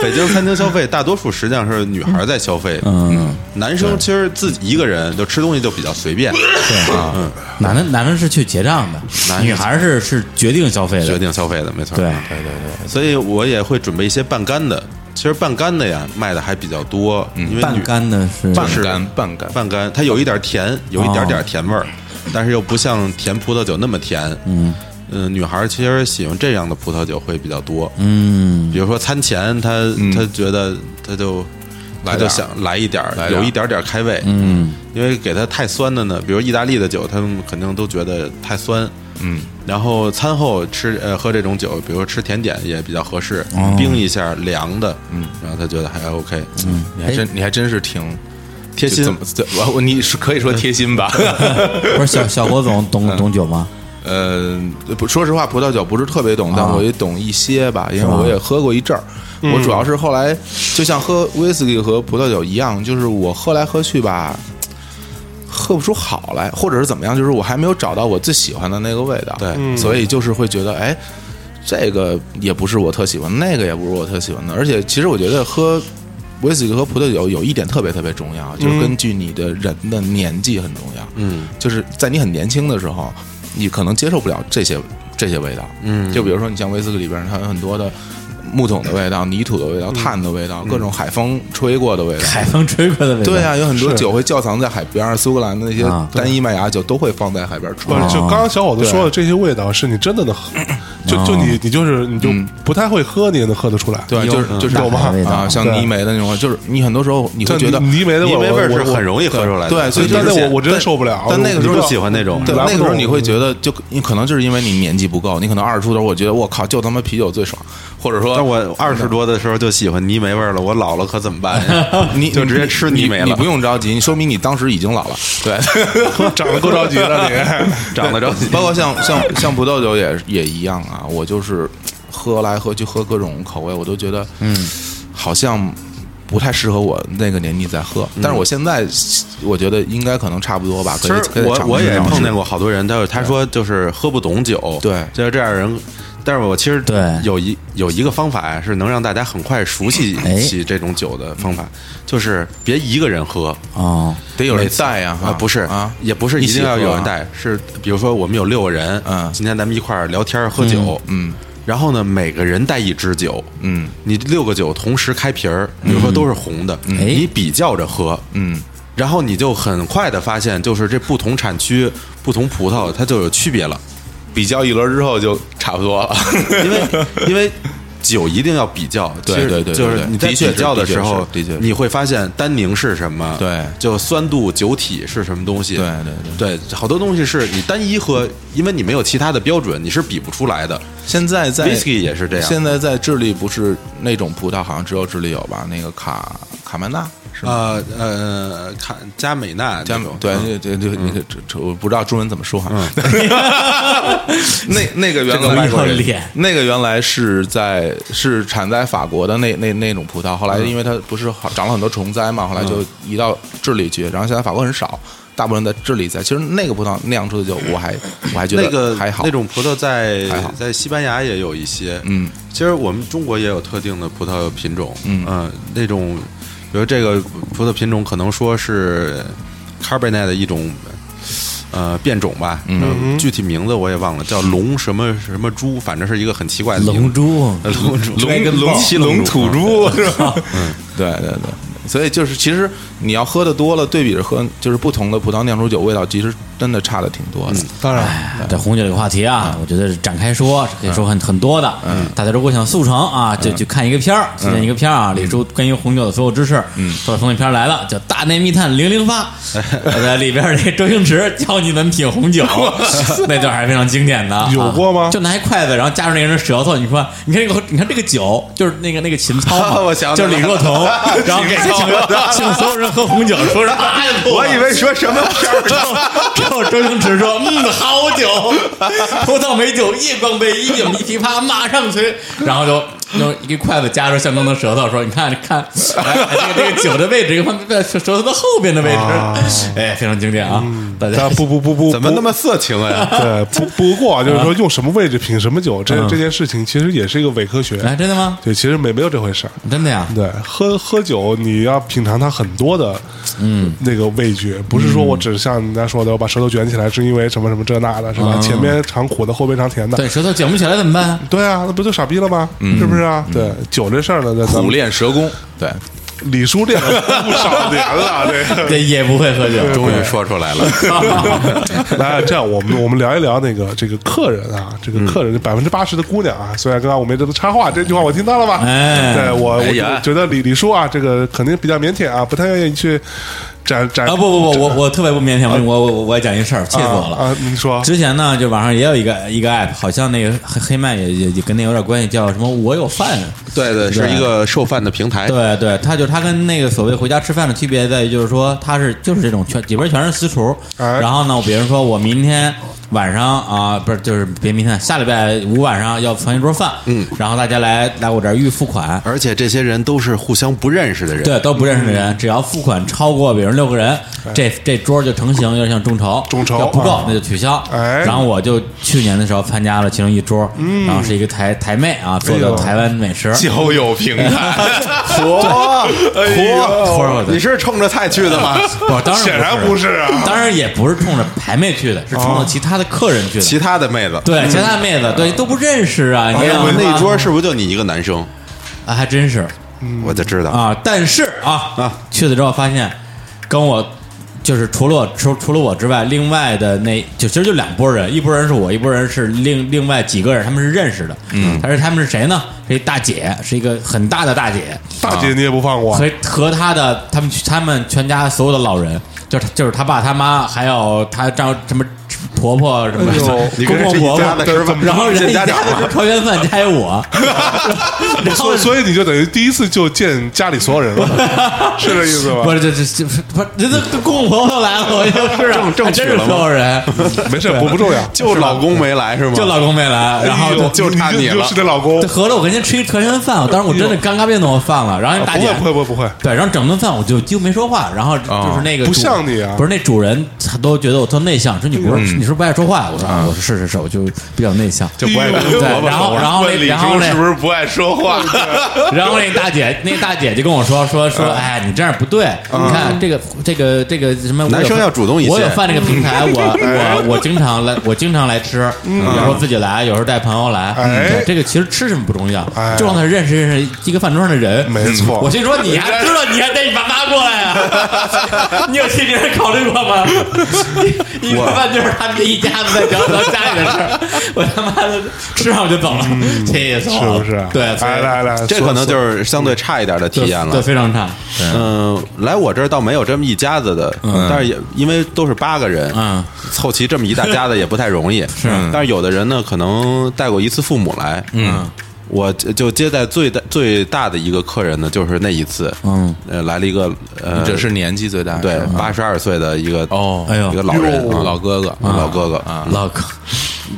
S5: 北京餐厅消费大多数实际上是女孩在消费，嗯，男生其实自己一个人就吃东西就比较随便，对啊，
S2: 男的男的是去结账的，
S5: 男
S2: 女孩是是决定消费的，
S5: 决定消费的没错，
S2: 对，
S5: 所以我也会准备一些半干的，其实半干的呀卖的还比较多，因
S2: 嗯
S5: 为
S2: 半
S5: 女
S2: 干的是
S3: 半
S5: 是哎
S3: 干半干，
S5: 半干它有一点甜，有一点点甜味儿，但是又不像甜葡萄酒那么甜，嗯。嗯，女孩其实喜欢这样的葡萄酒会比较多。嗯，比如说餐前，她她觉得她就
S3: 来
S5: 她就
S3: 点儿
S5: 想来一点儿
S3: 来，点
S5: 有
S3: 儿
S5: 一点点儿开胃。嗯，因为给她太酸的呢，比如意大利的酒，他们肯定都觉得太酸。嗯，然后餐后吃呃喝这种酒，比如吃甜点也比较合适，冰一下凉的，嗯，然后她觉得还 OK。嗯，
S3: 你还真你还真是挺
S5: 贴
S3: 就
S5: 心
S3: 怎么怎么我你是可以说贴心 吧？
S2: 不是小小火总
S5: 嗯
S2: 懂懂酒吗？
S3: 呃，不，说实话，葡萄酒不是特别懂，但我也懂一些吧，因为我也喝过一阵儿。我主要是后来，就像喝威士忌和葡萄酒一样，就是我喝来喝去吧，喝不出好来，或者是怎么样，就是我还没有找到我最喜欢的那个味道。对，所以就是会觉得，哎，这个也不是我特喜欢，那个也不是我特喜欢的。而且，其实我觉得喝威士忌和葡萄酒有一点特别特别重要，就是根据你的人的年纪很重要。嗯，就是在你很年轻的时候，你可能接受不了这些这些味道。嗯，就比如说你像威士忌里边，它有很多的。木桶的味道、泥土的味道、炭的味道，各种海风吹过的味道，
S2: 海风吹过的味道，
S3: 对啊，有很多酒会窖藏在海边儿，苏格兰的那些
S2: 啊
S3: 单一麦芽酒都会放在海边儿出
S4: 不是，
S3: 来。
S4: 就刚刚小伙子说的这些味道，是你真的能喝就就你你就是你就
S3: 嗯
S4: 不太会喝，你也能喝得出来。
S3: 对，啊就是就是
S4: 有吗
S2: 味道
S3: 啊，像
S4: 对
S3: 泥煤的那种，就是你很多时候你会
S4: 像
S3: 觉得
S4: 泥泥煤的
S5: 泥煤味儿
S4: 我
S5: 是
S4: 我
S5: 很容易喝出来的，
S3: 对，所以
S5: 就
S4: 但
S5: 是
S4: 是
S5: 咸
S4: 我我真
S3: 但
S4: 受不了
S3: 但那个时
S5: 你
S3: 候
S5: 不喜欢那种
S3: 对，
S4: 来不
S3: 那个时候
S4: 动
S3: 你会觉得，就你可能就是因为你年纪不够，你可能二十出头，我觉得我靠，就他妈啤酒最爽，或者说
S5: 但我二十多的时候就喜欢泥煤味儿了，我老了可怎么办 呀？
S3: 你
S5: 就
S3: 你
S5: 直接吃
S3: 你
S5: 泥煤
S3: 你
S5: 了
S3: 不，用着急，你说明你当时已经老了，对。
S4: 长得够着急了你。
S5: 长得着急。
S3: 包括像像像葡萄酒也也一样啊，我就是喝来喝去喝各种口味，我都觉得嗯，好像不太适合我那个年纪再喝。但是我现在我觉得应该可能差不多吧。
S5: 嗯其
S3: 可以
S5: 实
S3: 可以
S5: 我
S3: 尝试
S5: 我也
S3: 尝试
S5: 碰见过好多人，他他说就是喝不懂酒，
S3: 对
S5: 就是这样的人。但是我其实
S2: 对
S5: 有一有一个方法啊是能让大家很快熟悉
S2: 哎
S5: 起这种酒的方法，就是别一个人喝，
S2: 哦，
S3: 得有人带呀、
S5: 啊，不是
S3: 啊，
S5: 也不是一定要有人带，是比如说我们有六个人，
S3: 嗯
S5: 今天咱们一块儿聊天儿喝酒，
S3: 嗯嗯
S5: 然后呢，每个人带一支酒，
S3: 嗯，
S5: 你六个酒同时开瓶儿，比如说都是红的，你比较着喝，
S3: 哎嗯，
S5: 然后你就很快的发现，就是这不同产区、不同葡萄它就有区别了，
S3: 比较一轮之后就差不多了。
S5: 因为因为。酒一定要比较，
S3: 对
S5: 其实
S3: 对对对
S5: 就是
S3: 对
S5: 你在
S3: 的确
S5: 比较
S3: 是
S5: 的时候，
S3: 的确是的确是
S5: 你会发现单宁是什么，
S3: 对
S5: 就酸度、酒体是什么东西，
S3: 对对对。
S5: 对，好多东西是你单一喝，因为你没有其他的标准，你是比不出来的。
S3: 现在在
S5: Whisky 也是这样
S3: 现在在智利不是那种葡萄，好像只有智利有吧？那个卡卡曼纳是吗？
S5: 呃呃，看加美纳
S3: 加
S5: 那种，
S3: 对对对对，那个这这我不知道中文怎么说哈。 那那个原
S2: 这个
S3: 来
S2: 外国人脸
S3: 那个原来是在是产在法国的那那那种葡萄，后来因为它不是好长了很多虫灾嘛，后来就移到智利去，然后现在法国很少，大部分在智利在。其实那个葡萄酿出的酒，我还我还觉
S5: 那
S3: 得
S5: 个
S3: 还好。
S5: 那种葡萄在
S3: 还好
S5: 在西班牙也有一些，
S3: 嗯，
S5: 其实我们中国也有特定的葡萄品种，嗯、那种，比如这个葡萄品种可能说是 Cabernet 的一种呃变种吧，嗯，具体名字我也忘了，叫龙什么什么猪，反正是一个很奇怪的名字
S2: 龙珠，
S5: 呃龙珠
S3: 龙
S5: 那个
S3: 龙
S5: 七龙
S3: 吐
S5: 珠
S3: 珠是吧？对对对，所以就是其实你要喝的多了，对比着喝，就是不同的葡萄酿出酒味道，其实真的差的挺多的。
S4: 当然，
S2: 哎这红酒这个话题
S5: 嗯
S2: 啊，我觉得展开说是可以说很很多的。嗯，大家如果想速成
S5: 嗯
S2: 啊，就去看一个片儿，推荐一个片儿啊，李叔关于红酒的所有知识，嗯，都在同一片儿来了，叫《大内密探零零 八》，在里边儿这周星驰教你怎么品红酒， 那段还是非常经典的啊。
S4: 有过吗
S2: 就拿一筷子，然后夹住那个人舌头，你说，你看这个，你看这个酒，就是那个那个秦操嘛，
S5: 我想起
S2: 就
S5: 来
S2: 是
S5: 了
S2: 李若彤，然后给请 请所有人喝红酒，说是啊，
S5: 我以为说什么片儿呢
S2: 然后周星驰说：“嗯，好酒，葡萄美酒，夜光杯，一饮一琵琶，马上催。”然后就用一个筷子夹着象征的舌头说：“你看，你看，哎哎这个这个酒的位置，放在舌头的后边的位置，哎，非常经典啊！大家
S4: 但不不不不，
S5: 怎么那
S4: 么
S5: 么色情啊？
S4: 对不不过啊就是说用什么位置品什么酒，这这件事情其实也是一个伪科学。
S2: 哎，真的吗？
S4: 对，其实没没有这回事儿。
S2: 真的呀？
S4: 对，喝喝酒你要品尝它很多的，嗯，那个味觉，不是说我只是像人家说的，我把舌头卷起来是因为什么什么这那的，是吧？前边尝苦的，后边尝甜的，
S2: 啊对，嗯舌头卷不起来怎么办啊？
S4: 对啊，那不就傻逼了吗？是不是啊？对，酒这事儿呢，那咱
S3: 苦
S4: 们
S3: 练舌功，对，
S4: 李叔练了不少年了，这个。
S2: 这也不会喝酒，
S5: 终于说出 来了，
S4: 来，这样我们我们聊一聊那个这个客人啊，这个客
S2: 嗯
S4: 人百分之八十的姑娘啊，虽然刚刚我没这个插话，这句话我听到了吧？
S2: 哎
S4: 对我
S5: 哎
S4: 我
S5: 呀
S4: 觉得李李叔啊，这个肯定比较腼腆啊，不太愿意去展展
S2: 啊！不不不，我我特别不腼腆，我我我我要讲一事儿，气死我了
S4: 啊！啊你说
S2: 之前呢，就网上也有一个一个 app，好像那个黑黑麦也也也跟那有点关系，叫什么“我有饭
S5: 对对，是一个售饭的平”。台，
S2: 对对，它就它跟那个所谓回家吃饭的区别在于，就是说它是就是这种全里边全是私厨，
S4: 哎
S2: 然后呢，比如说我明天晚上啊，不是就是别明天，下礼拜五晚上要攒一桌饭，嗯，然后大家来来我这儿预付款，
S5: 而且这些人都是互相不认识的人，
S2: 对，都不认识的人，只要付款超过，比如六个人，这这桌就成型，有点像众筹，
S4: 哎众筹
S2: 要不
S4: 啊
S2: 够那就取消。
S4: 哎嗯
S2: 然后我就去年的时候参加了其中一桌，然后是一个台台妹啊做
S4: 哎
S2: 的
S4: 呦
S2: 台湾美 食，
S5: 交友平台，哎火
S2: 活
S5: 火
S2: 儿
S5: 你是冲着菜去的吗？
S2: 我当然
S4: 显然不是啊
S2: 当然也不是冲着台妹去的，是冲着其他的客人去的。
S5: 其他的妹子，
S2: 对，其他妹子对都不认识啊，你
S5: 哎
S2: 知
S5: 呀
S2: 道吗？
S5: 那桌是不是就你一个男生？
S2: 啊，还真是。
S5: 嗯我就知道，
S2: 啊，但是啊
S5: 啊
S2: 去了之后发现，跟我就是除了我除除了我之外，另外的那就其实就两拨人，一拨人是我，一拨人是另另外几个人，他们是认识的。嗯，但是他们是谁呢？是一大姐，是一个很大的大姐，
S4: 大姐你也不放过，
S2: 和和他的他们他们全家所有的老人，就是就是他爸他妈，还有他丈什么婆婆什么
S4: 哎呦
S5: 你
S2: 的，公
S5: 跟
S2: 公
S5: 这一
S2: 婆
S5: 家的
S2: 婆，
S5: 吃饭，
S2: 然后人
S5: 见
S2: 家
S5: 家长啊
S2: 的
S5: 了
S2: 是团圆饭加有 我，然后
S4: 所所以你就等于第一次就见家里所有人了，是这意思
S2: 不
S4: 吧？
S2: 是这这这不是这这公公婆婆来了，我就是啊
S5: 正正
S2: 还真是
S5: 娶了吗
S2: 所有 人，
S4: 没事，不不重要，
S5: 就老公没来是吗？
S2: 就老公没来，然后
S4: 哎呦
S5: 就差你了
S4: 就是那老公
S2: 这，合着我跟人家吃一团圆饭，我当时我
S5: 哎
S2: 真的尴尬别扭，我放了，然后那
S4: 啊不
S2: 大姐
S5: 啊
S2: 哦
S4: 会不会不会不会，
S2: 对，然后整顿饭我就几乎没说话，然后就是那个
S4: 不
S2: 主
S4: 像你啊嗯
S2: 不是那主人他都觉得我特内向，说你不是你是不爱说话，我说啊我说是是是，我就比较内向，
S5: 就不爱
S4: 哎呦
S2: 对，
S5: 我
S2: 然后然后那然后那
S5: 是不爱说话？
S2: 然后那大姐，那大姐就跟我说说说，
S4: 嗯
S2: 哎，你这样不对，你看这个这个这个什么，我有
S5: 男生要主动一些
S2: 我有饭这个平台，我
S4: 嗯
S2: 我我经常来，我经常来吃，有时候自己来，有时候带朋友来。
S4: 哎
S2: 对这个其实吃什么不重要
S4: 哎，
S2: 就让他认识认识一个饭桌上的 人。
S4: 没错
S2: 我心说你还知道你还带你爸妈过来 啊？你有替别人考虑过吗？一个饭就是他们一家子在聊聊家里的事儿， 我他妈的吃上我就走了，气死我
S4: 嗯是
S2: 了！
S4: 不是？
S2: 对，所以
S4: 来来来，
S5: 这可能就是相对差一点的体验
S2: 对，
S5: 了。
S2: 非常差。
S5: 嗯，来我这儿倒没有这么一家子的，但是也因为都是八个人，
S2: 嗯，
S5: 凑齐这么一大家子也不太容易。是，但是有的人呢，可能带过一次父母来，嗯，我就就接待最大最大的一个客人呢，就是那一次，
S2: 嗯，
S5: 呃，来了一个呃，
S3: 这是年纪最大的
S5: 对
S3: 是吧
S5: 八十二岁的一个
S3: 哦
S2: 哎呦
S5: 一个老人，
S3: 哟
S5: 啊
S3: 老哥哥
S5: 啊老哥哥啊，
S2: 老哥，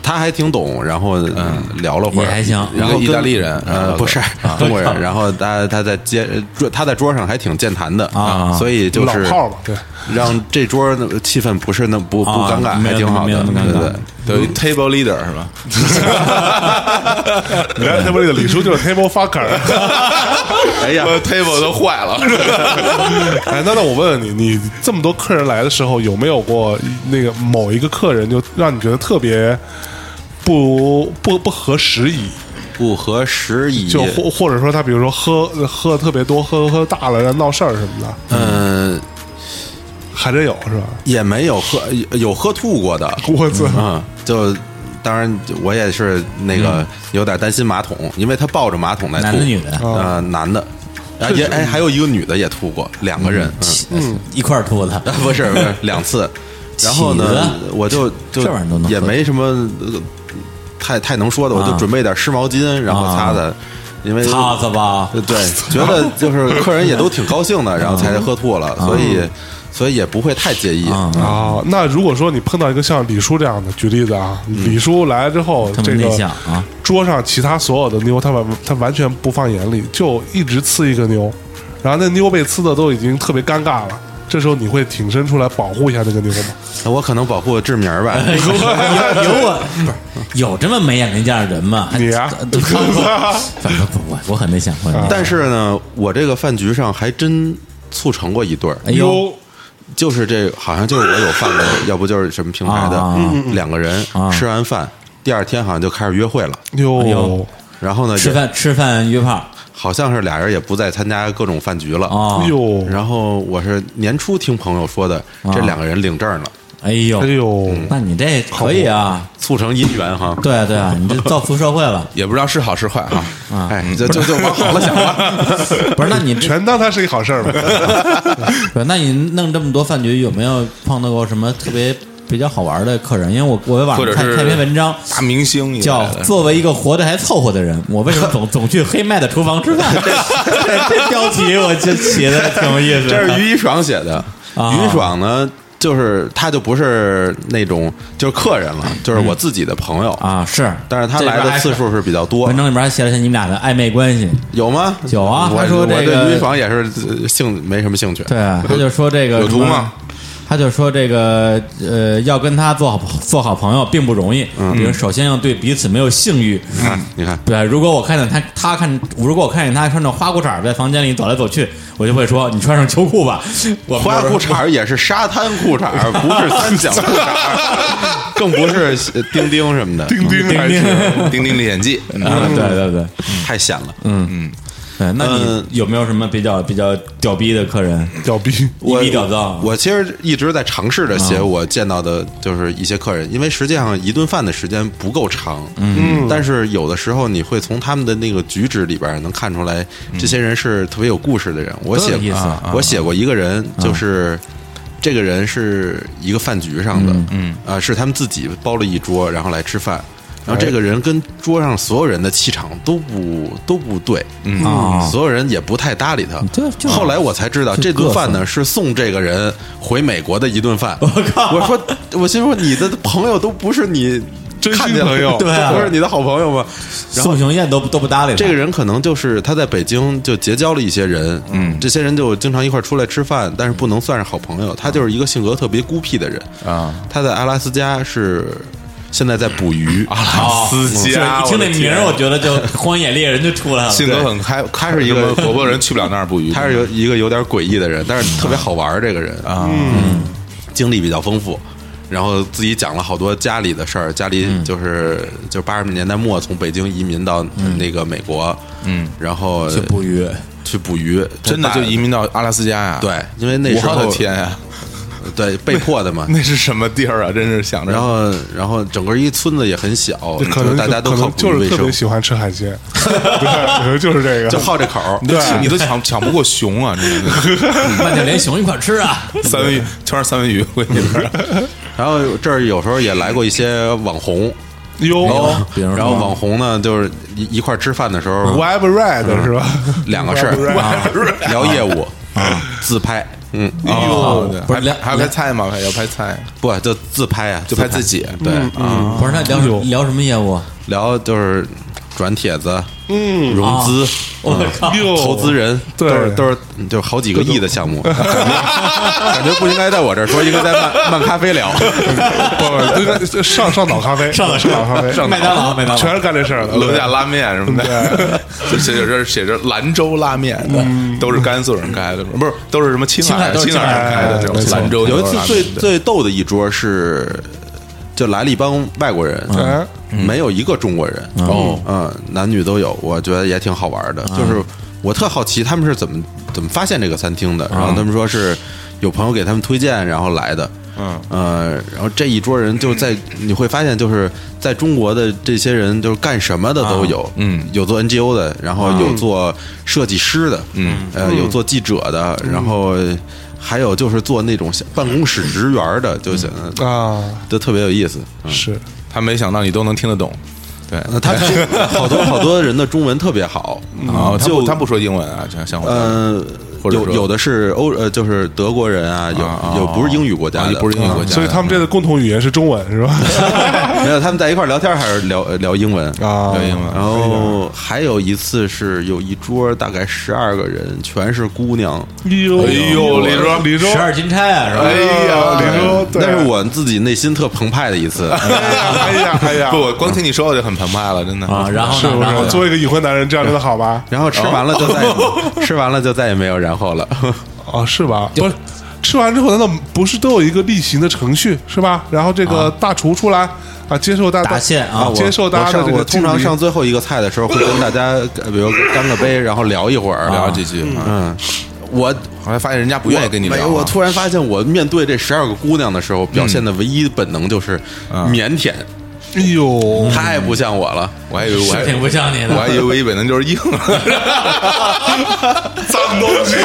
S5: 他还挺懂，然后嗯聊了会儿，
S2: 也还行
S5: 然
S3: 一
S5: 后
S3: 个
S5: 跟
S3: 意大利人
S5: 呃，
S3: 啊
S5: 不是中国人，然后他他在街桌他在桌上还挺健谈的
S2: 啊
S5: 所以就
S4: 老
S5: 是
S4: 炮儿嘛，对，
S5: 让这桌呢气氛不是那不不
S2: 啊
S5: 尴尬，
S2: 没
S5: 还
S2: 有
S5: 挺好
S2: 没有
S5: 的，
S2: 那么尴
S5: 对
S2: 尬
S5: 对。
S3: 等于 table leader 是吧？
S4: 原来他们那个李叔就是 table fucker。
S5: 哎呀，
S3: 我 table 都坏了，
S4: 哎，那那我问问你，你这么多客人来的时候，有没有过那个某一个客人就让你觉得特别不不不合时宜？
S5: 不合时宜。
S4: 就或或者说他比如说喝喝得特别多，喝喝大了，然后闹事儿什么的，
S5: 嗯，
S4: 还真有是吧？
S5: 也没有喝有喝吐过的，
S4: 我操！
S5: 嗯，就当然我也是那个有点担心马桶，因为他抱着马桶在吐。
S2: 男的女的
S4: 嗯
S2: 呀
S5: 呃，男的。啊，也哎，还有一个女的也吐过，两个人，嗯，
S2: 一块儿吐的，
S4: 哎
S5: 不是 不是两次，然后呢
S2: 起，
S5: 我就
S2: 这
S5: 就
S2: 玩意儿都能喝
S5: 也没什么呃太太能说的，我就
S2: 啊
S5: 准备点湿毛巾，然后擦擦，因为呃
S2: 操操 吧！
S5: 对，觉得就是客人也都挺高兴的，然后才喝吐了，所以所以也不会太介意。
S2: 啊，
S4: 啊，那如果说你碰到一个像李叔这样的，举例子啊，李叔来了之后，
S2: 嗯这么
S4: 这
S2: 内
S4: 个
S2: 向啊
S4: 桌上其他所有的妞，他完他完全不放眼里，就一直呲一个妞，然后那妞被呲的都已经特别尴尬了。这时候你会挺身出来保护一下那个妞吗？
S5: 那我可能保护志明儿吧，
S2: 有有我不是有这么没眼力见儿的人吗？
S4: 你啊
S2: 都看不 反正不我我很内向，我很内向
S5: 但是呢，我这个饭局上还真促成过一对儿，
S2: 哎呦，
S5: 就是这好像就是我有 犯过，要不就是什么平台的
S2: 啊
S5: 两个人
S2: 啊
S5: 吃完饭，第二天好像就开始约会了。
S2: 哎
S4: 哟
S2: 呦，
S5: 然后呢，
S2: 吃
S5: 也
S2: 饭吃饭约炮
S5: 好像是俩人也不再参加各种饭局了。
S2: 啊！
S4: 哟，
S5: 然后我是年初听朋友说的，
S2: 啊
S5: 这两个人领证了，
S2: 哎呦
S4: 哎，呦，
S2: 那你这可以啊？
S5: 促成姻缘哈。
S2: 对啊对啊，你这造福社会 了。
S3: 也不知道是好是坏啊。
S5: 哎，就就就往好了 想吧。
S2: 不是，那你这
S4: 全当它是一好事儿 吧。
S2: 不是那你弄这么多饭局，有没有碰到过什么特别比较好玩的客人？因为我我晚
S3: 或者
S2: 上看
S3: 是
S2: 看一篇文章，
S3: 大明星一
S2: 叫
S3: 类的
S2: 作为一个活得还凑合的人，我为什么总 总去黑麦的厨房吃饭？这这这标题我就起的挺有意思
S5: 这 是
S2: 的。
S5: 于一爽写的，
S2: 啊
S5: 于一爽呢，就是他就不是那种就是客人了，就是我自己的朋友。
S2: 啊，是，
S5: 但是他来的次数是比较多
S2: 文，章里面还写了一下你们俩的暧昧关系。
S5: 有吗？
S2: 有啊
S5: 我
S2: 他说
S5: 我
S2: 这
S5: 对
S2: 个
S5: 于一爽也是呃兴没什么兴趣。
S2: 对，啊他就说这个
S5: 有
S2: 什
S5: 图
S2: 么
S5: 吗？
S2: 他就说这个呃，要跟他做好做好朋友并不容易，
S5: 嗯
S2: 比如首先要对彼此没有性欲。
S5: 你看，你看，
S2: 对，如果我看见他，他看，如果我看见他穿着花裤衩在房间里走来走去，我就会说：“你穿上秋裤吧。”我
S5: 花裤
S2: 啊
S5: 衩儿也是沙滩裤衩儿，不是三角裤衩儿，更不是呃钉钉
S3: 嗯
S5: 什么 的，
S4: 钉钉还是
S3: 丁丁的演技，
S5: 嗯
S2: 啊，对对对，
S5: 太显了。嗯嗯，
S2: 嗯，那
S5: 嗯
S2: 你有没有什么比较比较屌逼的客人？
S4: 屌逼，
S5: 我
S2: 一逼屌造，
S5: 我其实一直在尝试着
S2: 啊
S5: 写我见到的，就是一些客人，因为实际上一顿饭的时间不够长，嗯，但是有的时候你会从他们的那个举止里边能看出来，这些人是特别有故事的人。我
S2: 多
S5: 写
S2: 嗯有意思啊
S5: 我写过一个人，就是这个人是一个饭局上的，嗯，啊，是他们自己包了一桌，然后来吃饭。然
S2: 哎
S5: 后这个人跟桌上所有人的气场都不都不对，嗯
S2: 啊
S5: 所有人也不太搭理他
S2: 这。就是
S5: 后来我才知道，
S2: 就
S5: 这顿饭
S2: 各色
S5: 呢是送这个人回美国的一顿 饭。我
S2: 靠
S5: 我说，我心说你的朋友都不是你
S4: 真
S5: 看
S4: 心
S5: 见的
S4: 朋友
S5: 都
S2: 对啊
S5: 不是你的好朋友吗？
S2: 宋雄燕都不都不搭理他
S5: 这个人可能就是他在北京就结交了一些人，嗯，这些人就经常一块儿出来吃饭，但是不能算是好朋友。他就是一个性格特别孤僻的人
S3: 啊。
S5: 他在阿拉斯加是现在在捕鱼，阿
S2: 哦
S3: 司机啊
S2: 就是
S3: 我的
S2: 一听这名
S3: 天
S2: 儿，我觉得就荒野猎人就出来了。
S3: 性格很开，
S5: 他是一个
S3: 什么活泼人，去不了那儿捕鱼。
S5: 他是有一个有点诡异的人，但是特别好玩儿。这个人啊，经历比较丰富，然后自己讲了好多家里的事儿。家里就是就八十年代末从北京移民到那个美国，嗯，然后
S2: 就捕鱼，
S5: 去捕鱼，
S3: 真的
S5: 他
S3: 就
S5: 爸
S3: 移民到阿拉斯加呀？
S5: 对，因为那时
S3: 我
S5: 候
S3: 的天呀，
S5: 对被迫的嘛。
S3: 那是什么地儿啊？真是想着。
S5: 然后，然后整个一村子也很小，
S4: 就可
S5: 哦就
S4: 能
S5: 大家都
S4: 可
S5: 靠
S4: 能
S5: 捕鱼
S4: 就是
S5: 为
S4: 特别
S5: 生，
S4: 喜欢吃海鲜， 对，可能就是这个，
S5: 就好这口儿。
S3: 你都
S4: 对
S3: 你都抢抢不过熊啊！你
S2: 那就连熊一块儿吃啊！
S3: 三文鱼全是三文鱼，我跟你说，
S5: 然后这儿有时候也来过一些网红，哦
S4: 哟
S2: 比如说
S5: 然后网红呢，就是一一块儿吃饭的时候，
S4: ，Web Red 是吧？
S5: 两个事
S4: Web
S5: 儿
S4: Red
S5: 啊，聊业务啊，自拍，嗯，
S3: 哦，对
S2: 不是
S3: 还
S2: 两
S3: 还要拍菜吗？还要拍菜，
S5: 不就自拍啊，
S3: 就拍自己。
S5: 对啊，
S2: 不是，那聊
S4: 呦
S2: 聊什么业务？
S5: 聊就是转帖子，嗯，融资，嗯
S2: 我
S5: 哎
S2: 靠！
S4: 哟
S5: 投资人，
S4: 对
S5: 都是都是就是好几个亿的项目，感觉感觉不应该在我这儿说，应该在漫漫咖啡聊，
S4: 不，这个这上上岛咖啡，上岛上岛咖啡，
S2: 麦当 劳，麦当
S4: 全
S2: 劳，
S4: 是干这事儿的，
S3: 楼下拉面什么的，就写着写着兰州拉面，都是甘肃人开的，不是都是什么青海
S2: 青海都是
S3: 青海人开的这
S4: 没
S3: 种
S4: 错
S3: 兰州
S5: 有
S3: 牛
S5: 一
S3: 肉拉
S5: 次
S3: 面。
S5: 最
S3: 对
S5: 最逗的一桌是，就来了一帮外国人，
S4: 哎
S5: 没有一个中国人嗯哦，嗯，男女都有，我觉得也挺好玩的。就是我特好奇他们是怎么怎么发现这个餐厅的，然后他们说是有朋友给他们推荐，然后来的。嗯呃，然后这一桌人就在你会发现，就是在中国的这些人，就是干什么的都有，嗯，有做 NGO 的，然后有做设计师的，嗯，呃，有做记者的，然后还有就是做那种像办公室职员的，就显得
S4: 啊，
S5: 都特别有意思。嗯
S4: 是
S3: 他没想到你都能听得懂，对，
S5: 呃，他中 好多好多人的中文特别好，
S3: 啊，他不
S5: 嗯就
S3: 他不说英文啊，像像我
S5: 呃，
S3: 或者
S5: 有
S3: 说
S5: 有的是欧呃，就是德国人啊，
S3: 啊
S5: 有有不是英语国家
S3: 啊
S5: 的，
S3: 不是英语国家的
S4: 嗯所以他们这个共同语言是中文是吧？
S5: 嗯 没有他们在一块儿聊天还是聊呃聊英文。
S4: 啊
S3: 对，英文
S5: 然后还有一次是有一桌大概十二个人，全是姑娘，
S4: 呦
S3: 哎呦李叔
S4: 李叔，
S2: 十二金钗啊，是吧？
S3: 哎
S4: 呀，李叔，对
S5: 那是我自己内心特澎湃的 一次。
S4: 哎呀，哎呀，哎呀
S3: 不，，我光听你说我就很澎湃了，真的
S2: 啊，然后
S4: 是
S2: 呢？
S4: 不
S2: 然后
S4: 是？
S2: 呢
S4: 作为一个已婚男人，这样真的好吗？
S5: 然后吃完了就再也吃完了就再也没有然后了。
S4: 哦，是吧？不是，吃完之后难道不是都有一个例行的程序是吧？然后这个大厨出来啊，接受大家
S2: 答谢啊我
S4: 接受大
S5: 我
S4: 家的
S5: 上
S4: 这
S5: 我
S4: 个
S5: 通
S4: 敬
S5: 常
S4: 礼。
S5: 上最后一个菜的时候，会跟大家呃比如干个杯，然后聊一会儿，
S3: 聊几句。啊
S5: 嗯，我
S3: 后来发现人家不
S5: 不
S3: 愿意跟你
S5: 没
S3: 聊
S5: 有，
S3: 啊，
S5: 我突然发现，我面对这十二个姑娘的时候，表现的
S3: 嗯
S5: 唯一本能就是
S3: 啊
S5: 腼腆，
S4: 哎呦，
S5: 太不像我了。
S3: 我还以为我
S5: 哎
S2: 是挺
S3: 还
S2: 不像你
S3: 我还
S2: 的。
S3: 以为唯一本能就是硬，
S4: 脏东西，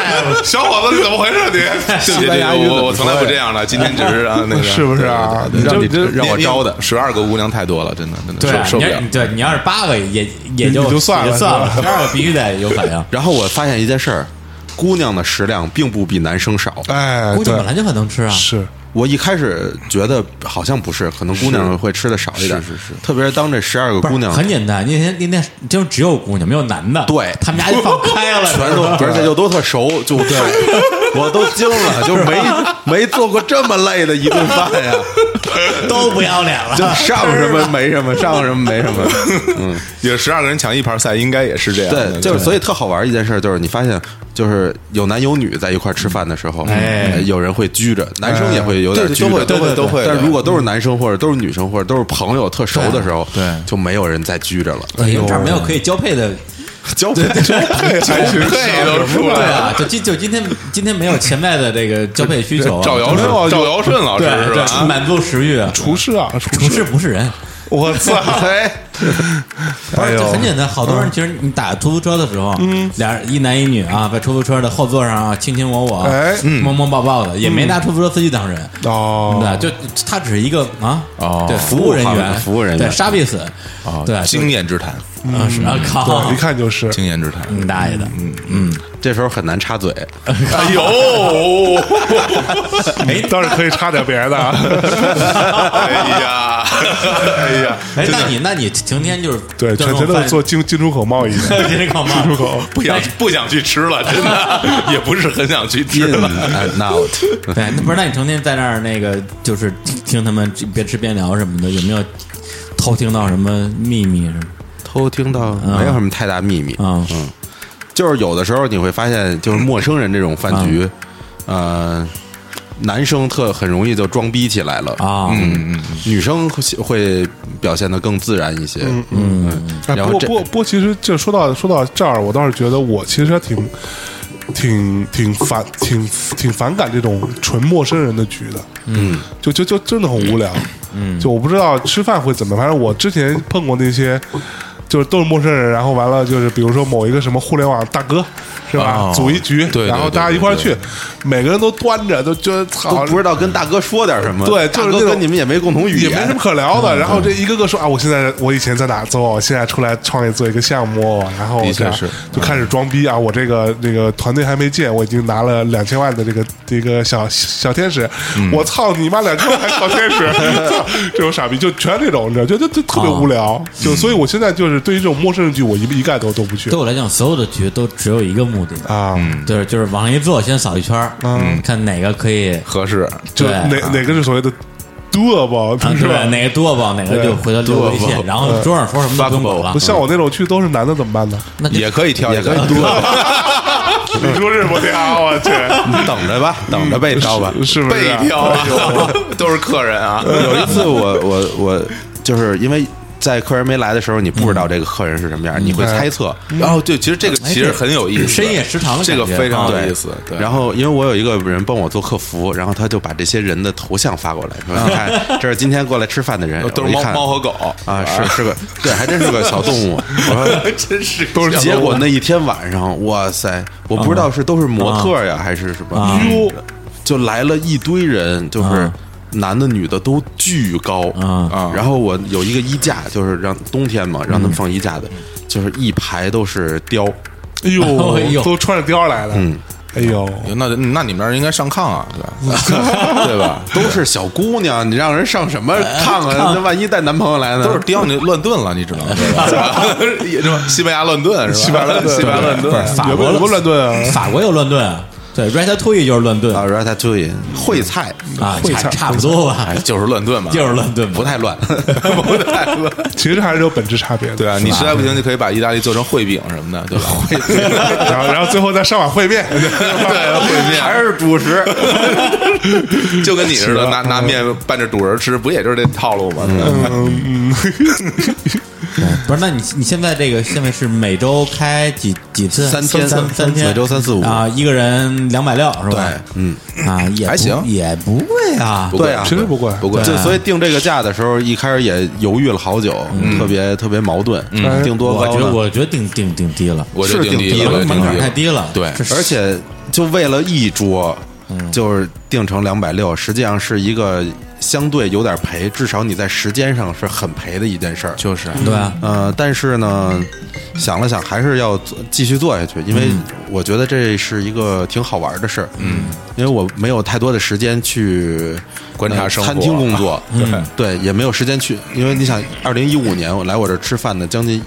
S3: 小伙子你怎么回事 你？
S5: 西班牙语
S3: 对对对
S5: 怎么
S3: 我我从来不这样的，今天只是啊 那个
S4: 是不是啊？
S3: 对对对
S4: 这
S5: 让你
S4: 这
S5: 让我招的，
S3: 十二个姑娘太多了，真的真的
S2: 对啊，
S3: 受受
S2: 你
S3: 不了
S2: 要。对你要是八个也也
S4: 你
S2: 就
S4: 就算了
S2: 也就算了，
S4: 是吧
S2: 十二个必须得有反应。
S5: 然后我发现一件事儿，姑娘的食量并不比男生少。
S4: 哎，
S2: 估计
S4: 对
S2: 本，来就很能吃啊，
S4: 是
S5: 我一开始觉得好像不是，可能姑娘会吃的少一点。是是是，特别是当这十二个
S2: 不是
S5: 姑娘
S2: 很简单。那天那天就只有姑娘，没有男的，
S5: 对
S2: 他们家就放开了，
S5: 全 都，而且又都特熟，就对， 我都惊了，就没没做过这么累的一顿饭呀，
S2: 都不要脸了
S5: 就。上什么没什么，上什么没什么，嗯。
S3: 有十二个人抢一盘菜，应该也是这样的。
S5: 对，就是所以特好玩一件事，就是你发现，就是有男有女在一块儿吃饭的时候，
S2: 哎
S5: 有人会拘着，男生也会有点
S3: 对
S5: 拘
S3: 都
S5: 着，
S3: 会都会都会
S5: 但
S3: 对
S5: 如果都是男生或者都是女
S2: 哎
S5: 生或者都是朋友特熟的时候，对，就没有人再拘着了。
S2: 因为这儿没有可以交配的
S5: 交配交配
S3: 还是配都出
S2: 对
S3: 来了。
S2: 啊，就今就今天今天没有前面的这个交配需求啊，
S3: 赵尧
S4: 没有
S3: 舜，赵尧舜老师
S2: 对
S3: 是
S2: 对，
S3: 吧？
S2: 满足食欲啊，
S4: 厨师啊，厨
S2: 不是
S4: 师，
S2: 不是人，
S4: 我操！
S2: 不
S4: 哎
S2: 是，
S4: 呦
S2: 就很简单，好
S5: 嗯
S2: 多人其实你打出租车的时候，
S4: 嗯
S2: 俩人一男一女啊，在出租车的后座上啊，亲亲我我
S4: 哎，
S5: 嗯
S4: 嗯
S2: 摸摸抱抱的，也没拿出租车司机当人。嗯
S4: 哦，
S2: 对，就他只是一个啊，
S3: 哦
S2: 对，服务人员，
S5: 服务人员哦
S2: 对，杀必死，对，
S3: 经验之谈，
S2: 啊，是啊，靠
S4: 嗯对，一，看就是
S3: 经验之谈。
S2: 你大爷的，
S5: 嗯这时候很难插嘴，
S3: 哎呦，
S4: 哎，倒是可以插点别的啊。
S3: 哎呀，哎呀，
S2: 哎，那你那你成天就是
S4: 对，全全都是做进进出口贸易的，
S2: 进口吗？
S4: 出口
S3: 不想不想去吃了，真的也不是很想去吃 了。
S5: and out，
S2: 对，那不是，那你成天在那儿那个，就是听他们边吃边聊什么的，有没有偷听到什么秘密什么
S5: 偷听到没有什么太大秘密，
S2: 啊？
S5: 就是有的时候你会发现，就是陌生人这种饭局，呃，男生特很容易就装逼起来了
S2: 啊
S5: 嗯，女生会会表现的更自然一些，嗯，
S4: 哎，
S5: 然
S4: 不
S5: 后
S4: 过
S5: 这
S4: 不过不过，其实就说到说到这儿，我倒是觉得我其实还挺挺挺反挺挺反感这种纯陌生人的局的，嗯，就就就真的很无聊，嗯，就我不知道吃饭会怎么，反正我之前碰过那些。就是都是陌生人，然后完了就是比如说某一个什么互联网大哥，是吧？
S3: 哦
S4: 组一局，
S3: 对对
S4: 然后大家一块儿去，每个人都端着，都觉得操，
S5: 都不知道跟大哥说点什么，
S4: 对
S5: 大
S4: 就是那
S5: 哥
S4: 种
S5: 跟你们也没共同语
S4: 也没
S5: 言
S4: 什么，可聊的。然后这一个个说啊，我现在我以前在哪做，我现在出来创业做一个项目，啊然后
S3: 的确
S4: 这样
S3: 是
S4: 就开始装逼啊，我这个这个团队还没建，我已经拿了两千万的这个这个小小天使，我操你妈两千万还小天使，操这种傻逼就全这种，你知道，就就就特别无聊。就所以我现在就是对于这种陌生人局，我一一概都都不去
S2: 对我来讲，所有的局都只有一个目的，嗯
S4: 啊。嗯
S2: 就是就是往上一坐，先扫一圈儿，嗯看哪个可 以，
S3: 合适，
S4: 就
S2: 对
S4: 哪哪个是所谓的 doable，
S2: 啊
S4: 是
S2: 对，
S4: 吧？
S2: 哪个多吧，哪个
S4: 对嗯
S2: 就回头留微
S5: 多
S2: 信，
S5: 吧
S2: 然后桌上说什么都不用管了
S4: 不。像我那种去都是男的怎么办呢？
S2: 那就
S3: 也可以挑，
S5: 也可以
S3: 多。
S4: 你说是不是啊？我去，
S5: 你嗯等着吧，等着被招吧。
S4: 是不是
S3: 被
S4: 啊？
S3: 挑啊，都是客人啊。
S5: 有一次我我我就是因为在客人没来的时候，你不知道这个客人是什么样，
S4: 嗯
S5: 你会猜测。哎
S3: 然后哦对，其实这个其实很有意思，
S2: 嗯深夜食堂的
S3: 这个
S2: 感觉啊
S3: 非常有
S5: 对
S3: 意思。对，
S5: 然后因为我有一个人帮我做客服，然后他就把这些人的头像发过来，说 你看这是今天过来吃饭的人，
S3: 都
S5: 我
S3: 是
S5: 一
S3: 猫
S5: 看
S3: 猫和狗
S5: 啊，是是个对，还真是个小动 物。我说
S3: 真是
S5: 都是 结果那一天晚上，哇塞，我不知道是都是模特呀还是什么，哟，就来了一堆人，就是
S2: 啊
S5: 男的女的都巨高
S2: 啊
S5: 然后我有一个衣架，就是让冬天嘛，让他们放衣架的，就是一排都是貂，
S4: 哎
S2: 哎呦
S4: 呦，都穿着貂儿来了。
S5: 嗯
S4: 哎呦，
S3: 那那你们那儿应该上炕啊，对 吧？对吧？
S5: 都是小姑娘，你让人上什么炕啊？那万一带男朋友来呢？
S3: 都是雕你乱炖了，你只能对吧？ 也是吧？西班牙乱炖是吧？西班牙乱炖，西班牙乱
S2: 不是
S3: 炖，
S2: 法
S4: 有没
S2: 国的
S4: 有什么乱炖啊？
S2: 法国有乱炖啊，对，ratatouille 就是乱炖
S5: 啊
S2: 啊，
S5: ，ratatouille 烩菜，
S2: 差差不多
S4: 哎
S2: 吧，
S3: 就是乱炖嘛，
S2: 啊就是乱炖吧，
S5: 不太乱，
S3: 不太乱。
S4: 其实还是有本质差别的。
S3: 对啊，你实在不行就可以把意大利做成烩饼什么的，对吧？烩饼，
S4: 然后，然后最后再上碗烩面，
S3: 烩面
S5: 还是主食。
S3: 就跟你似的，拿拿面拌着主人吃，不也就是这套路吗？
S4: 嗯嗯，
S2: 不是，那你你现在这个现在是每周开几几次？啊
S5: 三天
S2: 三三天，
S5: 每周三四五
S2: 啊，一个人两百六是吧？
S5: 对，嗯
S2: 啊，也不
S3: 还行
S2: 也不贵啊
S3: 不。贵
S5: 对啊，
S4: 其实不贵，
S3: 不贵，
S5: 就所以定这个价的时候，一开始也犹豫了好久，特别特别矛盾，定多
S2: 我
S5: 高
S2: 觉得
S5: 呢？
S2: 我觉得定定定低了，
S3: 我就是定
S5: 挺
S3: 低
S5: 低
S3: 了，
S5: 的
S3: 定
S2: 门槛太
S3: 了。
S2: 低了。
S3: 对
S2: 这是
S5: 而且就为了一桌，
S3: 嗯
S5: 就是定成两百六，实际上是一个相对有点赔，至少你在时间上是很赔的一件事儿。
S3: 就是
S2: 对啊，
S5: 呃，但是呢，想了想，还是要做继续做下去，因为
S3: 嗯
S5: 我觉得这是一个挺好玩的事儿。嗯，因为我没有太多的时间去
S3: 观察
S5: 呃
S3: 生活啊
S5: 餐厅工作，
S2: 嗯
S5: 对，也没有时间去，因为你想，二零一五年我来我这儿吃饭的将近。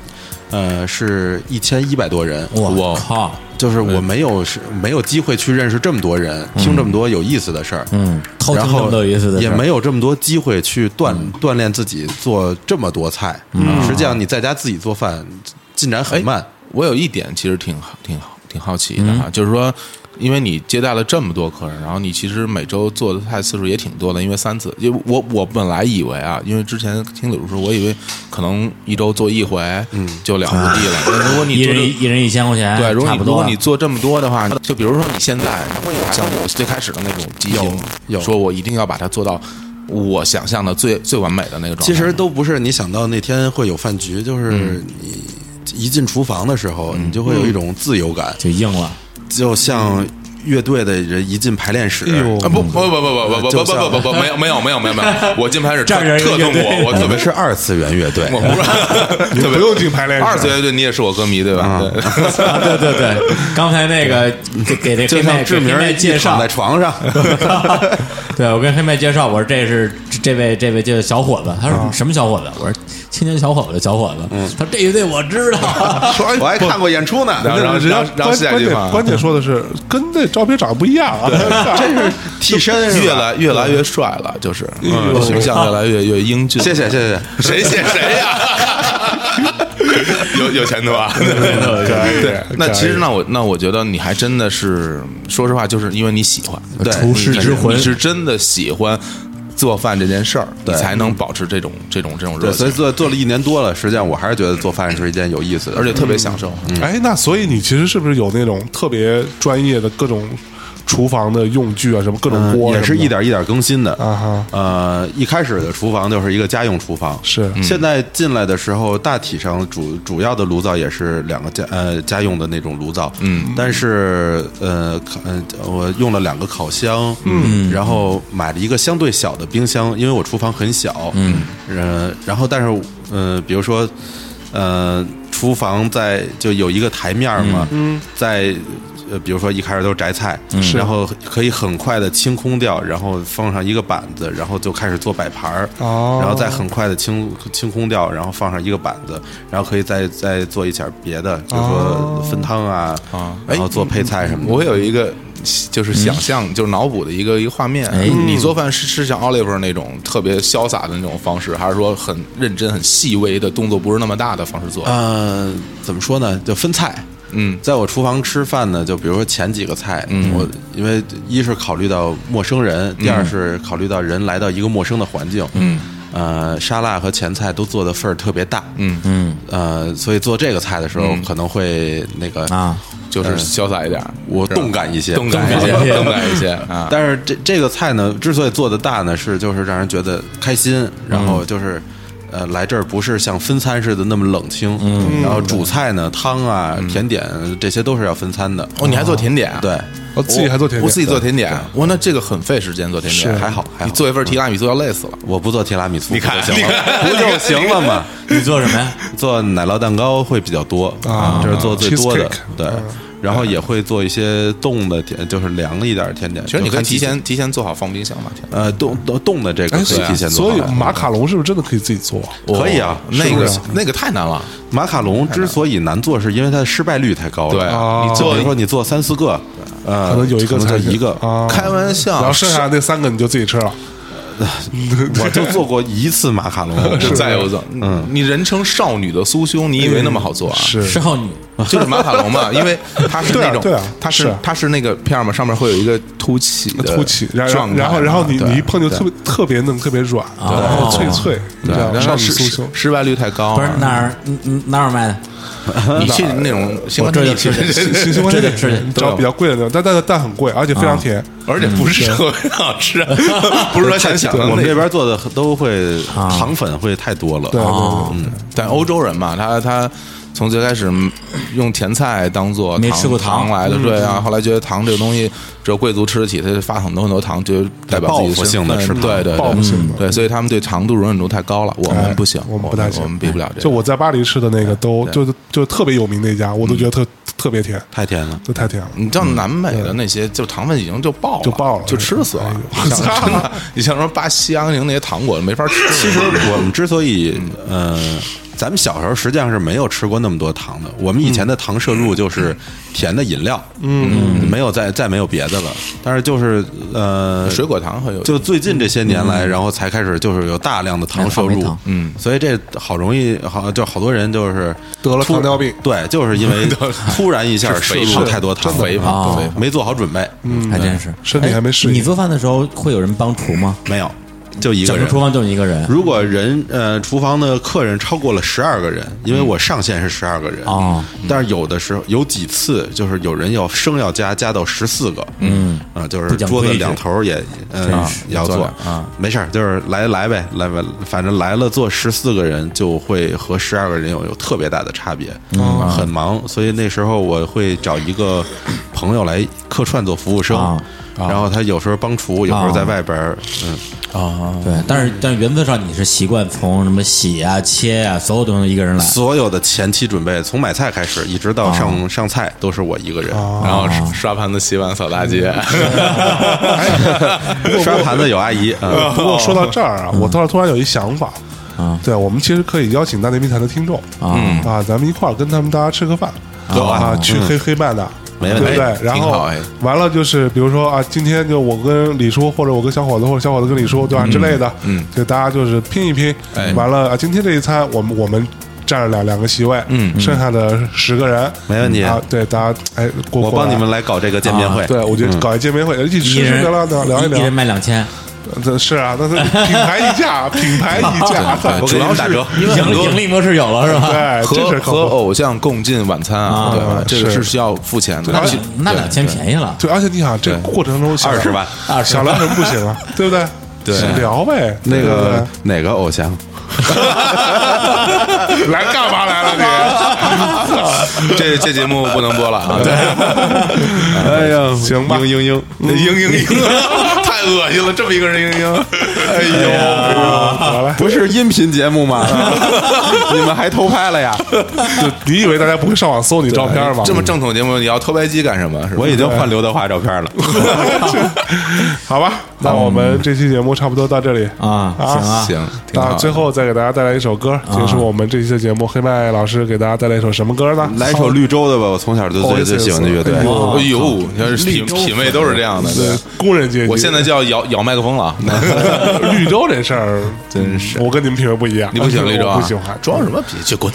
S5: 呃，是一千一百多人，
S2: 我
S3: 哇
S2: 靠，
S5: 就是我没有是没有机会去认识这么多人，听这么多有意思的事儿，
S2: 嗯，偷听
S5: 然
S2: 这么
S5: 后
S2: 多意思的事
S5: 也
S2: 儿
S5: 没有这么多机会去锻锻炼自己做这么多菜。实际上你在家自己做饭进展很慢，
S3: 我有一点其实挺好，挺好，挺好奇的哈，就是说，因为你接待了这么多客人，然后你其实每周做的菜次数也挺多的，因为三次。因为我我本来以为啊，因为之前听李叔说，我以为可能一周做一回，嗯，就了不地了。但如果
S2: 一
S3: 你做
S2: 人
S3: 这
S2: 一人一千块钱，
S3: 对，如果
S2: 差
S3: 你
S2: 不
S3: 如
S2: 多啊
S3: 果
S2: 了。
S3: 你做这么多的话，就比如说你现在会有像我最开始的那种激情吗，
S5: 有有
S3: 说我一定要把它做到我想象的最最完美的那个状态。
S5: 其实都不是你想到那天会有饭局，就是你一进厨房的时候，你就会有一种自由感，
S2: 就硬了，
S5: 嗯 就像乐队的人一进排练室，
S4: 哎呦
S3: 啊不不不不不不不不不不不没有没有没有没有没有，我进排是特
S2: 站着一个
S3: 特
S2: 乐
S3: 痛苦
S2: 队，
S3: 我
S5: 你
S3: 特别
S5: 们是二次元乐队
S3: 我，不是特别
S4: 不用进排练室
S3: 二次元对你也是我歌迷对吧？对
S2: 啊对对对，刚才 那个给给这
S5: 就
S2: 黑麦
S5: 像
S2: 给
S5: 志
S2: 黑
S5: 明
S2: 麦介
S5: 一躺
S2: 绍
S5: 在，床上，
S2: 对我跟黑麦介绍，我说这是这这位这位这小伙子，他说什么小伙子？我说青年小伙子，小伙子。
S3: 嗯
S2: 他说这乐队我知道，
S5: 说哎我还看过演出呢，
S3: 然后然后
S4: 人家
S3: 然后然后
S4: 关
S3: 下一
S4: 关
S3: 句
S4: 键
S3: 话
S4: 关键说的是跟这照片长得不一样啊，真是
S5: 替身是
S3: 越
S5: 吧
S3: 来越来越帅了，就是嗯
S4: 哎呦
S3: 形象越来越越英俊。
S5: 谢谢谢谢，
S3: 谁谢谁呀？ 有有前途啊！
S4: 对
S3: 那其实呢，我那我觉得你还真的是，说实话，就是因为你喜欢，
S5: 对
S2: 厨师
S3: 你
S2: 之魂
S3: 你是真的喜欢做饭这件事儿，你
S5: 对
S3: 才能保持这种这种这种热
S5: 对，所以
S3: 情，
S5: 做做了一年多了，实际上我还是觉得做饭是一件有意思的，嗯
S3: 而且特别享受。
S4: 哎，那所以你其实是不是有那种特别专业的各种厨房的用具啊，什么各种
S5: 嗯
S4: 锅、
S5: 也是一。点一点更新的
S4: 啊哈
S5: 呃，一开始的厨房就是一个家用厨房，
S4: 是嗯
S5: 现在进来的时候，大体上主主要的炉灶也是两个家呃家用的那种炉灶，嗯，但是呃烤呃我用了两个烤箱，嗯，然后买了一个相对小的冰箱，因为我厨房很小，嗯，呃，然后但是呃，比如说呃，厨房在就有一个台面儿嘛，嗯，在呃，比如说一开始都是摘菜，然后可以很快的清空掉，然后放上一个板子，然后就开始做摆盘儿，
S4: 哦
S5: 然后再很快的清清空掉，然后放上一个板子，然后可以再再做一点别的，比如说分汤啊，
S3: 啊哎
S5: 然后做配菜什么的。
S3: 我有一个就是
S5: 嗯
S3: 想象，就是脑补的一个一个画面。
S2: 哎
S3: 你做饭是是像 Oliver 那种特别潇洒的那种方式，还是说很认真、很细微的动作不是那么大的方式做？
S5: 呃，怎么说呢？就分菜。
S3: 嗯
S5: 在我厨房吃饭呢，就比如说前几个菜，嗯、我因为一是考虑到陌生人，第二是考虑到人来到一个陌生的环境，嗯，呃，沙拉和前菜都做的份儿特别大，
S3: 嗯
S5: 嗯，呃，所以做这个菜的时候、可能会那个
S2: 啊，
S3: 就是潇洒一点，
S5: 我
S3: 是吧
S5: 动感一些，
S3: 动感一
S2: 动感一
S3: 些，
S2: 些
S3: 动感一些啊！
S5: 但是这这个菜呢，之所以做的大呢，是就是让人觉得开心，然后
S3: 嗯
S5: 就是。呃，来这儿不是像分餐似的那么冷清，嗯，然后主菜呢，汤啊、甜点这些都是要分餐的，
S3: 嗯哦，你还做甜点啊？
S5: 对，
S4: 我自己还做甜点，
S3: 我自己做甜点。哇，那这个很费时间做甜点，
S5: 是还好还好
S3: 你做一份提拉米苏要累死了。
S5: 我不做提拉米苏，
S3: 你看
S5: 不就行
S3: 你
S5: 了
S3: 看
S5: 不就行 了吗？
S2: 你做什么呀？
S5: 做奶酪蛋糕会比较多
S4: 啊
S5: 这是做最多的
S4: cheesecake，
S5: 对。
S3: 嗯
S5: 然后也会做一些冻的甜，就是凉一点的甜点。
S3: 其实你
S5: 就
S3: 可以
S5: 看
S3: 提
S5: 季节
S3: 前提前做好放冰箱嘛，甜点
S5: 呃冻冻冻的这个
S4: 哎，
S5: 可以提前做
S4: 所
S5: 好
S4: 以
S5: 了。
S4: 马卡龙是不是真的可以自己做？
S5: 可以啊，
S3: 那
S4: 不
S3: 个
S4: 是
S3: 那个太难了。
S5: 马卡龙之所以难做，是因为它的失败率太高
S3: 对
S5: 了。，
S4: 啊
S3: 你
S5: 就
S3: 做
S5: 比如说你做三四个，呃，
S4: 可能有一个
S5: 可
S4: 才
S5: 能就一个。
S4: 啊，
S3: 开玩笑，
S4: 然后剩下那三个你就自己吃了。
S5: 我就做过一次马卡龙，
S3: 是再有怎？嗯，你人称少女的苏胸，你以为那么好做啊？
S4: 嗯是
S2: 少女，
S3: 就是马卡龙嘛，因为它是
S4: 对啊
S3: 那种，
S4: 对啊
S3: 它
S4: 是
S3: 是
S4: 啊
S3: 它是那个片儿嘛，上面会有一个凸起的
S4: 凸起，然
S3: 状
S4: 后
S3: 态嘛
S4: 然后然后你
S3: 啊对哦
S4: 你一碰就特别特别嫩，特别软，然后脆脆，你知道吗
S3: 然
S4: 少
S3: 后
S4: 女
S3: 失
S4: 酥
S3: 失
S4: 胸。
S3: 失败率太高，啊
S2: 不是哪儿嗯嗯哪儿卖的？
S3: 你去那种星
S2: 我
S3: 巴克
S2: 这就
S3: 里去对对
S2: 吃去
S4: 行行，我
S2: 这就吃去。
S4: 找比较贵的那种，但但但很贵，而且非
S3: 啊
S4: 常甜。
S3: 而且不
S2: 嗯
S3: 是特别好吃，啊不是说想想
S5: 我
S3: 的
S5: 们
S3: 那
S5: 这
S3: 种。
S5: 边做的都会糖粉会太多了。
S4: 啊
S5: 嗯
S4: 对对对
S2: 哦，
S3: 但欧洲人嘛，他他从最开始用甜菜当做
S2: 没
S3: 糖
S2: 吃过
S3: 糖
S2: 糖
S3: 来的，对
S5: 嗯
S3: 啊，后来觉得糖这个东西只有贵族吃得起，他就发很多很多糖，就代表自己
S5: 报复性的
S3: 身份
S5: 吃糖
S3: 对对
S4: 报复
S3: 对
S4: 性的，
S3: 对，所以他们对糖度容忍度太高了，我
S4: 哎
S3: 们不行，
S4: 我们不太行
S3: 我们比不了这个。
S4: 就我在巴黎吃的那个都就就特别有名那家，
S3: 嗯
S4: 我都觉得特特别甜，
S5: 太甜了。
S4: 都 太甜了。
S3: 你知道南美的那些，就糖分已经就爆了，
S4: 就爆了
S3: 就吃死了。
S4: 哎呦
S3: 你像真的，你像什么巴西、阿根廷那些糖果没法吃。
S5: 其实我们之所以呃咱们小时候实际上是没有吃过那么多糖的，我们以前的糖摄入就是甜的饮料，嗯，没有再再没有别的了。但是就是呃，
S3: 水果糖还有
S5: 就最近这些年来，然后才开始就是有大量的糖摄
S2: 没
S5: 入
S2: 糖，
S5: 嗯，所以这好容易好就好多人就是
S4: 得了
S5: 突
S4: 糖尿病
S5: 对，就是因为突然一下
S3: 是
S5: 摄
S3: 肥
S5: 入
S3: 胖
S5: 太多糖
S3: 真，的肥
S2: 胖
S5: 啊
S2: 肥
S5: 没做好准备，嗯，
S2: 还真是
S4: 身体还没适应
S2: 哎你做饭的时候会有人帮厨吗？
S5: 没有，就一个
S2: 整个
S5: 人
S2: 厨。房就你一个人
S5: 如果人呃厨房的客人超过了十二个人，因为我上限是十二个人
S2: 哦
S5: 但是有的时候有几次就是有人要生要加加到十四个，嗯啊、就是
S2: 讲
S5: 桌子
S2: 规矩
S5: 两头也嗯、呃、也要
S3: 做
S5: 做
S3: 啊，
S5: 没事儿，就是来来呗，来吧，反正来了做十四个人就会和十二个人有有特别大的差别，嗯、很忙，所以那时候我会找一个朋友来客串做服务生。
S2: 啊
S5: 然后他有时候帮厨，有时候在
S2: 啊
S5: 外边儿，嗯，
S2: 啊，对，但是但是原则上你是习惯从什么洗啊、切啊，所有东西一个人来，
S5: 所有的前期准备，从买菜开始，一直到上、上菜，都是我一个人。
S3: 然后刷盘子、洗碗、扫大街，
S4: 哎
S5: 刷盘子有阿姨，
S4: 呃，
S5: 嗯，
S4: 不过说到这儿啊，
S3: 嗯
S4: 我倒是突然有一想法
S2: 啊
S4: 对，我们其实可以邀请大内密谈的听众
S2: 啊
S4: 啊，咱们一块儿跟他们大家吃个饭
S5: 走啊
S4: 啊，去黑黑曼的。
S5: 没
S4: 对
S5: 问题
S4: 不对？然
S3: 挺好
S4: 后
S3: 哎
S4: 完了就是，比如说啊，今天就我跟李叔，或者我跟小伙子，或者小伙子跟李叔，对吧？之类的，
S3: 嗯，
S4: 就大家就是拼一拼。
S3: 哎
S4: 完了啊，今天这一餐我们我们占了两两个席位，
S3: 嗯
S4: 剩下的十个人
S5: 没问题
S4: 啊。对，大家哎，过
S5: 我
S4: 过
S5: 帮
S4: 来
S5: 你们来嗯搞这个见面会。
S4: 啊对，我觉得搞一见面会，一起
S2: 一
S4: 吃吃
S2: 人
S4: 聊聊聊一
S2: 一一人
S4: 聊。
S2: 卖两千，
S4: 这是啊，那是品牌溢 价，品牌溢价，
S3: 对
S5: 我给你们打折，
S2: 盈盈利模式有了是吧？
S4: 对，这
S3: 和
S4: 是
S3: 和偶像共进晚餐啊，对吧？这个
S4: 是
S3: 是需要付钱的
S2: 那，
S3: 而且
S2: 那两千便宜了，
S4: 对，而且你想，这过程中想
S5: 20万
S2: 20万
S4: 想聊什么不行啊？对不对？
S3: 对
S4: 聊呗。
S5: 那
S4: 对
S5: 个
S4: 不
S5: 哪个偶像？
S4: 对 来干嘛来了
S3: 这这节目不能播了啊！对，
S4: 你？哎呀，行吧，嗯
S5: 嘤嘤
S3: 嘤 嘤嘤，太恶心了，这么一个人嘤嘤，哎呦，
S4: 好嘞，
S5: 不是音频节目吗？ 你们还偷拍了呀？
S4: 就你以为大家不会上网搜你照片吗？
S3: 这么正统节目，你要偷拍机干什么？是吧
S5: 我已经换刘德华照片了。
S4: 嗯好吧，那我们这期节目差不多到这里
S2: 啊行啊
S3: 嗯行，挺好啊
S4: 那
S3: 的。
S4: 最后再给大家带来一首歌，结束我们这期的节目。黑麦老师给大家带来一首什么歌呢？
S5: 来一首绿洲的吧，我从小就最最喜欢的乐队。
S4: 哎呦
S3: 哎呦，你看品品味都是这样的。
S4: 对
S3: 对，
S4: 工人阶级。
S3: 我现在就要咬咬麦克风了 啊。
S4: 绿洲这事儿，真是我跟你们品味不一样。
S3: 你不喜欢绿洲啊？
S4: 我不喜欢，
S3: 装什么逼？去滚！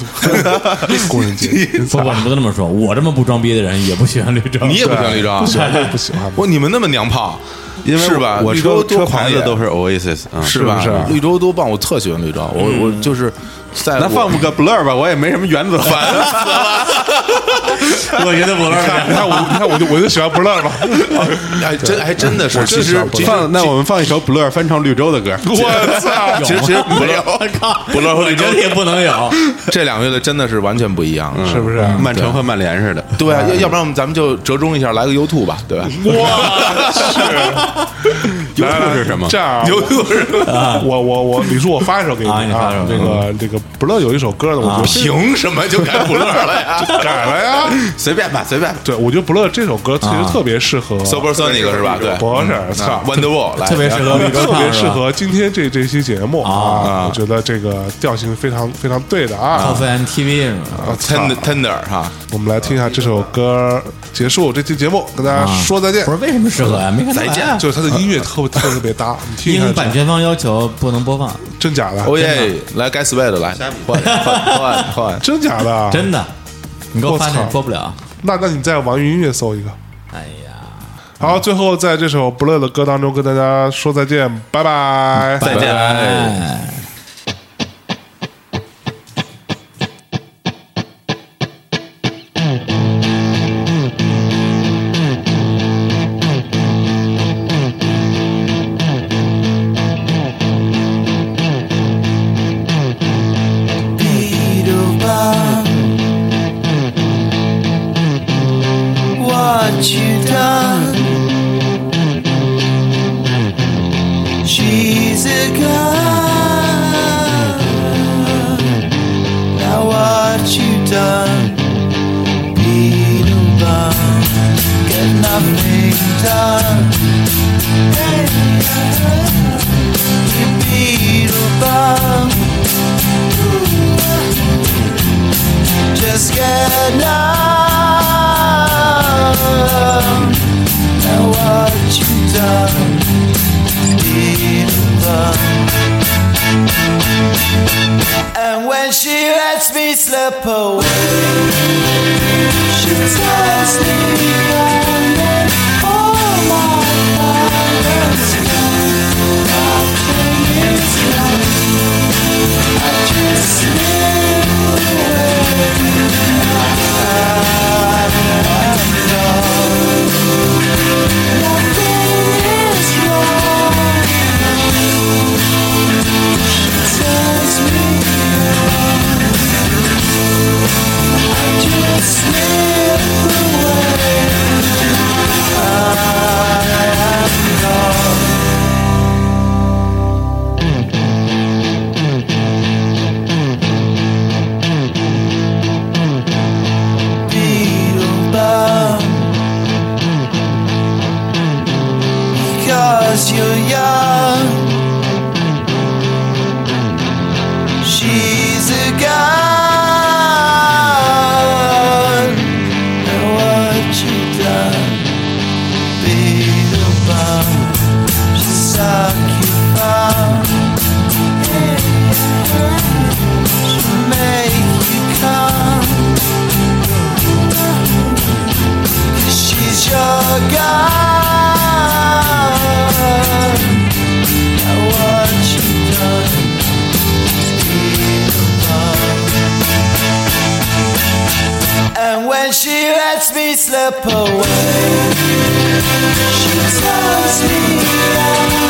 S4: 工人阶级。
S2: 不不，你不能这么说，我这么不装逼的人也不喜欢绿洲，
S3: 你也不喜欢绿洲啊？
S4: 不喜欢，不喜 欢。
S3: 哇，你们那么娘炮，
S5: 因为
S3: 是吧？
S5: 我
S3: 绿
S5: 车
S3: 洲
S5: 车
S3: 多
S5: 牌
S3: 狂
S5: 子
S3: 野
S5: 都是 Oasis，嗯
S3: 是吧？
S4: 是不是
S3: 绿洲多棒，我特喜欢绿洲。我我就是在
S5: 咱
S3: 我
S5: 嗯放个 Blur 吧，我也没什么原则。
S2: 我觉得不
S4: 你看，你看我，你看我就我就喜欢不 乐吧。
S3: 还真还真的是，其实其实
S5: 放那我们放一首 Blur 翻唱绿洲的歌。
S3: 我操！ 其实其实不乐
S2: 我靠，
S3: 不乐和
S2: 我
S3: 绿洲
S2: 觉得也不能
S4: 哎
S2: 有，
S3: 这两个乐队真的是完全不一样，啊
S4: 是不啊是
S5: 曼城和曼联似的，
S3: 对啊，要要不然我们咱们就折中一下，来个 U two 吧，对吧？
S5: 优酷是什么？
S4: 这样，有我我我，李叔，我发一首给你
S2: 啊你发一
S4: 啊
S2: 首。
S4: 这个这个不乐有一首歌呢，我觉
S3: 凭什么 就 改不乐了呀
S4: 得 改了呀。
S5: 随便吧，随便吧。
S4: 对，我觉得不乐这首歌其实特别适合。
S3: ？Super Sonic 是吧？对，啊
S4: 不是，操，
S3: Wonderwall 来，
S2: 特别适合绿洲
S4: 特
S2: 唱，
S4: 别
S2: 是
S4: 适
S2: 吧
S4: 合今天这这期节目啊！我觉得这个调性非常非常对的
S2: 靠
S4: 啊！
S2: 飞 MTV 是吗？
S4: 我操
S3: Tender Tender 哈，
S4: 我们来听一下这首歌，结束这期节目，跟大家说再见
S2: 不。是为什么适合呀？没看到呀
S5: 再 见
S4: 就是它的音乐特特特别搭，你听一
S2: 应
S4: 下
S2: 版，权方要求不能播放，
S4: 真假的？
S3: 哦耶，来该 s p a d 来，换换换换，
S4: 真假的？
S2: 真的，你给我发
S4: 我
S2: 那
S4: 操
S2: 播不了。
S4: 那那你在网易云音乐搜一个。
S2: 哎呀，
S4: 好，最后在这首《不乐》的歌当中跟大家说再见，拜拜，
S5: 再见
S2: 哎。
S7: Beelzebub. What you done? She's a god. Now what you done? Beelzebub. Get nothing done. Hey, Beelzebub. And when she lets me slip away, she tells me I'm in all my balance. Nothing is right. I just slip away. I'm Nothing is right. Tells me I just slip away. I am gone. Beelzebub, because you're young. She's a gun. And what you done? Be the bum. She suck you up. She make you come. 'Cause she's your gun. And what you done? And when she lets me slip away, she tells me that oh,